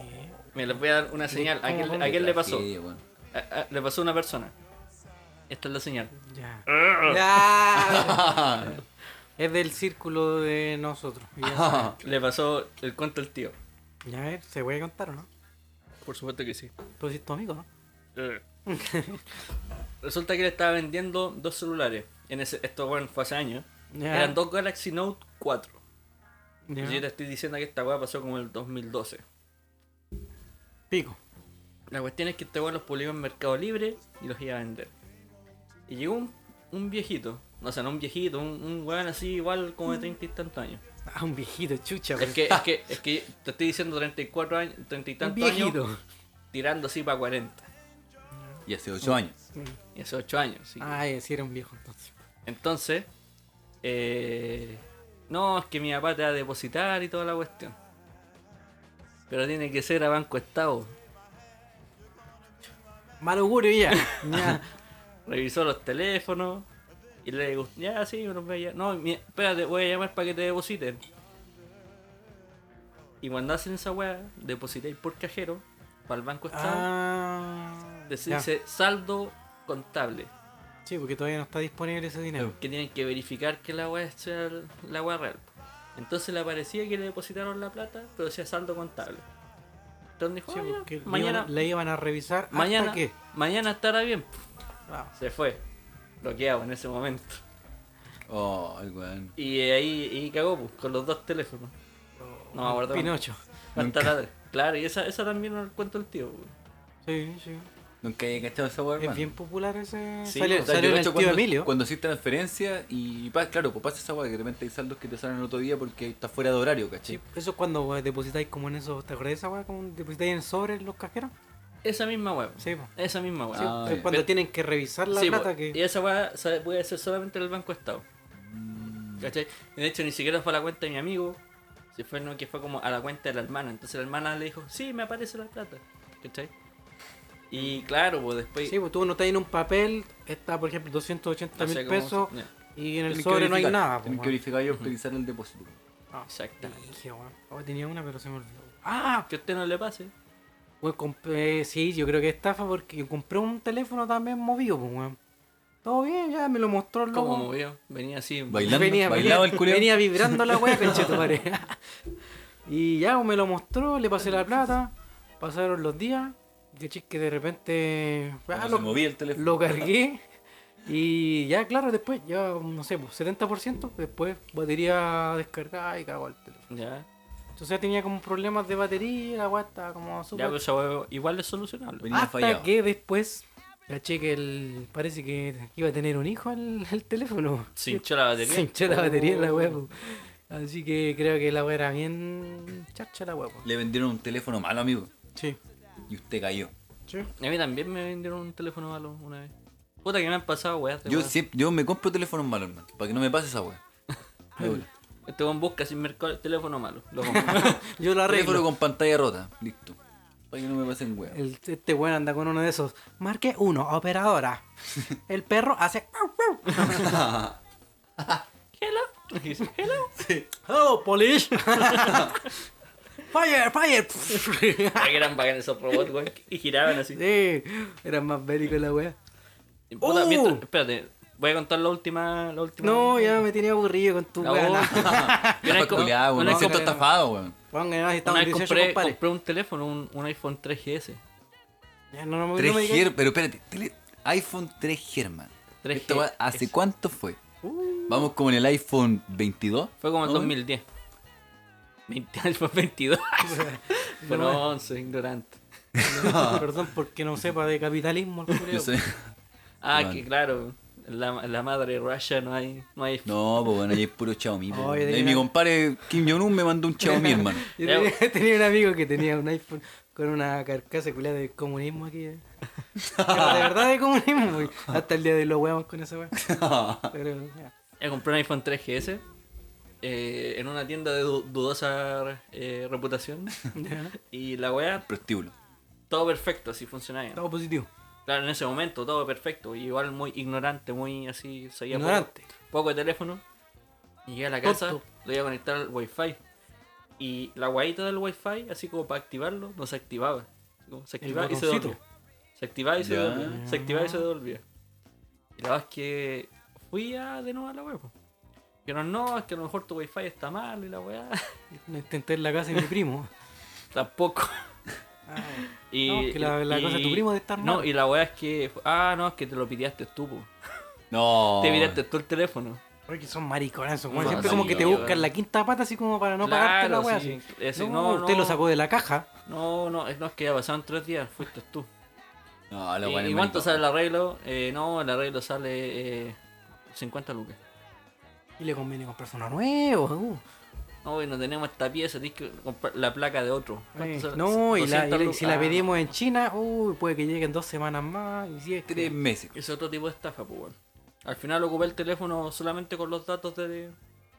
[SPEAKER 5] Me les voy a dar una señal. ¿A quién, a
[SPEAKER 4] qué
[SPEAKER 5] quién le pasó?
[SPEAKER 4] tragedia, weón. (laughs)
[SPEAKER 5] A- a- le pasó a una persona. Esta es la señal.
[SPEAKER 7] Ya. Ya. es del círculo de nosotros. Y ya
[SPEAKER 5] (laughs)
[SPEAKER 7] saben.
[SPEAKER 5] Le pasó el cuento al tío.
[SPEAKER 7] Ya, a ver, ¿se puede contar o no?
[SPEAKER 5] Por supuesto que sí.
[SPEAKER 7] Tú sí, tu amigo, ¿no?
[SPEAKER 5] Eh. (laughs) Resulta que le estaba vendiendo dos celulares. En ese, esto bueno, fue hace años.
[SPEAKER 7] Ya.
[SPEAKER 5] Eran dos Galaxy Note 4.
[SPEAKER 7] Ya.
[SPEAKER 5] Yo te estoy diciendo que esta weá pasó como en el 2012.
[SPEAKER 7] Pico.
[SPEAKER 5] La cuestión es que este weón los publicó en Mercado Libre y los iba a vender. Y llegó un, un viejito. No, o sea, no un viejito, un, un weón así igual como de 30 y tantos años.
[SPEAKER 7] Ah, un viejito, chucha.
[SPEAKER 5] Es
[SPEAKER 7] pues.
[SPEAKER 5] que, es que, es que te estoy diciendo 34 años, 30 y
[SPEAKER 7] un
[SPEAKER 5] tantos
[SPEAKER 7] viejito.
[SPEAKER 5] años, tirando así para 40.
[SPEAKER 4] Y hace ocho años.
[SPEAKER 5] Y hace 8 años. así que-
[SPEAKER 7] Ah, sí, era un viejo entonces.
[SPEAKER 5] Entonces, eh, no, es que mi papá te va a depositar y toda la cuestión. Pero tiene que ser a Banco Estado.
[SPEAKER 7] Mal augurio
[SPEAKER 5] (laughs)
[SPEAKER 7] ya. ya.
[SPEAKER 5] Revisó los teléfonos y le dijo, ya, sí, me los voy a llam- No, mi- espérate, voy a llamar para que te depositen. Y cuando hacen esa weá, depositáis por cajero Ah. para el Banco Estado.
[SPEAKER 7] Ah,
[SPEAKER 5] Dec-
[SPEAKER 7] ya.
[SPEAKER 5] Dice saldo contable.
[SPEAKER 3] Sí, porque todavía no está disponible ese dinero.
[SPEAKER 5] que tienen que verificar que la weá sea la weá real. Entonces le aparecía que le depositaron la plata, pero sea saldo contable. Entonces dijo,
[SPEAKER 3] Sí,
[SPEAKER 5] "Ah, ya,
[SPEAKER 3] porque le
[SPEAKER 5] mañana,
[SPEAKER 3] iban- le iban a revisar
[SPEAKER 5] mañana,
[SPEAKER 3] hasta que
[SPEAKER 5] mañana estará bien.
[SPEAKER 3] Ah.
[SPEAKER 5] Se fue, bloqueado en ese momento.
[SPEAKER 4] Oh, el weón.
[SPEAKER 5] Y ahí y cagó pues, con los dos teléfonos. No me acuerdo.
[SPEAKER 3] Oh, Pinocho.
[SPEAKER 5] Hasta la- Claro, y esa, esa también nos cuento el tío. pues.
[SPEAKER 3] Sí, sí.
[SPEAKER 4] Nunca he cachado esa weón.
[SPEAKER 3] Es bien popular ese.
[SPEAKER 5] Sí,
[SPEAKER 3] salió
[SPEAKER 5] o
[SPEAKER 4] sea,
[SPEAKER 3] salió
[SPEAKER 4] yo
[SPEAKER 3] en el
[SPEAKER 4] cacho
[SPEAKER 3] tío
[SPEAKER 4] cuando,
[SPEAKER 3] Emilio.
[SPEAKER 4] Cuando haces transferencia y, pa- claro, pues pasa esa weá que de repente hay saldos que te salen el otro día porque está fuera de horario, ¿cachai?
[SPEAKER 3] Sí, eso es cuando weón, depositáis como en esos. ¿Te acordás de esa weá? Como depositáis en sobres los cajeros.
[SPEAKER 5] Esa misma web.
[SPEAKER 3] Sí, po.
[SPEAKER 5] Esa misma web.
[SPEAKER 3] Sí,
[SPEAKER 4] Ah,
[SPEAKER 3] es
[SPEAKER 4] ya.
[SPEAKER 3] cuando tienen que revisar la
[SPEAKER 5] Sí, po,
[SPEAKER 3] plata que.
[SPEAKER 5] Y esa weá sabe- puede ser solamente el Banco Estado.
[SPEAKER 4] Mm.
[SPEAKER 5] ¿Cachai? Y De hecho, ni siquiera fue a la cuenta de mi amigo. Si fue no, que fue como a la cuenta de la hermana. Entonces la hermana le dijo, sí, me aparece la plata. ¿Cachai? Y claro, pues después.
[SPEAKER 3] Sí, pues tú notas en un papel, está por ejemplo 280
[SPEAKER 5] no
[SPEAKER 3] mil
[SPEAKER 5] sé cómo-
[SPEAKER 3] pesos
[SPEAKER 5] ya,
[SPEAKER 3] y en el
[SPEAKER 4] Tenés que
[SPEAKER 3] sobre no hay
[SPEAKER 4] verificar,
[SPEAKER 3] nada. po,
[SPEAKER 4] tenés que
[SPEAKER 3] weón. Mm.
[SPEAKER 4] verificar y autorizar el depósito.
[SPEAKER 3] Ah,
[SPEAKER 5] Exactamente.
[SPEAKER 3] dije, weón. Oh, tenía una pero se me olvidó. Ah,
[SPEAKER 5] Que a usted no le pase.
[SPEAKER 3] weón, compré- sí, yo creo que estafa porque yo compré un teléfono también movido, pues, weón. Todo bien, ya me lo mostró el
[SPEAKER 5] Como
[SPEAKER 3] loco.
[SPEAKER 5] movió. Venía así.
[SPEAKER 4] Bailando,
[SPEAKER 3] venía,
[SPEAKER 4] bailaba
[SPEAKER 3] venía-
[SPEAKER 4] el culeo.
[SPEAKER 3] venía vibrando la
[SPEAKER 4] (laughs)
[SPEAKER 3] weá, conchetumare. (laughs) y ya pues, me lo mostró, le pasé la plata, pasaron los días, y que de repente. ah,
[SPEAKER 4] Cuando
[SPEAKER 3] lo-
[SPEAKER 4] se movía el teléfono.
[SPEAKER 3] lo cargué y ya, claro, después, ya, no sé, pues, 70%, después batería descargada y cagó el teléfono.
[SPEAKER 5] Ya.
[SPEAKER 3] Entonces ya tenía como problemas de batería, la weá estaba como
[SPEAKER 5] Ya,
[SPEAKER 3] súper...
[SPEAKER 5] pero esa weá igual es solucionable.
[SPEAKER 4] Venía
[SPEAKER 3] Hasta
[SPEAKER 4] pues, fallado.
[SPEAKER 3] que después, caché que el, parece que iba a tener un hijo el, el teléfono.
[SPEAKER 5] Se hinchó la batería. Oh.
[SPEAKER 3] Se hinchó la batería la weá, pues. Así que creo que la weá era bien chacha la weá, pues.
[SPEAKER 4] Le vendieron un teléfono malo, amigo.
[SPEAKER 3] Sí.
[SPEAKER 4] Y usted cayó.
[SPEAKER 5] A mí también me vendieron un teléfono malo una vez. Puta que me han pasado, weá.
[SPEAKER 4] Yo, siempre, yo me compro teléfonos malos, hermano. Para que no me pase
[SPEAKER 3] (laughs)
[SPEAKER 4] esa weá. De una.
[SPEAKER 5] Este weón busca sin mercado teléfono malo. Lo compro.
[SPEAKER 3] Yo la
[SPEAKER 4] Teléfono
[SPEAKER 3] arreglo.
[SPEAKER 4] con pantalla rota. Listo. Para que no me pasen weá.
[SPEAKER 3] El- este weón anda con uno de esos. Marque uno, operadora. El perro hace...
[SPEAKER 5] Hello. Hello.
[SPEAKER 3] Hello, Polish. fire, fire.
[SPEAKER 5] Ah, que eran bacanes esos robots, weón. Y giraban así.
[SPEAKER 3] sí, era más bélico la wea.
[SPEAKER 5] Y puta,
[SPEAKER 3] ¡Oh!
[SPEAKER 5] mientras- espérate, voy a contar la última. La última
[SPEAKER 3] No, ya me tenía aburrido con tu
[SPEAKER 5] La
[SPEAKER 3] wea. (laughs)
[SPEAKER 5] otra.
[SPEAKER 4] Ya
[SPEAKER 5] Una vez co-
[SPEAKER 4] culiado, weón.
[SPEAKER 5] una
[SPEAKER 4] Me
[SPEAKER 5] vez
[SPEAKER 4] siento
[SPEAKER 5] compré-
[SPEAKER 4] estafado, weón.
[SPEAKER 3] Pongan nada,
[SPEAKER 5] una
[SPEAKER 3] estaba en
[SPEAKER 5] vez
[SPEAKER 3] 18
[SPEAKER 5] compré,
[SPEAKER 3] compadre.
[SPEAKER 5] compré un teléfono, un, un iPhone 3GS.
[SPEAKER 3] Ya no, no, me- no me
[SPEAKER 4] 3G,
[SPEAKER 3] digas.
[SPEAKER 4] pero espérate, tele- iPhone 3G, hermano.
[SPEAKER 5] 3G,
[SPEAKER 4] Esta weá, ¿Hace
[SPEAKER 5] eso.
[SPEAKER 4] cuánto fue? Vamos como en el iPhone 22.
[SPEAKER 5] Fue como en
[SPEAKER 4] ¿no?
[SPEAKER 5] 2010. 20 (laughs) iPhone 22. Bueno, 11, ignorante.
[SPEAKER 3] No, (laughs) Perdón porque no sepa de capitalismo el
[SPEAKER 4] Yo
[SPEAKER 3] culiao.
[SPEAKER 4] sé.
[SPEAKER 5] Ah,
[SPEAKER 4] Bueno.
[SPEAKER 5] que claro, en la, en la madre Russia no hay, no hay
[SPEAKER 4] (laughs) No, pues bueno, ahí es puro Xiaomi. pues,
[SPEAKER 3] Oye,
[SPEAKER 4] weón.
[SPEAKER 3] de
[SPEAKER 4] Ahí mi
[SPEAKER 3] gran-
[SPEAKER 4] compadre Kim Jong-un me mandó un Xiaomi, hermano.
[SPEAKER 3] Yo tenía, (laughs) tenía un amigo que tenía un iPhone con una carcasa culiao de comunismo aquí. eh. Pero de verdad de comunismo. güey. Hasta el día de hoy lo weamos con
[SPEAKER 5] (laughs)
[SPEAKER 3] esa wea. Pero, ya.
[SPEAKER 5] Eh, compré un iPhone 3GS eh, en una tienda de du- dudosa eh,
[SPEAKER 3] (laughs)
[SPEAKER 5] reputación. y la weá,
[SPEAKER 4] Prostíbulo.
[SPEAKER 5] todo perfecto, así funcionaba.
[SPEAKER 3] Todo positivo.
[SPEAKER 5] Claro, en ese momento todo perfecto. y Igual muy ignorante, muy así, sabía poco-
[SPEAKER 3] Ignorante.
[SPEAKER 5] Poco, de teléfono. Y llegué a la casa,
[SPEAKER 3] Tonto.
[SPEAKER 5] lo iba a conectar al wifi. Y la guayita del wifi, así como para activarlo, no se activaba. Así como se
[SPEAKER 3] El
[SPEAKER 5] activaba y se
[SPEAKER 3] botoncito. Ah.
[SPEAKER 5] devolvía. Se activaba y se
[SPEAKER 4] Ya.
[SPEAKER 5] devolvía. Se activaba y se devolvía. Y la verdad es que fui a, de nuevo a la web. po. Dijeron, no, es que a lo mejor tu wifi está mal y la weá. (laughs)
[SPEAKER 3] Lo intenté en la casa de mi primo. Ah,
[SPEAKER 5] Tampoco. Y,
[SPEAKER 3] No, que la- la cosa de tu primo de estar
[SPEAKER 5] No,
[SPEAKER 3] mal.
[SPEAKER 5] y la weá es que. Ah, no, es que te lo pidiaste tú, po.
[SPEAKER 4] No.
[SPEAKER 5] Te miraste tú el teléfono.
[SPEAKER 3] Oye, que son maricones esos,
[SPEAKER 5] No,
[SPEAKER 3] weón. Siempre
[SPEAKER 5] sí,
[SPEAKER 3] como que te
[SPEAKER 5] obvio.
[SPEAKER 3] buscan la quinta pata así como para no pagarte la
[SPEAKER 5] Claro,
[SPEAKER 3] weá.
[SPEAKER 5] sí.
[SPEAKER 3] así.
[SPEAKER 5] Ese,
[SPEAKER 3] no,
[SPEAKER 5] no,
[SPEAKER 3] usted
[SPEAKER 5] no.
[SPEAKER 3] lo sacó de la caja.
[SPEAKER 5] No, no, es- no es que ya pasaron tres días, fuiste tú.
[SPEAKER 4] No, la
[SPEAKER 5] ¿Y,
[SPEAKER 4] weá
[SPEAKER 5] y
[SPEAKER 4] es
[SPEAKER 5] cuánto
[SPEAKER 4] maricón.
[SPEAKER 5] sale el arreglo? Eh, no, el arreglo sale eh, 50 lucas.
[SPEAKER 3] Y le conviene comprarse uno nuevo. uh.
[SPEAKER 5] No, y no tenemos esta pieza, tienes que comprar la placa de otro. ¿Cuánto
[SPEAKER 3] Eh,
[SPEAKER 5] sale?
[SPEAKER 3] no, y, la, y
[SPEAKER 5] 200
[SPEAKER 3] la-
[SPEAKER 5] lucas.
[SPEAKER 3] si la
[SPEAKER 5] Ah,
[SPEAKER 3] pedimos en China, uy, puede que lleguen dos semanas más. Y si es que-
[SPEAKER 4] Tres meses.
[SPEAKER 5] Es otro tipo de estafa, pues bueno. Al final ocupé el teléfono solamente con los datos de-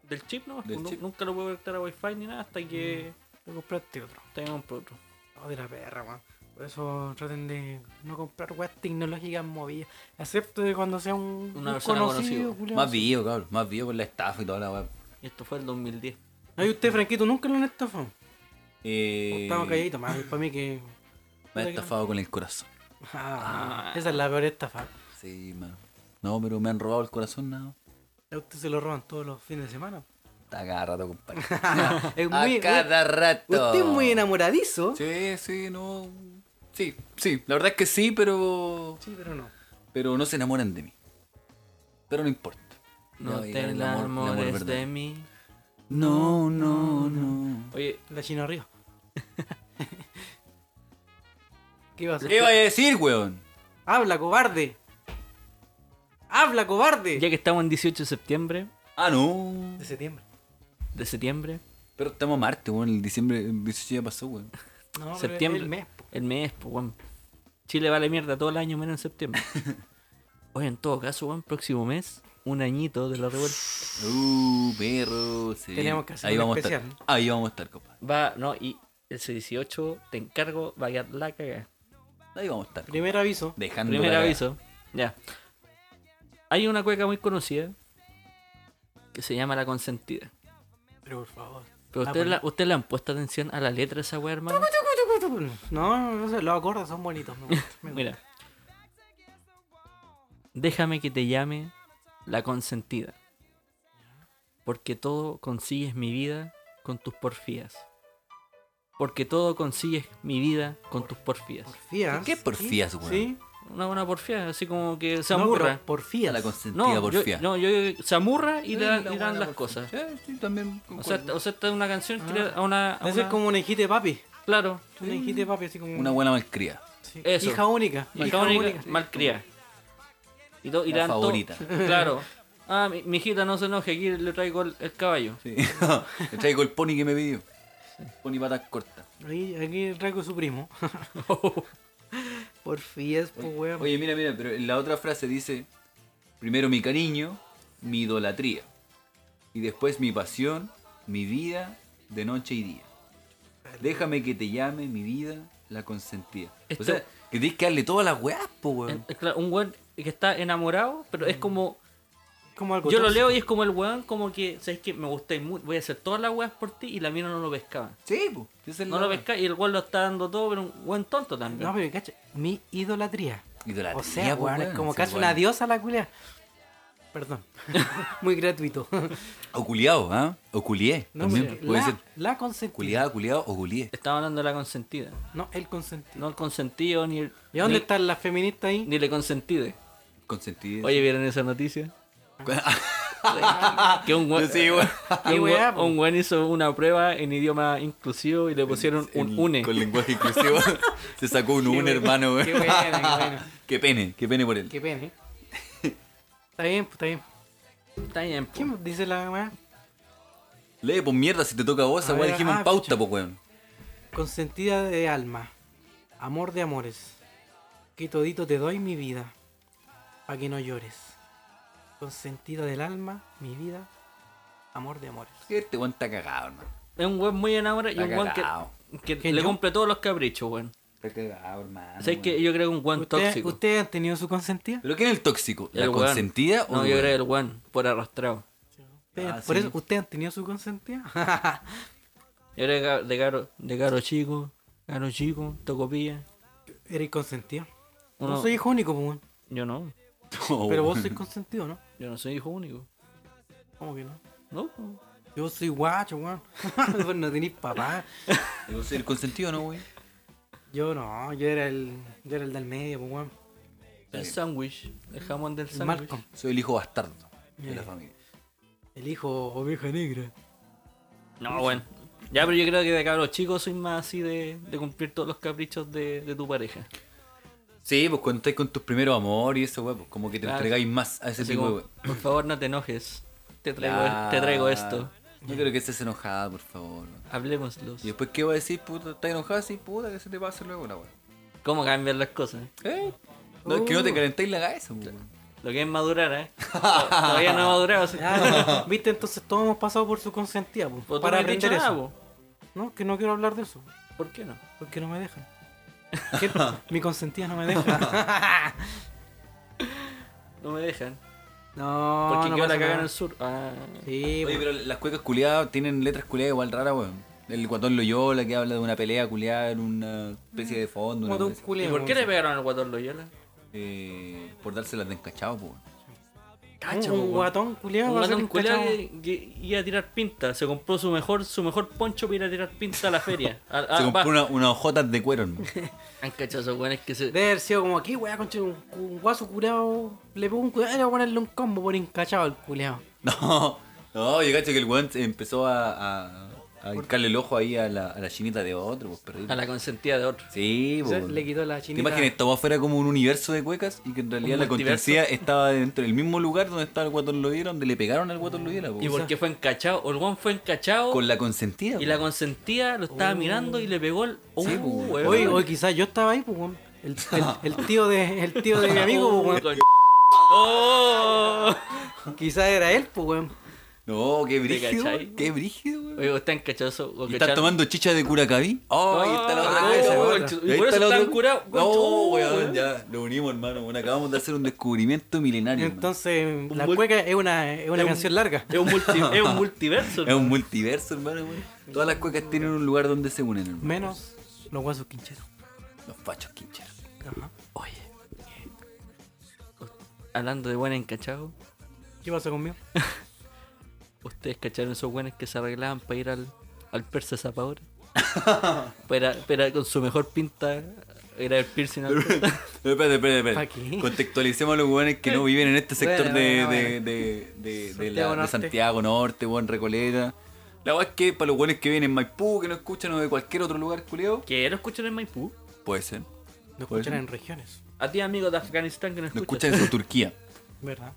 [SPEAKER 5] del chip, ¿no? Pues,
[SPEAKER 4] Del
[SPEAKER 5] Nu-
[SPEAKER 4] chip. Mm.
[SPEAKER 5] Nunca lo puedo conectar a wifi ni nada hasta que
[SPEAKER 3] Te compraste otro.
[SPEAKER 5] tengamos otro.
[SPEAKER 3] No, Oh, de la perra, weón. Por eso traten de no comprar weas tecnológicas movidas. Excepto de cuando sea un,
[SPEAKER 5] Una
[SPEAKER 3] un
[SPEAKER 5] persona conocida.
[SPEAKER 3] culiao,
[SPEAKER 4] Más
[SPEAKER 3] así.
[SPEAKER 4] vivo, cabrón. Más vivo con la estafa y toda la weá.
[SPEAKER 5] Y esto fue el 2010.
[SPEAKER 3] No, y usted, Franquito, nunca lo han estafado.
[SPEAKER 4] Eh,
[SPEAKER 3] Estamos calladitos, más para mí
[SPEAKER 5] (laughs)
[SPEAKER 3] que.
[SPEAKER 4] Me ha estafado con el corazón.
[SPEAKER 5] Ah.
[SPEAKER 3] Ah, esa es la peor estafa.
[SPEAKER 4] Sí, mano. No, pero me han robado el corazón, no.
[SPEAKER 3] A usted se lo roban todos los fines de semana.
[SPEAKER 4] A cada rato, compadre.
[SPEAKER 7] Es
[SPEAKER 4] a cada rato.
[SPEAKER 7] Usted es muy enamoradizo.
[SPEAKER 4] Sí, sí, no. Sí, sí. La verdad es que sí, pero.
[SPEAKER 3] Sí, pero no.
[SPEAKER 4] Pero no se enamoran de mí. Pero no importa. Ya
[SPEAKER 5] No
[SPEAKER 4] va a
[SPEAKER 5] te
[SPEAKER 4] llegar el amor- el amor
[SPEAKER 5] enamores
[SPEAKER 4] verdadero.
[SPEAKER 5] de mí.
[SPEAKER 4] No, no, no.
[SPEAKER 5] Oye,
[SPEAKER 3] La China
[SPEAKER 5] (laughs)
[SPEAKER 3] arriba. ¿Qué iba a hacer?
[SPEAKER 4] ¿Qué iba a decir, weón?
[SPEAKER 3] ¡Habla, cobarde! ¡Habla, cobarde!
[SPEAKER 5] ya que estamos en 18 de septiembre,
[SPEAKER 4] Ah, no.
[SPEAKER 3] De septiembre.
[SPEAKER 5] de septiembre,
[SPEAKER 4] Pero estamos a Marte, weón. El diciembre, el 18 ya pasó, weón.
[SPEAKER 3] No, pero
[SPEAKER 5] septiembre.
[SPEAKER 3] el mes, po.
[SPEAKER 5] El mes, pues, weón. Chile vale mierda todo el año menos
[SPEAKER 3] (laughs)
[SPEAKER 5] en septiembre. Oye, en todo caso, weón, próximo mes, un añito de la revuelta.
[SPEAKER 4] Uh, perro. sí.
[SPEAKER 3] Teníamos que hacer
[SPEAKER 4] Ahí
[SPEAKER 3] un
[SPEAKER 4] vamos a
[SPEAKER 3] especial,
[SPEAKER 4] estar. Ahí vamos a estar, compadre.
[SPEAKER 5] Va, no, y ese 18, te encargo, va a quedar la cagada.
[SPEAKER 4] Ahí vamos a estar. compadre.
[SPEAKER 3] Primer aviso.
[SPEAKER 4] Dejando
[SPEAKER 5] Primer
[SPEAKER 4] la-
[SPEAKER 5] aviso. Ya. Hay una cueca muy conocida que se llama La Consentida.
[SPEAKER 3] Pero por favor.
[SPEAKER 5] Pero
[SPEAKER 3] Ah,
[SPEAKER 5] ustedes,
[SPEAKER 3] bueno.
[SPEAKER 5] la, ustedes le han puesto atención a la letra de esa weá, hermano.
[SPEAKER 3] No, no sé, los acordes son bonitos. me gusta, me gusta.
[SPEAKER 5] Mira. Déjame que te llame la consentida. Porque todo consigues mi vida con tus porfías. Porque todo consigues mi vida con tus porfías.
[SPEAKER 3] Porfías.
[SPEAKER 4] (laughs) ¿Qué porfías,
[SPEAKER 3] Sí,
[SPEAKER 4] weón?
[SPEAKER 3] Sí.
[SPEAKER 5] Una buena porfía, así como que se
[SPEAKER 3] No,
[SPEAKER 5] amurra.
[SPEAKER 3] pero porfías.
[SPEAKER 4] La consentida
[SPEAKER 5] No, yo,
[SPEAKER 4] porfía.
[SPEAKER 5] no, yo- se amurra y
[SPEAKER 4] Sí,
[SPEAKER 5] le dan,
[SPEAKER 4] la
[SPEAKER 5] y dan
[SPEAKER 4] buena
[SPEAKER 5] las
[SPEAKER 4] porfía.
[SPEAKER 5] cosas.
[SPEAKER 4] Sí, sí, también.
[SPEAKER 5] O sea,
[SPEAKER 4] concuerdo. Ah.
[SPEAKER 5] o sea, esta es una canción que le- a una... a
[SPEAKER 3] Ese es
[SPEAKER 5] una-
[SPEAKER 3] como una hijita de papi.
[SPEAKER 5] Claro,
[SPEAKER 3] Una hijita de papi, así como.
[SPEAKER 4] Una buena malcría.
[SPEAKER 3] sí.
[SPEAKER 5] eso.
[SPEAKER 3] Hija única.
[SPEAKER 5] Hija única, malcriada. Y, to- y
[SPEAKER 4] La
[SPEAKER 5] le dan to-
[SPEAKER 4] favorita.
[SPEAKER 5] (laughs) Claro. Ah, mi, mi hijita no se enoje, aquí le traigo el, el caballo.
[SPEAKER 4] Sí. (laughs) Le traigo el pony que me pidió. Pony patas cortas.
[SPEAKER 3] Aquí, aquí traigo su primo. (laughs) porfías, pues, weón.
[SPEAKER 4] Oye, mira, mira, pero en la otra frase dice: primero mi cariño, mi idolatría. Y después mi pasión, mi vida de noche y día. Déjame que te llame mi vida la consentida.
[SPEAKER 5] Esto-
[SPEAKER 4] O sea, que tienes que darle todas las weas, po,
[SPEAKER 5] En-
[SPEAKER 3] Eh,
[SPEAKER 4] weón.
[SPEAKER 5] claro, un weón que está enamorado, pero
[SPEAKER 3] Mm.
[SPEAKER 5] es como.
[SPEAKER 3] Como algo
[SPEAKER 5] Yo lo
[SPEAKER 3] tóxico.
[SPEAKER 5] leo y es como el weón, como que, ¿sabes que Me gustáis mucho, voy a hacer todas las weas por ti y la mina no lo pescaba.
[SPEAKER 4] Sí, po. Esa es
[SPEAKER 5] No
[SPEAKER 4] la
[SPEAKER 5] lo
[SPEAKER 4] wea.
[SPEAKER 5] pescaba y el weón lo está dando todo, pero un buen tonto
[SPEAKER 3] No,
[SPEAKER 5] también.
[SPEAKER 3] pero cacha, mi idolatría.
[SPEAKER 4] Idolatría,
[SPEAKER 3] O sea,
[SPEAKER 4] po,
[SPEAKER 3] weón, es
[SPEAKER 4] pues, weón,
[SPEAKER 3] como
[SPEAKER 4] sí,
[SPEAKER 3] casi
[SPEAKER 4] weón.
[SPEAKER 3] una diosa la culia. Perdón. (laughs) Muy gratuito. (laughs)
[SPEAKER 4] O culiao, ¿ah? O culié.
[SPEAKER 3] No,
[SPEAKER 4] también
[SPEAKER 3] porque
[SPEAKER 4] puede
[SPEAKER 3] la,
[SPEAKER 4] ser.
[SPEAKER 3] la consentida.
[SPEAKER 4] Culiado, culiado o culié.
[SPEAKER 5] Estaba hablando de la consentida.
[SPEAKER 3] No, el consentido.
[SPEAKER 5] No el consentido ni el.
[SPEAKER 3] ¿Y dónde
[SPEAKER 5] ni-
[SPEAKER 3] están las feministas ahí?
[SPEAKER 5] Ni le consentide.
[SPEAKER 4] Consentido.
[SPEAKER 5] Oye, ¿vieron esa noticia? (laughs) que un
[SPEAKER 4] Yo
[SPEAKER 5] weón,
[SPEAKER 4] sí, weón.
[SPEAKER 5] que
[SPEAKER 3] Qué
[SPEAKER 5] un
[SPEAKER 3] weá,
[SPEAKER 5] weón-
[SPEAKER 3] po.
[SPEAKER 5] un weón hizo una prueba en idioma inclusivo y le pusieron un
[SPEAKER 4] El-
[SPEAKER 5] une.
[SPEAKER 4] Con
[SPEAKER 3] (laughs)
[SPEAKER 4] lenguaje inclusivo. Se sacó un une,
[SPEAKER 3] bueno,
[SPEAKER 4] hermano, weón.
[SPEAKER 3] qué bueno, qué bueno.
[SPEAKER 4] (laughs) Qué pene, qué pene por él.
[SPEAKER 3] Qué
[SPEAKER 5] (laughs)
[SPEAKER 3] pena, ¿eh? Está bien, pues, está bien.
[SPEAKER 5] Está bien, po.
[SPEAKER 3] ¿Qué me dice la weá?
[SPEAKER 4] Lee, pues mierda, si te toca a vos,
[SPEAKER 3] A
[SPEAKER 4] esa weá
[SPEAKER 3] ver,
[SPEAKER 4] dijimos
[SPEAKER 3] ah,
[SPEAKER 4] en pauta,
[SPEAKER 3] chucha.
[SPEAKER 4] pues weón.
[SPEAKER 3] Consentida de alma, amor de amores, que todito te doy mi vida, pa' que no llores. Consentida del alma, mi vida, amor de amores.
[SPEAKER 4] Este weón está cagado, hermano.
[SPEAKER 5] Es un weón muy enamorado y
[SPEAKER 4] Está
[SPEAKER 5] un weón que,
[SPEAKER 4] cagao.
[SPEAKER 5] que
[SPEAKER 3] ¿Quién
[SPEAKER 5] le
[SPEAKER 3] yo?
[SPEAKER 5] cumple todos los caprichos, weón.
[SPEAKER 4] Está cagado, hermano.
[SPEAKER 5] O sea, es que yo creo que un weón
[SPEAKER 3] ¿Ustedes
[SPEAKER 5] tóxico. Ah,
[SPEAKER 3] ustedes han tenido su consentida?
[SPEAKER 4] ¿Pero quién es el tóxico? ¿La
[SPEAKER 5] El weón.
[SPEAKER 4] consentida o
[SPEAKER 5] No,
[SPEAKER 4] el
[SPEAKER 5] yo
[SPEAKER 4] weón?
[SPEAKER 5] creo que el weón,
[SPEAKER 3] (laughs)
[SPEAKER 5] por arrastrado.
[SPEAKER 3] ¿Ustedes-
[SPEAKER 4] Ah,
[SPEAKER 3] Eh, Por
[SPEAKER 4] sí.
[SPEAKER 3] eso, ¿ustedes han tenido su consentida?
[SPEAKER 5] Yo creo que ca- de caro, de caro chico, caro chico, tocopilla.
[SPEAKER 3] Eres consentido.
[SPEAKER 5] Uno-
[SPEAKER 3] No soy hijo único, pues, weón.
[SPEAKER 5] Yo no,
[SPEAKER 4] (laughs) Oh,
[SPEAKER 3] pero vos
[SPEAKER 4] weón.
[SPEAKER 3] sois consentido, ¿no?
[SPEAKER 5] yo no soy hijo único.
[SPEAKER 3] ¿Cómo que no?
[SPEAKER 5] No, po.
[SPEAKER 3] Yo soy guacho, weón. (laughs) Vos no tenés papá.
[SPEAKER 4] ¿Vos sois el consentido, ¿no, güey?
[SPEAKER 3] Yo no, yo era el, yo era el del medio, pues, weón.
[SPEAKER 5] el sándwich, el jamón del
[SPEAKER 3] El
[SPEAKER 5] sándwich.
[SPEAKER 3] Malcolm,
[SPEAKER 4] Soy el hijo bastardo de
[SPEAKER 3] Ya.
[SPEAKER 4] la familia.
[SPEAKER 3] el hijo oveja
[SPEAKER 5] (laughs)
[SPEAKER 3] negra.
[SPEAKER 5] No, bueno. Ya, pero yo creo que de cabros chicos soy más así de, de cumplir todos los caprichos de, de tu pareja.
[SPEAKER 4] Sí, pues cuando estáis con tus primeros amores y eso, weón, pues como que te
[SPEAKER 5] Claro.
[SPEAKER 4] entregáis más a ese
[SPEAKER 5] Así
[SPEAKER 4] tipo de
[SPEAKER 5] como,
[SPEAKER 4] weón.
[SPEAKER 5] por favor, no te enojes. Te traigo, e-, te traigo esto.
[SPEAKER 4] No creo que estés enojada, por favor. weón.
[SPEAKER 5] Hablemoslos.
[SPEAKER 4] Y después, ¿qué va a decir, puta? ¿Estás enojada? Sí, puta, que se te pase luego la weón.
[SPEAKER 5] ¿Cómo cambian las cosas?
[SPEAKER 4] ¿Eh? No, es que no te
[SPEAKER 3] Oh.
[SPEAKER 4] calentáis la cabeza, weón.
[SPEAKER 5] Lo que es madurar,
[SPEAKER 4] (laughs)
[SPEAKER 5] ¿eh? To- Todavía no he madurado. así-
[SPEAKER 3] Ah, Viste, entonces todos hemos pasado por su consentida, pues,
[SPEAKER 5] Pero tú
[SPEAKER 3] para
[SPEAKER 5] no has dicho
[SPEAKER 3] aprender
[SPEAKER 5] nada, pues.
[SPEAKER 3] eso. No, que no quiero hablar de eso,
[SPEAKER 5] po. ¿Por qué no?
[SPEAKER 3] porque no me
[SPEAKER 5] (laughs)
[SPEAKER 3] dejan. ¿Qué? Mi consentida no me deja.
[SPEAKER 5] No me dejan.
[SPEAKER 3] No,
[SPEAKER 5] Porque
[SPEAKER 3] no
[SPEAKER 5] yo la
[SPEAKER 3] pasa
[SPEAKER 5] caga en
[SPEAKER 3] nada.
[SPEAKER 5] el sur. Ah,
[SPEAKER 3] Sí,
[SPEAKER 4] Oye,
[SPEAKER 3] pues,
[SPEAKER 4] pero las cuecas culiadas tienen letras culiadas igual raras, weón. El guatón Loyola que habla de una pelea culiada en una especie de fondo. una
[SPEAKER 3] como tú,
[SPEAKER 4] cosa así.
[SPEAKER 3] Julián,
[SPEAKER 5] ¿Y por qué le
[SPEAKER 3] weón.
[SPEAKER 5] pegaron al guatón Loyola?
[SPEAKER 4] Eh, por dárselas de encachado, po, weón. cacha,
[SPEAKER 3] un
[SPEAKER 4] po, weón.
[SPEAKER 3] guatón culiado.
[SPEAKER 5] pues, Un
[SPEAKER 3] va a ser
[SPEAKER 5] gatón culiao
[SPEAKER 3] cachao.
[SPEAKER 5] que, que iba a tirar pinta. Se compró su mejor, su mejor poncho para ir a tirar pinta a la
[SPEAKER 4] (laughs)
[SPEAKER 5] feria. A- a-
[SPEAKER 3] Ah,
[SPEAKER 4] Se compró
[SPEAKER 5] va.
[SPEAKER 4] una- unas hojotas de
[SPEAKER 3] (laughs)
[SPEAKER 4] cuero, hermano.
[SPEAKER 5] Han cachado esos weones que se.
[SPEAKER 3] Debe haber sido como aquí, weá, concha, un, un guaso curado. Le pongo un cuidado y voy a ponerle un combo por encachado al culiado.
[SPEAKER 4] No, no, yo cacho que el weón empezó a, a, a hincarle el ojo ahí a la, a la chinita de otro, pues perdido.
[SPEAKER 5] A la consentida de otro.
[SPEAKER 4] Sí,
[SPEAKER 3] Se-
[SPEAKER 5] pues.
[SPEAKER 4] po.
[SPEAKER 3] le quitó la
[SPEAKER 4] ¿Te
[SPEAKER 3] chinita.
[SPEAKER 4] imaginas? Estaba afuera como un universo de cuecas y que en realidad
[SPEAKER 5] Un
[SPEAKER 4] la
[SPEAKER 5] multiverso.
[SPEAKER 4] contención estaba dentro del mismo lugar donde estaba el guatón Loviera, donde le pegaron al guatón Loviera, po.
[SPEAKER 5] Y porque fue encachado. O el weón fue encachado.
[SPEAKER 4] con la consentida.
[SPEAKER 5] Y
[SPEAKER 4] po.
[SPEAKER 5] la consentida lo estaba mirando y le pegó el. ¡Uh,
[SPEAKER 4] Sí, po.
[SPEAKER 5] weón.
[SPEAKER 3] Hoy, hoy quizás yo estaba ahí, pues, weón. el, el,
[SPEAKER 4] (laughs)
[SPEAKER 3] el tío de, el tío de mi amigo, pues, weón.
[SPEAKER 5] Con- ¡Oh!
[SPEAKER 3] quizás era él, pues, weón.
[SPEAKER 4] No, qué brígido.
[SPEAKER 5] cachai?
[SPEAKER 4] Qué brígido, weón.
[SPEAKER 5] Oye, están cachados.
[SPEAKER 4] ¿Y estás tomando chicha de curacaví? ¡Oh, ahí está la otra
[SPEAKER 5] Ah,
[SPEAKER 4] cabeza!
[SPEAKER 5] oh,
[SPEAKER 4] weón.
[SPEAKER 5] concho-
[SPEAKER 4] Ahí
[SPEAKER 5] y por
[SPEAKER 4] está
[SPEAKER 5] eso
[SPEAKER 4] la
[SPEAKER 5] están
[SPEAKER 4] otra-
[SPEAKER 5] curados,
[SPEAKER 4] No,
[SPEAKER 5] concho, oh,
[SPEAKER 4] weón,
[SPEAKER 5] weón.
[SPEAKER 4] ya, lo unimos, hermano. weón. acabamos de hacer un descubrimiento milenario. hermano.
[SPEAKER 3] Entonces, la
[SPEAKER 5] mul-
[SPEAKER 3] cueca es una, es una
[SPEAKER 5] es un-
[SPEAKER 3] canción larga.
[SPEAKER 5] Es un,
[SPEAKER 4] (laughs)
[SPEAKER 5] multi- es un multiverso.
[SPEAKER 4] Es un multiverso, hermano. weón. Todas las cuecas tienen un lugar donde se unen, hermano.
[SPEAKER 3] Menos los guasos quincheros.
[SPEAKER 4] Los fachos quincheros.
[SPEAKER 3] Ajá.
[SPEAKER 4] Oye,
[SPEAKER 5] Hablando de buenas encachados,
[SPEAKER 3] ¿Qué pasa conmigo?
[SPEAKER 5] ¿ustedes cacharon esos buenos que se arreglaban para ir al, al persa
[SPEAKER 4] (laughs)
[SPEAKER 5] zapador? Pero pero con su mejor pinta era el piercing.
[SPEAKER 4] (laughs)
[SPEAKER 5] al-
[SPEAKER 4] Pero espérate, espérate,
[SPEAKER 3] ¿Pa'
[SPEAKER 4] espérate.
[SPEAKER 3] qué?
[SPEAKER 4] Contextualicemos a los weones que no viven en este sector
[SPEAKER 3] Bueno,
[SPEAKER 4] de,
[SPEAKER 3] bueno,
[SPEAKER 4] de, de, de- de la-
[SPEAKER 3] Santiago
[SPEAKER 4] de
[SPEAKER 3] Norte.
[SPEAKER 4] Santiago Norte, weón, Recoleta. La weá es que para los weones que vienen en Maipú, que no escuchan o de cualquier otro lugar, culiao,
[SPEAKER 5] ¿Que no escuchan en Maipú?
[SPEAKER 4] puede ser.
[SPEAKER 3] Lo
[SPEAKER 4] Puede
[SPEAKER 3] escuchan
[SPEAKER 4] ser.
[SPEAKER 3] en regiones,
[SPEAKER 5] A ti, amigos de Afganistán, que no
[SPEAKER 4] No
[SPEAKER 5] escuchan.
[SPEAKER 4] escuchan en su Turquía.
[SPEAKER 3] ¿verdad?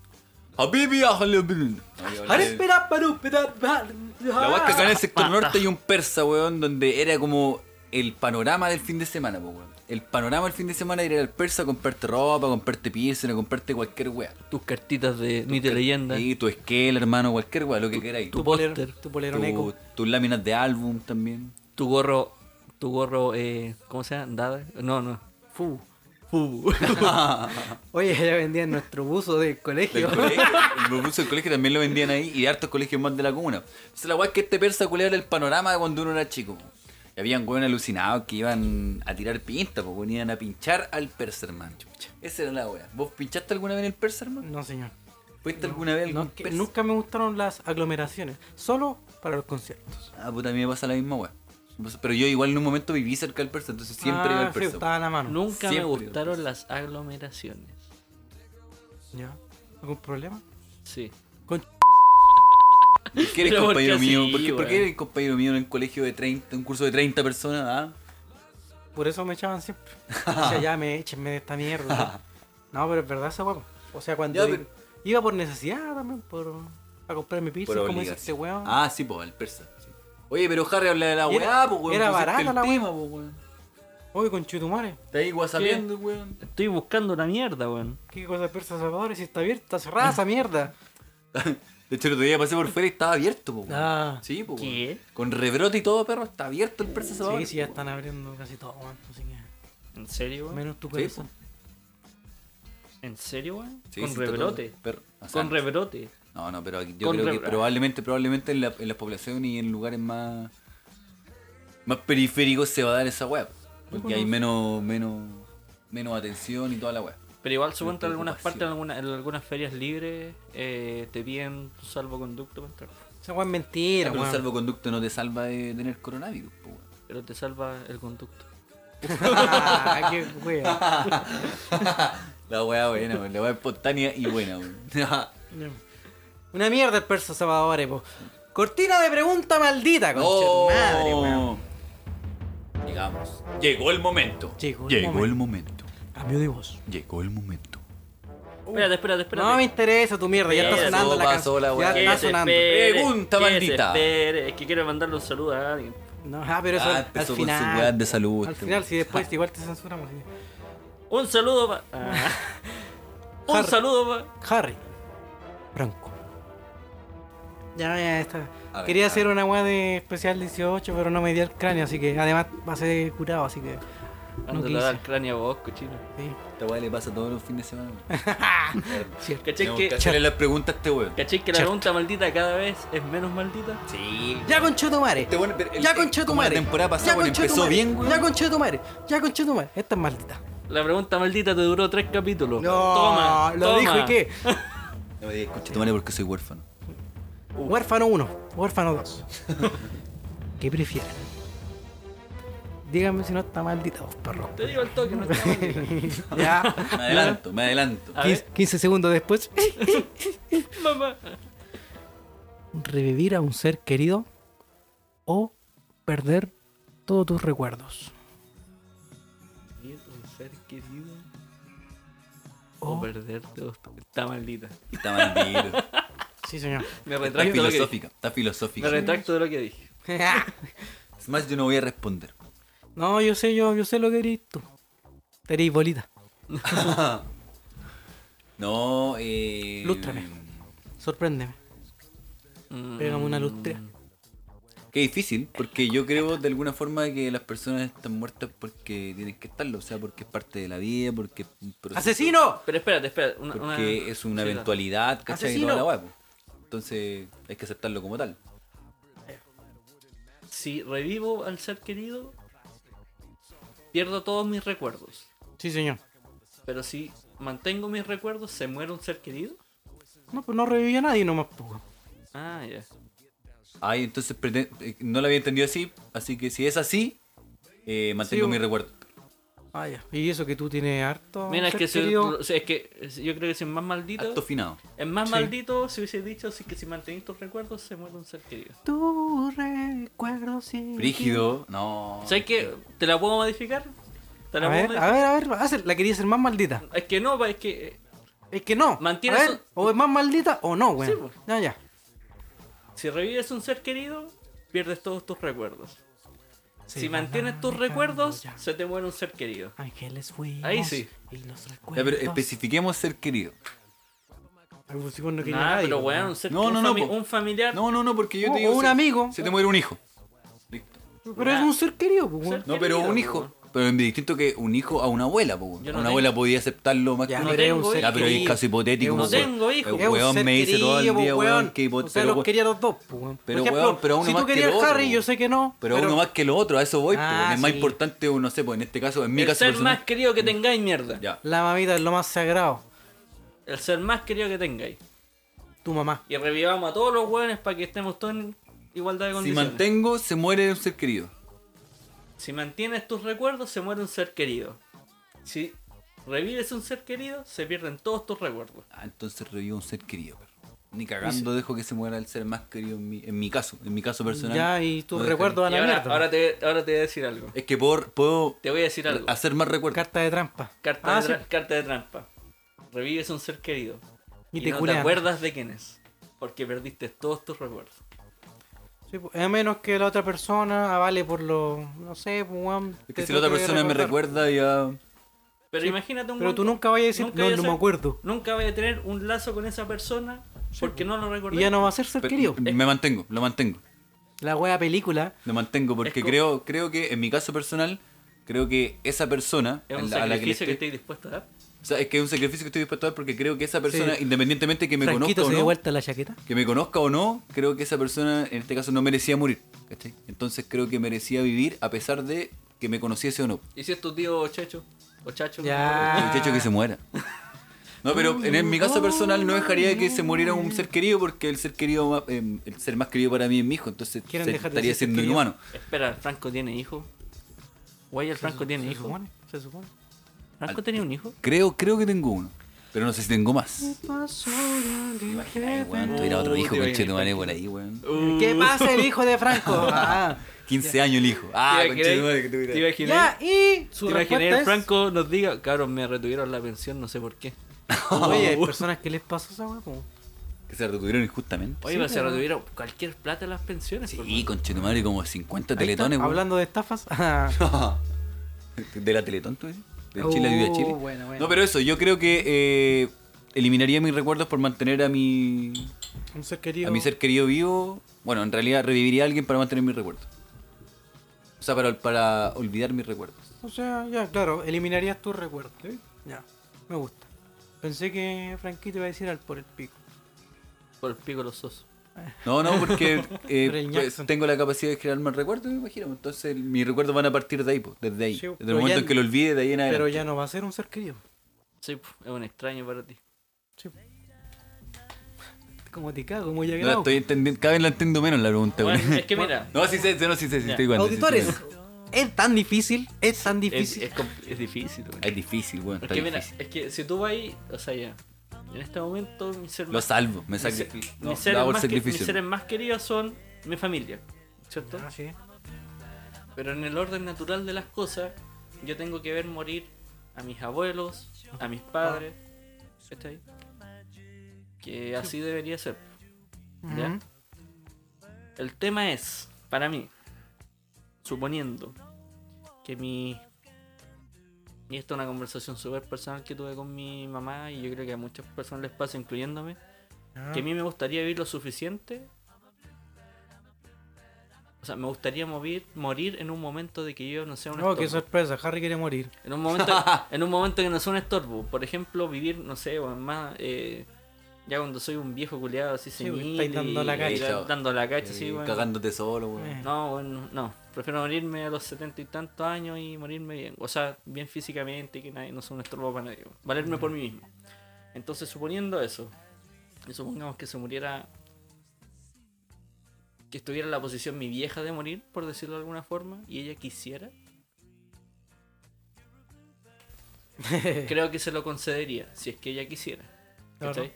[SPEAKER 4] Habibi, ajalabin.
[SPEAKER 3] Ahora espera, pero espera. Ah.
[SPEAKER 4] La weá es que acá en el sector norte hay un persa, weón, donde era como el panorama del fin de semana, po, weón. El panorama del fin de semana era ir al persa a comprarte ropa, a comprarte piercing, a comprarte cualquier weá.
[SPEAKER 5] Tus cartitas de mito y leyenda,
[SPEAKER 4] Y tu esquela, hermano, cualquier weá, lo que queráis.
[SPEAKER 5] tu
[SPEAKER 4] Tu-
[SPEAKER 5] póster,
[SPEAKER 3] Tu polerón eco.
[SPEAKER 4] Tus láminas de
[SPEAKER 3] (laughs)
[SPEAKER 4] álbum también.
[SPEAKER 5] tu gorro, tu gorro, eh, ¿cómo se llama? Dada. No, no.
[SPEAKER 3] Fu.
[SPEAKER 5] Fu.
[SPEAKER 3] (laughs) Oye, ya vendían nuestro buzo del
[SPEAKER 4] (laughs) Del
[SPEAKER 3] colegio.
[SPEAKER 4] colegio, el buzo del colegio también lo vendían ahí y de hartos colegios más de la comuna. Entonces la weá es que este persa culiao era el panorama de cuando uno era chico. po. Y habían weón alucinados que iban a tirar pinta, pues venían a pinchar al persa, hermano. Chucha, Esa era la weá. ¿Vos pinchaste alguna vez en el persa, hermano?
[SPEAKER 3] No, señor.
[SPEAKER 4] ¿Fuiste alguna vez a algún
[SPEAKER 3] No, que
[SPEAKER 4] persa?
[SPEAKER 3] nunca me gustaron las aglomeraciones. Solo para los conciertos.
[SPEAKER 4] Ah, puta, a mí me pasa la misma weá. Pero yo igual en un momento viví cerca del persa, entonces siempre iba
[SPEAKER 3] ah, sí,
[SPEAKER 4] al persa. po.
[SPEAKER 3] estaban a mano.
[SPEAKER 5] Nunca
[SPEAKER 4] Siempre.
[SPEAKER 5] me gustaron las aglomeraciones.
[SPEAKER 3] ¿Ya? ¿Algún problema?
[SPEAKER 5] Sí.
[SPEAKER 3] Con...
[SPEAKER 4] ¿Por qué eres
[SPEAKER 5] Pero ¿por qué
[SPEAKER 4] compañero mío?
[SPEAKER 5] así,
[SPEAKER 4] ¿Por qué, por qué
[SPEAKER 5] weón?
[SPEAKER 4] eres compañero mío en un colegio de 30, un curso de 30 personas? ah?
[SPEAKER 3] Por eso me echaban siempre. O sea, ya me échenme de esta
[SPEAKER 4] (laughs)
[SPEAKER 3] mierda. no, pero es verdad esa huevo. O sea, cuando
[SPEAKER 4] Ya,
[SPEAKER 3] i-
[SPEAKER 4] pero-
[SPEAKER 3] iba por necesidad también, por a comprar mi pizza,
[SPEAKER 4] Por
[SPEAKER 3] como dice
[SPEAKER 4] obligación.
[SPEAKER 3] este weón.
[SPEAKER 4] Ah, sí, pues, el persa. sí. Oye, pero Harry habla de la
[SPEAKER 3] Era-
[SPEAKER 4] weá, pues, weón.
[SPEAKER 3] era
[SPEAKER 4] tú hiciste
[SPEAKER 3] barata
[SPEAKER 4] el
[SPEAKER 3] la weá.
[SPEAKER 4] tema, po, weón.
[SPEAKER 3] Oye, con Chutumare,
[SPEAKER 4] Está ahí guasapeando, weón. (laughs)
[SPEAKER 5] Estoy buscando una mierda, weón.
[SPEAKER 3] ¿qué cosa de Persa Salvador? Si está abierta, está cerrada esa
[SPEAKER 4] (laughs)
[SPEAKER 3] mierda.
[SPEAKER 4] De hecho, el otro día pasé por fuera y estaba abierto, po, weón.
[SPEAKER 3] Ah.
[SPEAKER 4] Sí, po,
[SPEAKER 5] ¿Qué?
[SPEAKER 4] weón. Con rebrote y todo, perro, está abierto el persa Salvador.
[SPEAKER 3] Sí, sí, ya están abriendo casi todo, weón. Así que,
[SPEAKER 5] ¿En serio, weón?
[SPEAKER 3] menos tu
[SPEAKER 4] Sí,
[SPEAKER 3] corazón.
[SPEAKER 5] ¿En serio, weón?
[SPEAKER 4] Sí,
[SPEAKER 5] Con
[SPEAKER 4] sí, está todo
[SPEAKER 5] rebrote.
[SPEAKER 4] perro. O sea,
[SPEAKER 5] Con rebrote.
[SPEAKER 4] No, no, pero aquí- yo
[SPEAKER 5] Con
[SPEAKER 4] creo que
[SPEAKER 5] rebra-
[SPEAKER 4] probablemente, probablemente en, la- en las poblaciones y en lugares más, más periféricos se va a dar esa weá. po. Porque hay menos, menos, menos atención y toda la weá.
[SPEAKER 5] Pero igual supongo que en algunas
[SPEAKER 4] preocupación.
[SPEAKER 5] partes, en, alguna- en algunas ferias libres, eh, te piden tu salvoconducto para entrar.
[SPEAKER 3] Esa weón es mentira,
[SPEAKER 4] Pero un
[SPEAKER 3] weón.
[SPEAKER 4] salvoconducto no te salva de tener coronavirus, po, weón. (laughs)
[SPEAKER 5] Pero te salva el conducto.
[SPEAKER 3] (laughs) Ah, qué weón.
[SPEAKER 4] La weá buena, weón. La weá espontánea y buena,
[SPEAKER 3] (laughs)
[SPEAKER 4] weón.
[SPEAKER 3] Una mierda el Persa Salvador, po. Cortina de pregunta maldita, concha tu madre, weón.
[SPEAKER 4] Oh. Llegamos. Llegó el momento.
[SPEAKER 3] Llegó el
[SPEAKER 4] el momento.
[SPEAKER 3] Cambio de voz.
[SPEAKER 4] Llegó el momento. Uh.
[SPEAKER 5] Espérate, espérate, espérate.
[SPEAKER 3] No me interesa tu mierda, ya está
[SPEAKER 5] Pasó,
[SPEAKER 3] sonando la
[SPEAKER 4] pasó
[SPEAKER 3] canción.
[SPEAKER 4] la
[SPEAKER 3] ya
[SPEAKER 4] weá.
[SPEAKER 5] Que
[SPEAKER 3] está
[SPEAKER 5] se
[SPEAKER 3] sonando.
[SPEAKER 5] espere,
[SPEAKER 4] Pregunta
[SPEAKER 5] que se
[SPEAKER 4] maldita.
[SPEAKER 5] espere. Es que quiero mandarle un saludo a alguien.
[SPEAKER 3] No, ah, pero eso
[SPEAKER 4] Ah,
[SPEAKER 3] al- al,
[SPEAKER 4] empezó con sus
[SPEAKER 3] final.
[SPEAKER 4] weas de salud,
[SPEAKER 3] Al
[SPEAKER 4] este
[SPEAKER 3] final,
[SPEAKER 4] weón.
[SPEAKER 3] si después igual te censuramos. sí.
[SPEAKER 5] Un saludo pa- Ah. (laughs) Un
[SPEAKER 3] Harry.
[SPEAKER 5] saludo pa-
[SPEAKER 3] Harry. Franco. Ya, ya está.
[SPEAKER 4] A ver,
[SPEAKER 3] Quería
[SPEAKER 4] a
[SPEAKER 3] hacer
[SPEAKER 4] ver.
[SPEAKER 3] una weá de especial 18, pero no me dio el cráneo, así que además va a ser curado, así que. No
[SPEAKER 5] Anda, te da el
[SPEAKER 3] quise.
[SPEAKER 5] cráneo a vos, cochino.
[SPEAKER 3] Sí.
[SPEAKER 4] Esta weá le pasa todos los fines
[SPEAKER 3] (laughs)
[SPEAKER 4] de semana.
[SPEAKER 5] ¿Cachai
[SPEAKER 4] que
[SPEAKER 5] que,
[SPEAKER 4] hacerle las preguntas a este weón.
[SPEAKER 5] cachai que la pregunta maldita cada vez es menos maldita?
[SPEAKER 4] Sí.
[SPEAKER 3] Ya conchetumare.
[SPEAKER 4] Este weón, pero el-
[SPEAKER 3] Ya
[SPEAKER 4] el- como
[SPEAKER 3] conchetumare.
[SPEAKER 4] La temporada pasada,
[SPEAKER 3] Ya
[SPEAKER 4] weón, empezó
[SPEAKER 3] conchetumare.
[SPEAKER 4] bien, weón.
[SPEAKER 3] Ya conchetumare. Ya conchetumare. Esta es maldita.
[SPEAKER 5] La pregunta maldita te duró tres capítulos.
[SPEAKER 3] No,
[SPEAKER 5] toma,
[SPEAKER 3] lo
[SPEAKER 5] toma.
[SPEAKER 3] dijo y qué.
[SPEAKER 4] No me digas, concha tu madre, porque soy huérfano.
[SPEAKER 3] Huérfano 1, huérfano
[SPEAKER 5] (laughs)
[SPEAKER 3] 2. ¿Qué prefieren? Díganme si no está maldita vos, perro.
[SPEAKER 5] Te digo el toque, no está mal.
[SPEAKER 3] Ya.
[SPEAKER 4] Me adelanto, me adelanto.
[SPEAKER 5] A ver,
[SPEAKER 3] 15, 15 segundos
[SPEAKER 5] (laughs)
[SPEAKER 3] después.
[SPEAKER 5] mamá.
[SPEAKER 3] ¿Revivir a un ser querido o perder todos tus recuerdos?
[SPEAKER 5] Un ser querido.
[SPEAKER 3] Oh.
[SPEAKER 5] O perderte. o- Está maldita.
[SPEAKER 4] Y Está maldito.
[SPEAKER 3] Sí, señor.
[SPEAKER 5] Me
[SPEAKER 4] Está
[SPEAKER 5] retracto, de lo que,
[SPEAKER 4] filosófica, está filosófica.
[SPEAKER 5] me retracto de lo que dije.
[SPEAKER 4] Es más, yo no voy a responder.
[SPEAKER 3] (laughs) no, yo sé, yo, yo sé lo que eres tú. Te eres bolita.
[SPEAKER 4] No, eh.
[SPEAKER 3] Lústrame. Sorpréndeme.
[SPEAKER 5] Mm.
[SPEAKER 3] Pégame una lustra.
[SPEAKER 4] Qué difícil, porque yo creo de alguna forma que las personas están muertas porque tienen que estarlo, o sea, porque es parte de la vida, porque. es un proceso-
[SPEAKER 3] ¡Asesino!
[SPEAKER 5] Pero espérate, espérate. Una, una-
[SPEAKER 4] Porque es una
[SPEAKER 5] Ah, sí, la-
[SPEAKER 4] eventualidad, ¿cachai? Y toda
[SPEAKER 3] ¡Asesino!
[SPEAKER 4] la hueá, po. Entonces, hay que aceptarlo como tal.
[SPEAKER 5] Si revivo al ser querido, pierdo todos mis recuerdos.
[SPEAKER 3] Sí, señor.
[SPEAKER 5] Pero si mantengo mis recuerdos, ¿se muere un ser querido?
[SPEAKER 3] No, pues no revivió a nadie nomás, poco.
[SPEAKER 5] Ah, ya.
[SPEAKER 4] Ay, entonces preten- eh, no lo había entendido así, así que si es así, eh, mantengo
[SPEAKER 3] Sí,
[SPEAKER 4] mi
[SPEAKER 3] o-
[SPEAKER 4] recuerdo.
[SPEAKER 3] Ah, ya. Y eso que tú tienes harto.
[SPEAKER 5] Mira, es
[SPEAKER 3] ser
[SPEAKER 5] que, si-
[SPEAKER 3] querido.
[SPEAKER 5] si- es que eh, si- yo creo que si es más maldito,
[SPEAKER 4] Acto finado.
[SPEAKER 5] es más
[SPEAKER 3] Sí.
[SPEAKER 5] maldito si hubiese dicho si, que si mantenís tus recuerdos, se muere un ser querido.
[SPEAKER 3] Tu recuerdo sí.
[SPEAKER 4] Brígido, no.
[SPEAKER 5] ¿Sabes qué? ¿Te la puedo modificar? ¿Te la
[SPEAKER 3] A
[SPEAKER 5] puedo
[SPEAKER 3] ver, a
[SPEAKER 5] modificar?
[SPEAKER 3] ver, a ver, hace- la quería ser más maldita.
[SPEAKER 5] Es que no, pa, es que eh,
[SPEAKER 3] Es que no.
[SPEAKER 5] Mantiene
[SPEAKER 3] a ver,
[SPEAKER 5] su-
[SPEAKER 3] O es más maldita o no, güey.
[SPEAKER 5] Sí, pues.
[SPEAKER 3] ya, ya.
[SPEAKER 5] si revives un ser querido, pierdes todos tus recuerdos.
[SPEAKER 3] Sí,
[SPEAKER 5] si mantienes tus
[SPEAKER 3] dejando
[SPEAKER 5] recuerdos,
[SPEAKER 3] ya.
[SPEAKER 5] se te muere un ser querido.
[SPEAKER 3] Ángeles fuimos.
[SPEAKER 5] Ahí sí.
[SPEAKER 3] Y los recuerdos.
[SPEAKER 4] Ya, pero especifiquemos ser querido.
[SPEAKER 3] Ay, pues, si vos no querías
[SPEAKER 5] Nah,
[SPEAKER 3] nadie,
[SPEAKER 5] pero
[SPEAKER 3] güey.
[SPEAKER 5] weón, un ser
[SPEAKER 4] No,
[SPEAKER 5] un
[SPEAKER 4] no, no,
[SPEAKER 5] fami-
[SPEAKER 4] po.
[SPEAKER 5] un familiar.
[SPEAKER 4] No, no, no, porque yo
[SPEAKER 3] O-
[SPEAKER 4] te digo.
[SPEAKER 3] o un
[SPEAKER 4] se-
[SPEAKER 3] amigo.
[SPEAKER 4] Se te muere un hijo. Listo.
[SPEAKER 3] Pero es un ser querido, pues, güey.
[SPEAKER 5] Ser-
[SPEAKER 4] No, pero
[SPEAKER 5] querido,
[SPEAKER 4] un
[SPEAKER 5] po,
[SPEAKER 4] hijo.
[SPEAKER 5] weón.
[SPEAKER 4] Pero es distinto que un hijo a una abuela, po, weón.
[SPEAKER 5] Yo no
[SPEAKER 4] una
[SPEAKER 5] tengo-
[SPEAKER 4] abuela podía aceptarlo más
[SPEAKER 3] Ya,
[SPEAKER 4] que
[SPEAKER 5] no
[SPEAKER 4] un
[SPEAKER 5] tengo
[SPEAKER 4] hijo.
[SPEAKER 5] hijos.
[SPEAKER 4] Ya, pero es
[SPEAKER 3] querido.
[SPEAKER 4] caso hipotético.
[SPEAKER 3] Es
[SPEAKER 5] No
[SPEAKER 4] po, weón.
[SPEAKER 5] tengo hijo.
[SPEAKER 4] El
[SPEAKER 3] Es un
[SPEAKER 4] weón
[SPEAKER 3] ser
[SPEAKER 4] me dice todo el
[SPEAKER 3] querido,
[SPEAKER 4] día,
[SPEAKER 3] pues,
[SPEAKER 4] weón, que hipo-
[SPEAKER 3] o sea,
[SPEAKER 4] pero,
[SPEAKER 3] los
[SPEAKER 4] weón,
[SPEAKER 3] quería los dos, pues, güey. Por
[SPEAKER 4] Pero,
[SPEAKER 3] ejemplo,
[SPEAKER 4] weón, pero uno
[SPEAKER 3] si
[SPEAKER 4] más
[SPEAKER 3] tú
[SPEAKER 4] que
[SPEAKER 3] querías
[SPEAKER 4] el otro,
[SPEAKER 3] Harry,
[SPEAKER 4] weón.
[SPEAKER 3] yo sé que no.
[SPEAKER 4] Pero uno más que el otro, a eso voy, po,
[SPEAKER 3] Ah,
[SPEAKER 4] Es más
[SPEAKER 3] sí.
[SPEAKER 4] importante, no sé, pues en este caso, en mi
[SPEAKER 5] El
[SPEAKER 4] caso
[SPEAKER 5] ser
[SPEAKER 4] personal.
[SPEAKER 5] más querido que tengáis, mierda.
[SPEAKER 4] Ya.
[SPEAKER 3] La mamita es lo más sagrado.
[SPEAKER 5] El ser más querido que tengáis.
[SPEAKER 3] Tu mamá.
[SPEAKER 5] Y revivamos a todos los hueones para que estemos todos en igualdad de
[SPEAKER 4] Si
[SPEAKER 5] condiciones.
[SPEAKER 4] mantengo, se muere un ser querido.
[SPEAKER 5] Si mantienes tus recuerdos, se muere un ser querido. Si revives un ser querido, se pierden todos tus recuerdos.
[SPEAKER 4] Ah, entonces revivo un ser querido, perro. Ni cagando dejo que se muera el ser más querido en mi, en mi caso, en mi caso personal.
[SPEAKER 3] Ya, y tus
[SPEAKER 4] No dejaría-
[SPEAKER 3] recuerdos a
[SPEAKER 5] Y
[SPEAKER 3] la
[SPEAKER 5] ahora,
[SPEAKER 3] mierda.
[SPEAKER 5] ahora te, ahora te voy a decir algo.
[SPEAKER 4] Es que puedo, puedo
[SPEAKER 5] Te voy a decir algo.
[SPEAKER 4] hacer más recuerdos.
[SPEAKER 3] Carta de trampa.
[SPEAKER 5] Carta,
[SPEAKER 3] Ah,
[SPEAKER 5] de,
[SPEAKER 3] sí.
[SPEAKER 5] tra- carta de trampa. Revives un ser querido.
[SPEAKER 3] Y
[SPEAKER 5] Y,
[SPEAKER 3] te
[SPEAKER 5] no
[SPEAKER 3] culean.
[SPEAKER 5] te acuerdas de quién es. Porque perdiste todos tus recuerdos.
[SPEAKER 3] Sí, pues, a menos que la otra persona avale por lo. No sé, pues, weón.
[SPEAKER 4] Es
[SPEAKER 3] te
[SPEAKER 4] que si la otra
[SPEAKER 3] toque
[SPEAKER 4] persona me
[SPEAKER 3] recordar.
[SPEAKER 4] recuerda, ya.
[SPEAKER 5] Pero imagínate un
[SPEAKER 3] Pero
[SPEAKER 5] weón-
[SPEAKER 3] tú nunca vayas a decir, no,
[SPEAKER 5] vaya
[SPEAKER 3] no
[SPEAKER 5] a
[SPEAKER 3] me
[SPEAKER 5] ser-
[SPEAKER 3] acuerdo.
[SPEAKER 5] Nunca vaya a tener un lazo con esa persona porque no lo
[SPEAKER 3] Y
[SPEAKER 5] recordé.
[SPEAKER 3] ya no va a ser ser
[SPEAKER 4] Pero-
[SPEAKER 3] querido.
[SPEAKER 4] me mantengo, lo mantengo.
[SPEAKER 3] La wea película.
[SPEAKER 4] Lo mantengo porque
[SPEAKER 5] Es co-
[SPEAKER 4] creo, creo que en mi caso personal, creo que esa persona
[SPEAKER 5] Es
[SPEAKER 4] a
[SPEAKER 5] un
[SPEAKER 4] la- a la que le
[SPEAKER 5] sacrificio que
[SPEAKER 4] estoy-
[SPEAKER 5] estés dispuesto a dar.
[SPEAKER 4] o sea, es que es un sacrificio que estoy dispuesto a dar porque creo que esa persona,
[SPEAKER 3] Sí.
[SPEAKER 4] independientemente que me
[SPEAKER 3] Franquito se
[SPEAKER 4] conozca
[SPEAKER 3] dio
[SPEAKER 4] o no,
[SPEAKER 3] vuelta la chaqueta.
[SPEAKER 4] que me conozca o no, creo que esa persona en este caso no merecía morir. ¿cachai? Entonces creo que merecía vivir a pesar de que me conociese o no.
[SPEAKER 5] ¿Y si es tu tío Chacho? ¿O Chacho?
[SPEAKER 3] Ya.
[SPEAKER 4] El muchacho que se muera. No, pero en, el- mi caso personal no dejaría que se muriera un ser querido porque el ser querido más- eh, el ser más querido para mí es mi hijo, entonces
[SPEAKER 3] ¿Quieren
[SPEAKER 4] se-
[SPEAKER 3] dejar de
[SPEAKER 4] estaría
[SPEAKER 3] decir ser
[SPEAKER 4] siendo
[SPEAKER 3] querido?
[SPEAKER 4] inhumano.
[SPEAKER 5] Espera, ¿Franco tiene hijo? Guay, el Franco tiene
[SPEAKER 3] Se
[SPEAKER 5] hijo.
[SPEAKER 3] supone, se supone.
[SPEAKER 5] ¿Franco tenía un hijo?
[SPEAKER 4] Creo, creo que tengo uno, pero no sé si tengo más. Ay, weón, tuviera otro hijo,
[SPEAKER 5] te
[SPEAKER 4] conchetumare por ahí, weón.
[SPEAKER 3] ¿Qué pasa el hijo de Franco?
[SPEAKER 4] (laughs)
[SPEAKER 3] Ah,
[SPEAKER 4] 15 años el hijo. Ah, conchetumare que tuviera.
[SPEAKER 5] ¿Te imaginas?
[SPEAKER 3] ya, y su
[SPEAKER 5] ¿Te imaginas
[SPEAKER 3] respuesta
[SPEAKER 5] el
[SPEAKER 3] es-
[SPEAKER 5] Franco nos diga, cabrón, me retuvieron la pensión, no sé por qué?
[SPEAKER 3] Oye,
[SPEAKER 4] (laughs)
[SPEAKER 3] hay personas que les pasó esa wea, po.
[SPEAKER 4] Que se retuvieron injustamente.
[SPEAKER 5] Oye, pero se retuvieron cualquier plata en las pensiones. por
[SPEAKER 4] Sí,
[SPEAKER 5] favor.
[SPEAKER 4] conchetumare, como 50
[SPEAKER 3] Ahí está,
[SPEAKER 4] teletones, weón.
[SPEAKER 3] Hablando de estafas. (laughs) Ah,
[SPEAKER 4] (laughs) ¿De la Teletón, tú dices? ¿De
[SPEAKER 3] Oh,
[SPEAKER 4] Chile Viva Chile?
[SPEAKER 3] bueno, bueno.
[SPEAKER 4] No, pero eso, yo creo que eh, eliminaría mis recuerdos por mantener a mi
[SPEAKER 3] un ser querido.
[SPEAKER 4] a mi ser querido vivo. Bueno, en realidad reviviría a alguien para mantener mis recuerdos. O sea, para, para olvidar mis recuerdos.
[SPEAKER 3] O sea, ya, claro, eliminarías tus recuerdos. Ya, me gusta. Pensé que Franquito iba a decir al por el pico.
[SPEAKER 5] Por el pico los osos.
[SPEAKER 4] No, no,
[SPEAKER 3] (laughs)
[SPEAKER 4] porque eh,
[SPEAKER 3] Pero el
[SPEAKER 4] pues,
[SPEAKER 3] Jackson.
[SPEAKER 4] tengo la capacidad de crear más recuerdos, me imagino. Entonces mis recuerdos van a partir de ahí, po, desde ahí.
[SPEAKER 3] Sí,
[SPEAKER 4] desde el
[SPEAKER 3] pero
[SPEAKER 4] momento
[SPEAKER 3] ya-
[SPEAKER 4] en que lo olvide, de ahí en
[SPEAKER 3] Pero
[SPEAKER 4] adelante.
[SPEAKER 3] ya no va a ser un ser querido.
[SPEAKER 5] Sí, puf, es un extraño para ti.
[SPEAKER 3] Sí. ¿Cómo te cago? Muy
[SPEAKER 4] No la
[SPEAKER 3] llegado.
[SPEAKER 4] estoy entendiendo, cada vez la entiendo menos la pregunta,
[SPEAKER 5] Bueno,
[SPEAKER 4] weón.
[SPEAKER 5] es que
[SPEAKER 4] (laughs)
[SPEAKER 5] mira.
[SPEAKER 4] No, sí sé, sí, no, sí sé, sí,
[SPEAKER 5] Ya.
[SPEAKER 4] estoy igual. sí, estoy
[SPEAKER 3] Auditores,
[SPEAKER 4] igual.
[SPEAKER 3] es tan difícil, es tan
[SPEAKER 5] Es,
[SPEAKER 3] difícil.
[SPEAKER 5] es, compl- es difícil, weón.
[SPEAKER 4] Es difícil, weón.
[SPEAKER 5] Es
[SPEAKER 4] está
[SPEAKER 5] que mira,
[SPEAKER 4] difícil.
[SPEAKER 5] es que si tú vas ahí, o sea, ya. En este momento, mi celular.
[SPEAKER 4] Lo salvo, me
[SPEAKER 5] mis,
[SPEAKER 4] sacrifico.
[SPEAKER 5] mis
[SPEAKER 4] No,
[SPEAKER 5] seres
[SPEAKER 4] hago el
[SPEAKER 5] más que- mis
[SPEAKER 4] sacrificio.
[SPEAKER 5] seres más queridos son mi familia, ¿cierto?
[SPEAKER 8] Ah, sí.
[SPEAKER 5] Pero en el orden natural de las cosas, yo tengo que ver morir a mis abuelos, a mis padres, ¿cachai? Que así debería ser.
[SPEAKER 8] Ujú.
[SPEAKER 5] ¿ya? El tema es, para mí, suponiendo que mi... Y esta es una conversación súper personal que tuve con mi mamá y yo creo que a muchas personas les pasa, incluyéndome,
[SPEAKER 8] Ah.
[SPEAKER 5] que a mí me gustaría vivir lo suficiente. O sea, me gustaría morir, morir en un momento de que yo no sea un
[SPEAKER 8] No,
[SPEAKER 5] estorbo.
[SPEAKER 8] qué sorpresa, Harry quiere morir.
[SPEAKER 5] En
[SPEAKER 8] (laughs)
[SPEAKER 5] un momento, en un momento que no sea un estorbo. Por ejemplo, vivir, no sé, o más... eh, ya cuando soy un viejo culiado así
[SPEAKER 8] Sí, pues,
[SPEAKER 5] senil
[SPEAKER 8] estáis dando
[SPEAKER 5] y-
[SPEAKER 8] la
[SPEAKER 5] y
[SPEAKER 4] cacha.
[SPEAKER 5] dando la cacha, sí,
[SPEAKER 4] Eh,
[SPEAKER 5] bueno.
[SPEAKER 4] Cagándote solo,
[SPEAKER 8] Eh.
[SPEAKER 4] weón.
[SPEAKER 5] No, bueno, no. Prefiero morirme a los setenta y tantos años y morirme bien. O sea, bien físicamente y que nadie, no sea un estorbo para nadie. Valerme por mí mismo. Entonces, suponiendo eso, y supongamos que se muriera. que estuviera en la posición mi vieja de morir, por decirlo de alguna forma, y ella quisiera. Creo que se lo concedería, si es que ella quisiera.
[SPEAKER 8] Claro.
[SPEAKER 5] ¿cachai?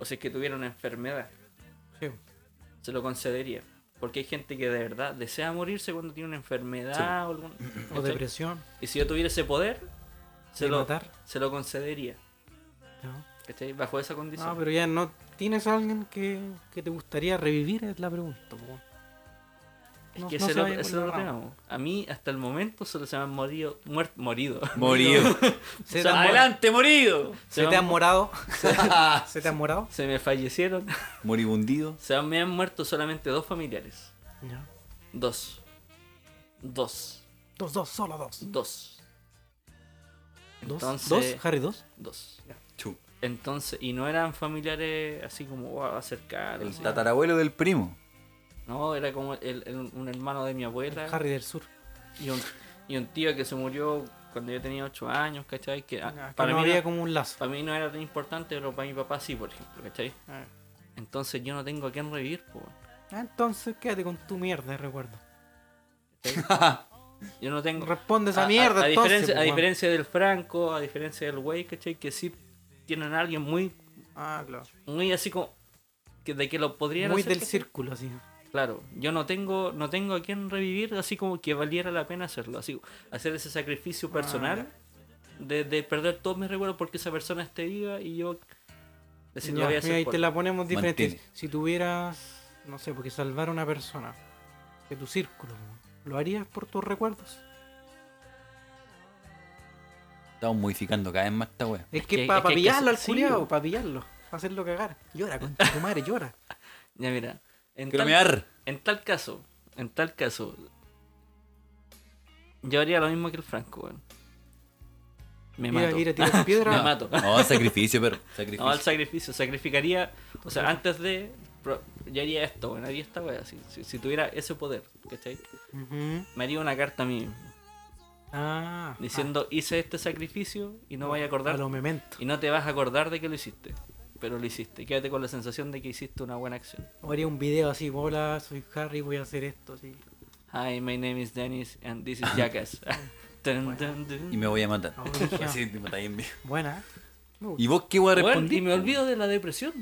[SPEAKER 5] O si es que tuviera una enfermedad
[SPEAKER 8] (laughs) Sí.
[SPEAKER 5] se lo concedería. Porque hay gente que de verdad desea morirse cuando tiene una enfermedad o algún-
[SPEAKER 8] O
[SPEAKER 5] ¿cachai?
[SPEAKER 8] depresión.
[SPEAKER 5] Y si yo tuviera ese poder, se,
[SPEAKER 8] ¿De
[SPEAKER 5] lo,
[SPEAKER 8] matar?
[SPEAKER 5] se lo concedería.
[SPEAKER 8] No.
[SPEAKER 5] ¿cachai? Bajo esa condición.
[SPEAKER 8] No, pero ya no. ¿Tienes a alguien que, que te gustaría revivir? Es la pregunta. po.
[SPEAKER 5] es
[SPEAKER 8] no-
[SPEAKER 5] que
[SPEAKER 8] no
[SPEAKER 5] ese
[SPEAKER 8] se
[SPEAKER 5] lo-
[SPEAKER 8] vaya por
[SPEAKER 5] ese
[SPEAKER 8] la
[SPEAKER 5] lo
[SPEAKER 8] rama.
[SPEAKER 5] tenemos. A mí, hasta el momento, solo se me han morido. muer- morido.
[SPEAKER 4] Morido.
[SPEAKER 5] (laughs)
[SPEAKER 3] Se, te
[SPEAKER 5] sea,
[SPEAKER 3] han mor-
[SPEAKER 4] ¡Adelante, morido!
[SPEAKER 3] se te han
[SPEAKER 5] (laughs)
[SPEAKER 3] morado.
[SPEAKER 4] Ah,
[SPEAKER 3] Se te han morado.
[SPEAKER 5] Se me fallecieron.
[SPEAKER 4] (laughs) Moribundido.
[SPEAKER 5] se han- me han muerto solamente dos familiares.
[SPEAKER 8] Ya.
[SPEAKER 5] Dos. Dos.
[SPEAKER 3] Dos, dos, solo dos.
[SPEAKER 5] Dos.
[SPEAKER 3] Dos,
[SPEAKER 5] Entonces-
[SPEAKER 3] dos, Harry, dos.
[SPEAKER 5] Dos.
[SPEAKER 4] Chu.
[SPEAKER 5] Entonces, y no eran familiares así como wow, cercanos.
[SPEAKER 4] El
[SPEAKER 5] así.
[SPEAKER 4] tatarabuelo del primo.
[SPEAKER 5] No, era como el- el- un hermano de mi abuela
[SPEAKER 3] Harry del sur.
[SPEAKER 5] y un, y un tío que se murió cuando yo tenía 8 años, ¿cachai? Que, ah,
[SPEAKER 3] Ah, que
[SPEAKER 5] para,
[SPEAKER 3] no
[SPEAKER 5] mí
[SPEAKER 3] había
[SPEAKER 5] no,
[SPEAKER 3] como un lazo.
[SPEAKER 5] para mí no era tan importante, pero para mi papá sí, por ejemplo, ¿cachai?
[SPEAKER 3] Ah.
[SPEAKER 5] Entonces yo no tengo a quién revivir, po,
[SPEAKER 3] Ah, Entonces quédate con tu mierda, de recuerdo.
[SPEAKER 5] ¿cachai? Yo no tengo...
[SPEAKER 3] Responde
[SPEAKER 5] a-
[SPEAKER 3] esa
[SPEAKER 5] a-
[SPEAKER 3] mierda,
[SPEAKER 5] a,
[SPEAKER 3] entonces.
[SPEAKER 5] diferencia,
[SPEAKER 3] pues,
[SPEAKER 5] a
[SPEAKER 3] weón.
[SPEAKER 5] diferencia del Franco, a diferencia del Wey, ¿cachai? Que sí tienen a alguien muy,
[SPEAKER 3] Ah, claro.
[SPEAKER 5] muy así como... Que de que lo podrían
[SPEAKER 3] Muy
[SPEAKER 5] hacer,
[SPEAKER 3] del
[SPEAKER 5] ¿cachai?
[SPEAKER 3] círculo, así.
[SPEAKER 5] Claro, yo no tengo, no tengo a quién revivir así como que valiera la pena hacerlo, así hacer ese
[SPEAKER 3] Ah,
[SPEAKER 5] sacrificio personal de, de perder todos mis recuerdos porque esa persona esté viva y yo decir lo
[SPEAKER 3] Ya,
[SPEAKER 5] voy a
[SPEAKER 3] mira,
[SPEAKER 5] hacer
[SPEAKER 3] ahí
[SPEAKER 5] por-
[SPEAKER 3] te la ponemos diferente.
[SPEAKER 4] Mantiene.
[SPEAKER 3] Si tuvieras, no sé, porque salvar a una persona de tu círculo, ¿lo harías por tus recuerdos?
[SPEAKER 4] Estamos modificando cada vez más esta wea.
[SPEAKER 3] Es
[SPEAKER 5] que-
[SPEAKER 3] que
[SPEAKER 5] es
[SPEAKER 3] para
[SPEAKER 5] que hay que
[SPEAKER 3] pillarlo al
[SPEAKER 5] hacer- sí,
[SPEAKER 3] culiao,
[SPEAKER 5] po.
[SPEAKER 3] para pillarlo, para hacerlo cagar. Llora, concha tu madre,
[SPEAKER 5] (laughs)
[SPEAKER 3] llora.
[SPEAKER 5] Ya mira, en
[SPEAKER 4] Quiero
[SPEAKER 5] tal,
[SPEAKER 4] mear.
[SPEAKER 5] en tal caso, en tal caso, yo haría lo mismo que el Franco, weón. Me
[SPEAKER 3] Mira,
[SPEAKER 5] mato.
[SPEAKER 3] mira,
[SPEAKER 5] (laughs)
[SPEAKER 3] tira
[SPEAKER 5] Me
[SPEAKER 3] piedra.
[SPEAKER 5] mato.
[SPEAKER 4] Ah, No, sacrificio,
[SPEAKER 5] (laughs)
[SPEAKER 4] pero. Sacrificio.
[SPEAKER 5] No, al sacrificio, sacrificaría, o sea, antes de, pro- yo haría esto, weón, haría esta wea, si, si, si tuviera ese poder, ¿cachai?
[SPEAKER 3] Ujú.
[SPEAKER 5] Me haría una carta a mí mismo.
[SPEAKER 3] Ah,
[SPEAKER 5] diciendo hice este sacrificio y no
[SPEAKER 3] ah,
[SPEAKER 5] vayas a
[SPEAKER 3] a
[SPEAKER 5] acordar
[SPEAKER 3] lo memento.
[SPEAKER 5] y no te vas a acordar de que lo hiciste pero lo hiciste quédate con la sensación de que hiciste una buena acción
[SPEAKER 3] O haría un video así, hola, soy Harry, voy a hacer esto, así.
[SPEAKER 5] hi my name is Dennis and this is
[SPEAKER 4] (laughs)
[SPEAKER 5] Jackass (laughs) Dun, dun, dun.
[SPEAKER 4] Y me voy a matar.
[SPEAKER 3] Ah, buenísimo.
[SPEAKER 4] (laughs) Así te matáis en vivo.
[SPEAKER 3] Buena.
[SPEAKER 4] ¿Y vos qué wea
[SPEAKER 5] Weón, y
[SPEAKER 4] respondí?
[SPEAKER 5] me olvido de la depresión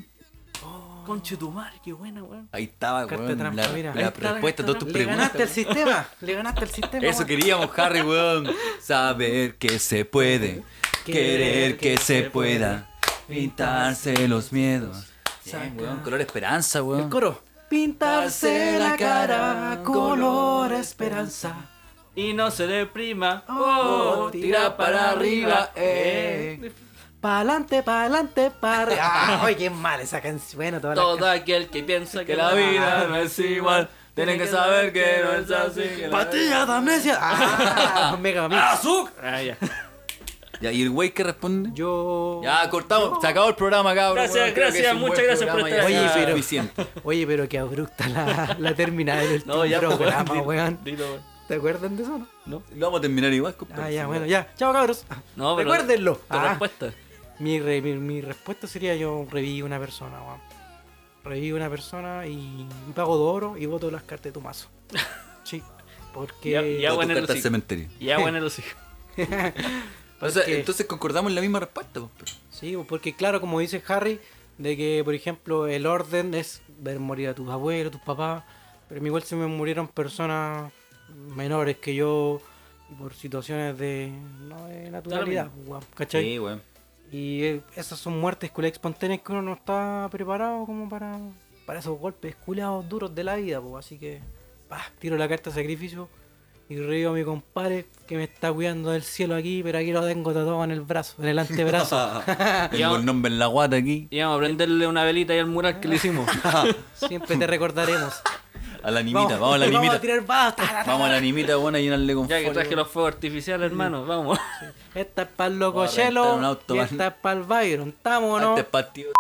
[SPEAKER 4] Oh.
[SPEAKER 5] conchetumar qué buena weón
[SPEAKER 4] Ahí estaba,
[SPEAKER 3] Carta
[SPEAKER 4] weón.
[SPEAKER 3] trampa,
[SPEAKER 4] la
[SPEAKER 3] mira.
[SPEAKER 4] la
[SPEAKER 3] Ahí
[SPEAKER 5] está la
[SPEAKER 4] respuesta a
[SPEAKER 5] carta
[SPEAKER 4] todas tus
[SPEAKER 3] Le ganaste el
[SPEAKER 4] preguntas.
[SPEAKER 3] sistema, le ganaste el sistema.
[SPEAKER 4] Eso
[SPEAKER 3] weón.
[SPEAKER 4] queríamos, Harry, weón. Saber que se puede. Querer que se pueda. Pintarse los miedos. Bien, weón. Color esperanza,
[SPEAKER 3] El
[SPEAKER 4] weón.
[SPEAKER 3] coro. Pintarse la cara, color esperanza.
[SPEAKER 5] y no se deprima
[SPEAKER 3] Oh,
[SPEAKER 5] oh, tira para arriba eh.
[SPEAKER 3] Pa'lante, pa'lante, para. Ah, oye, qué mal esa canción. Bueno, toda la
[SPEAKER 5] todo aquel que piensa
[SPEAKER 4] Que la vida no es igual. Tienen que saber que no es así. que la-
[SPEAKER 3] Patilla de amnesia. Ah, (laughs) mega mix.
[SPEAKER 5] Ah, ya.
[SPEAKER 4] Ya, ¿Y el güey que responde?
[SPEAKER 3] Yo.
[SPEAKER 4] Ya, cortamos. Se acabó el programa, cabrón.
[SPEAKER 5] Gracias,
[SPEAKER 4] Bueno, creo que
[SPEAKER 5] gracias,
[SPEAKER 4] es un buen
[SPEAKER 5] muchas gracias por
[SPEAKER 4] programa,
[SPEAKER 5] estar
[SPEAKER 4] ya
[SPEAKER 5] acá.
[SPEAKER 4] es
[SPEAKER 5] Oye, pero-
[SPEAKER 4] suficiente.
[SPEAKER 3] Oye, pero qué abrupta la, la terminada del
[SPEAKER 5] no ya pues, weón,
[SPEAKER 3] programa,
[SPEAKER 5] dilo,
[SPEAKER 3] weón.
[SPEAKER 5] dilo, weón.
[SPEAKER 3] ¿Te acuerdan de eso, no?
[SPEAKER 4] Lo vamos a terminar igual, compadre.
[SPEAKER 3] Ah, ya, bueno, ya. Chao, cabros. Ah,
[SPEAKER 5] No, pero-
[SPEAKER 3] Recuérdenlo.
[SPEAKER 5] tu
[SPEAKER 3] Ah,
[SPEAKER 5] respuesta
[SPEAKER 3] mi, re- mi, mi respuesta sería: yo reviví una persona, weón. revive una persona y pago dos oro y voto las cartas de tu mazo. Sí, porque...
[SPEAKER 5] Ya- ya,
[SPEAKER 4] Todas tus
[SPEAKER 5] bueno,
[SPEAKER 4] cartas al
[SPEAKER 5] sí.
[SPEAKER 4] cementerio.
[SPEAKER 5] Y Ya bueno los hijos.
[SPEAKER 3] (laughs)
[SPEAKER 4] O sea,
[SPEAKER 3] Porque-
[SPEAKER 4] entonces concordamos en la misma respuesta. pues, pero-
[SPEAKER 3] Sí, porque claro, como dice Harry, de que por ejemplo el orden es ver morir a tus abuelos, tus papás, pero a mí igual se me murieron personas menores que yo y por situaciones de, no, de naturalidad, weón, ¿cachai?
[SPEAKER 4] Sí, weón.
[SPEAKER 3] Y eh, esas son muertes culiadas espontáneas que uno no está preparado como para, para esos golpes culiados duros de la vida, po. así que pa, tiro la carta de sacrificio y río a mi compadre que me está cuidando del cielo aquí, pero aquí lo tengo tatuado en el brazo, en
[SPEAKER 4] (laughs)
[SPEAKER 3] el antebrazo.
[SPEAKER 4] Tengo el nombre en la guata aquí.
[SPEAKER 5] Y vamos a prenderle una velita ahí al mural que
[SPEAKER 3] (laughs)
[SPEAKER 5] le hicimos.
[SPEAKER 3] Ah, Siempre te
[SPEAKER 4] (laughs)
[SPEAKER 3] recordaremos.
[SPEAKER 4] A la animita, vamos, a la
[SPEAKER 3] vamos
[SPEAKER 4] animita.
[SPEAKER 3] a tirar basta.
[SPEAKER 4] Vamos a la animita, weón, a llenarle
[SPEAKER 5] (laughs)
[SPEAKER 4] con
[SPEAKER 5] Ya que
[SPEAKER 4] folio,
[SPEAKER 5] traje los fuegos artificiales, hermano, vamos. (laughs)
[SPEAKER 3] Esta es para el
[SPEAKER 4] Vamos a rentar un
[SPEAKER 3] locochelo
[SPEAKER 4] auto, Este-
[SPEAKER 3] y
[SPEAKER 4] man.
[SPEAKER 3] esta es para el Byron. ¿Estamos o no?
[SPEAKER 4] Antes partido.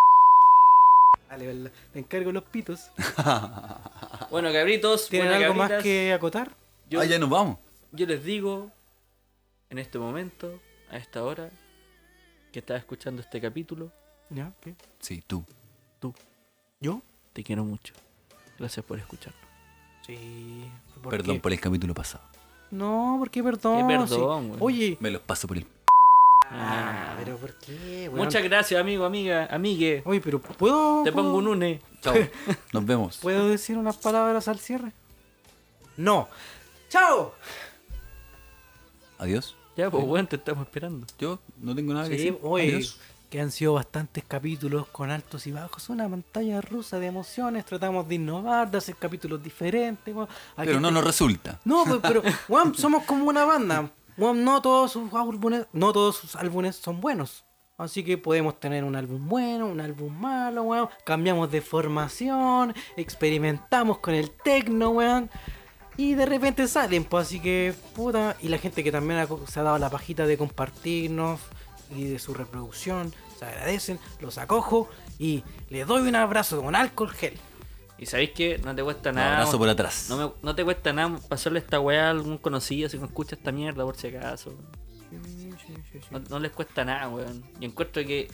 [SPEAKER 3] Dale, verdad. Te encargo los
[SPEAKER 4] (laughs)
[SPEAKER 3] pitos.
[SPEAKER 5] Bueno, cabritos,
[SPEAKER 3] ¿Tienen
[SPEAKER 5] buena
[SPEAKER 3] algo más
[SPEAKER 5] cabritas,
[SPEAKER 3] que acotar?
[SPEAKER 5] Yo,
[SPEAKER 4] Ah, ya nos vamos.
[SPEAKER 5] yo les digo, en este momento, a esta hora, que estás escuchando este capítulo,
[SPEAKER 3] ¿Ya? ¿Qué?
[SPEAKER 4] Sí, tú.
[SPEAKER 3] ¿Yo?
[SPEAKER 5] te quiero mucho. Gracias por escucharnos.
[SPEAKER 3] Sí. ¿por
[SPEAKER 4] Perdón
[SPEAKER 3] qué?
[SPEAKER 4] por el capítulo pasado.
[SPEAKER 3] No, ¿por qué perdón?
[SPEAKER 5] Qué perdón,
[SPEAKER 3] Sí.
[SPEAKER 5] weón.
[SPEAKER 3] Oye.
[SPEAKER 4] Me los paso por el.
[SPEAKER 3] Ah, pero ¿por qué, weón?
[SPEAKER 5] Muchas gracias, amigo, amiga, amigue.
[SPEAKER 3] Oye, pero ¿puedo,
[SPEAKER 5] Te
[SPEAKER 3] puedo-
[SPEAKER 5] pongo un une.
[SPEAKER 4] Chao. Nos vemos.
[SPEAKER 3] ¿Puedo decir unas palabras al cierre? No. ¡Chao!
[SPEAKER 4] Adiós.
[SPEAKER 5] Ya, pues, weón, te estamos esperando.
[SPEAKER 4] Yo no tengo nada que
[SPEAKER 3] Sí,
[SPEAKER 4] decir.
[SPEAKER 3] oye,
[SPEAKER 4] Adiós.
[SPEAKER 3] que han sido bastantes capítulos con altos y bajos, una pantalla rusa de emociones, tratamos de innovar, de hacer capítulos diferentes. weón. Aquí
[SPEAKER 4] Pero no
[SPEAKER 3] te-
[SPEAKER 4] nos resulta.
[SPEAKER 3] No, pe- pero, weón, somos como una banda. Weón, no todos sus álbumes, no todos sus álbumes son buenos. Así que podemos tener un álbum bueno, un álbum malo, weón. Cambiamos de formación, experimentamos con el techno, weón. Y de repente salen, pues así que puta. Y la gente que también ha co- se ha dado la pajita de compartirnos y de su reproducción, se agradecen, los acojo y les doy un abrazo con alcohol gel.
[SPEAKER 5] Y sabéis que no te cuesta
[SPEAKER 4] Un
[SPEAKER 5] nada.
[SPEAKER 4] abrazo por atrás.
[SPEAKER 5] No, me- no te cuesta nada pasarle esta weá a algún conocido si no escucha esta mierda por si acaso. No, no les cuesta nada, weón. Y encuentro que.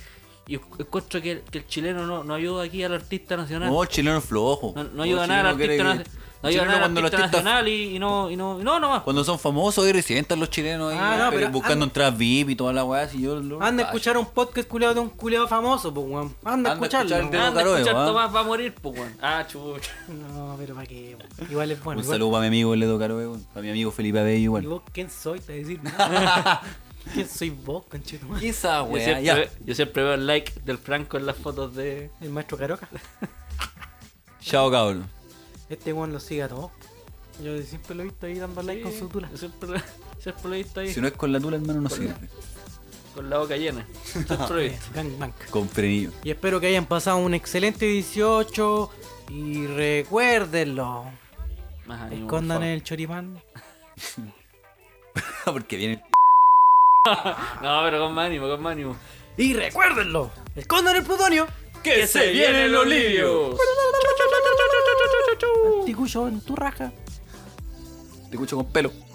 [SPEAKER 5] Y encuentro que, que el chileno no, no ayuda aquí al artista nacional.
[SPEAKER 4] No, chileno flojo.
[SPEAKER 5] no, no
[SPEAKER 4] No,
[SPEAKER 5] ayuda
[SPEAKER 4] chileno
[SPEAKER 5] nada al
[SPEAKER 4] quiere
[SPEAKER 5] artista,
[SPEAKER 4] que-
[SPEAKER 5] nacional. no ayuda
[SPEAKER 4] chileno
[SPEAKER 5] nada al
[SPEAKER 4] cuando los
[SPEAKER 5] artista
[SPEAKER 4] artistas-
[SPEAKER 5] nacional y, y no, y no, y no, no más.
[SPEAKER 4] Cuando son famosos y residentan los chilenos ahí,
[SPEAKER 3] Ah, no,
[SPEAKER 4] pero
[SPEAKER 3] pero-
[SPEAKER 4] buscando entradas VIP y toda la weá, si yo lo-
[SPEAKER 3] Anda a
[SPEAKER 4] Ah,
[SPEAKER 3] escuchar un podcast culeado de un culeado famoso, pues, weón. Anda
[SPEAKER 4] Anda
[SPEAKER 3] a
[SPEAKER 4] a
[SPEAKER 3] escucharlo.
[SPEAKER 4] escuchar de-
[SPEAKER 5] Anda,
[SPEAKER 4] Caroe,
[SPEAKER 5] escuchar
[SPEAKER 4] weón.
[SPEAKER 5] Tomás va a morir, pues weón. Ah, chucha.
[SPEAKER 3] No, pero para qué. weón. Igual es bueno.
[SPEAKER 4] Un
[SPEAKER 3] igual-
[SPEAKER 4] saludo para mi amigo Ledo Caro, weón. para mi amigo Felipe Abello
[SPEAKER 3] ¿Y
[SPEAKER 4] igual.
[SPEAKER 3] vos quién soy? Te voy a decir, ¿no?
[SPEAKER 4] (laughs)
[SPEAKER 3] ¿quién soy vos, conchetumadre?
[SPEAKER 4] Esa
[SPEAKER 5] Yo
[SPEAKER 4] weá,
[SPEAKER 5] siempre,
[SPEAKER 4] (laughs) ya.
[SPEAKER 5] ve- yo siempre veo el like del Franco en las fotos de.
[SPEAKER 3] El maestro Caroca.
[SPEAKER 4] Chao cabrón.
[SPEAKER 3] Este weón lo sigue a todos. Yo siempre lo he visto ahí dando like con su tula.
[SPEAKER 5] Yo siempre, lo- siempre lo he visto ahí
[SPEAKER 4] Si no es con la tula, hermano, no sirve.
[SPEAKER 5] con la boca
[SPEAKER 4] (laughs)
[SPEAKER 5] llena. Siempre lo he visto.
[SPEAKER 3] Gang bang.
[SPEAKER 4] Con frenillo. (laughs)
[SPEAKER 3] Y espero que hayan pasado un excelente 18. Y recuérdenlo.
[SPEAKER 5] Más ánimo, por
[SPEAKER 3] Escondan
[SPEAKER 5] favor.
[SPEAKER 3] el choripán.
[SPEAKER 4] Porque viene
[SPEAKER 5] No, pero con más ánimo, con más ánimo.
[SPEAKER 3] Y recuérdenlo. Escondan el plutonio.
[SPEAKER 5] ¡Que se vienen los lirios!
[SPEAKER 3] Ticucho en tu raja.
[SPEAKER 4] Te escucho con pelo.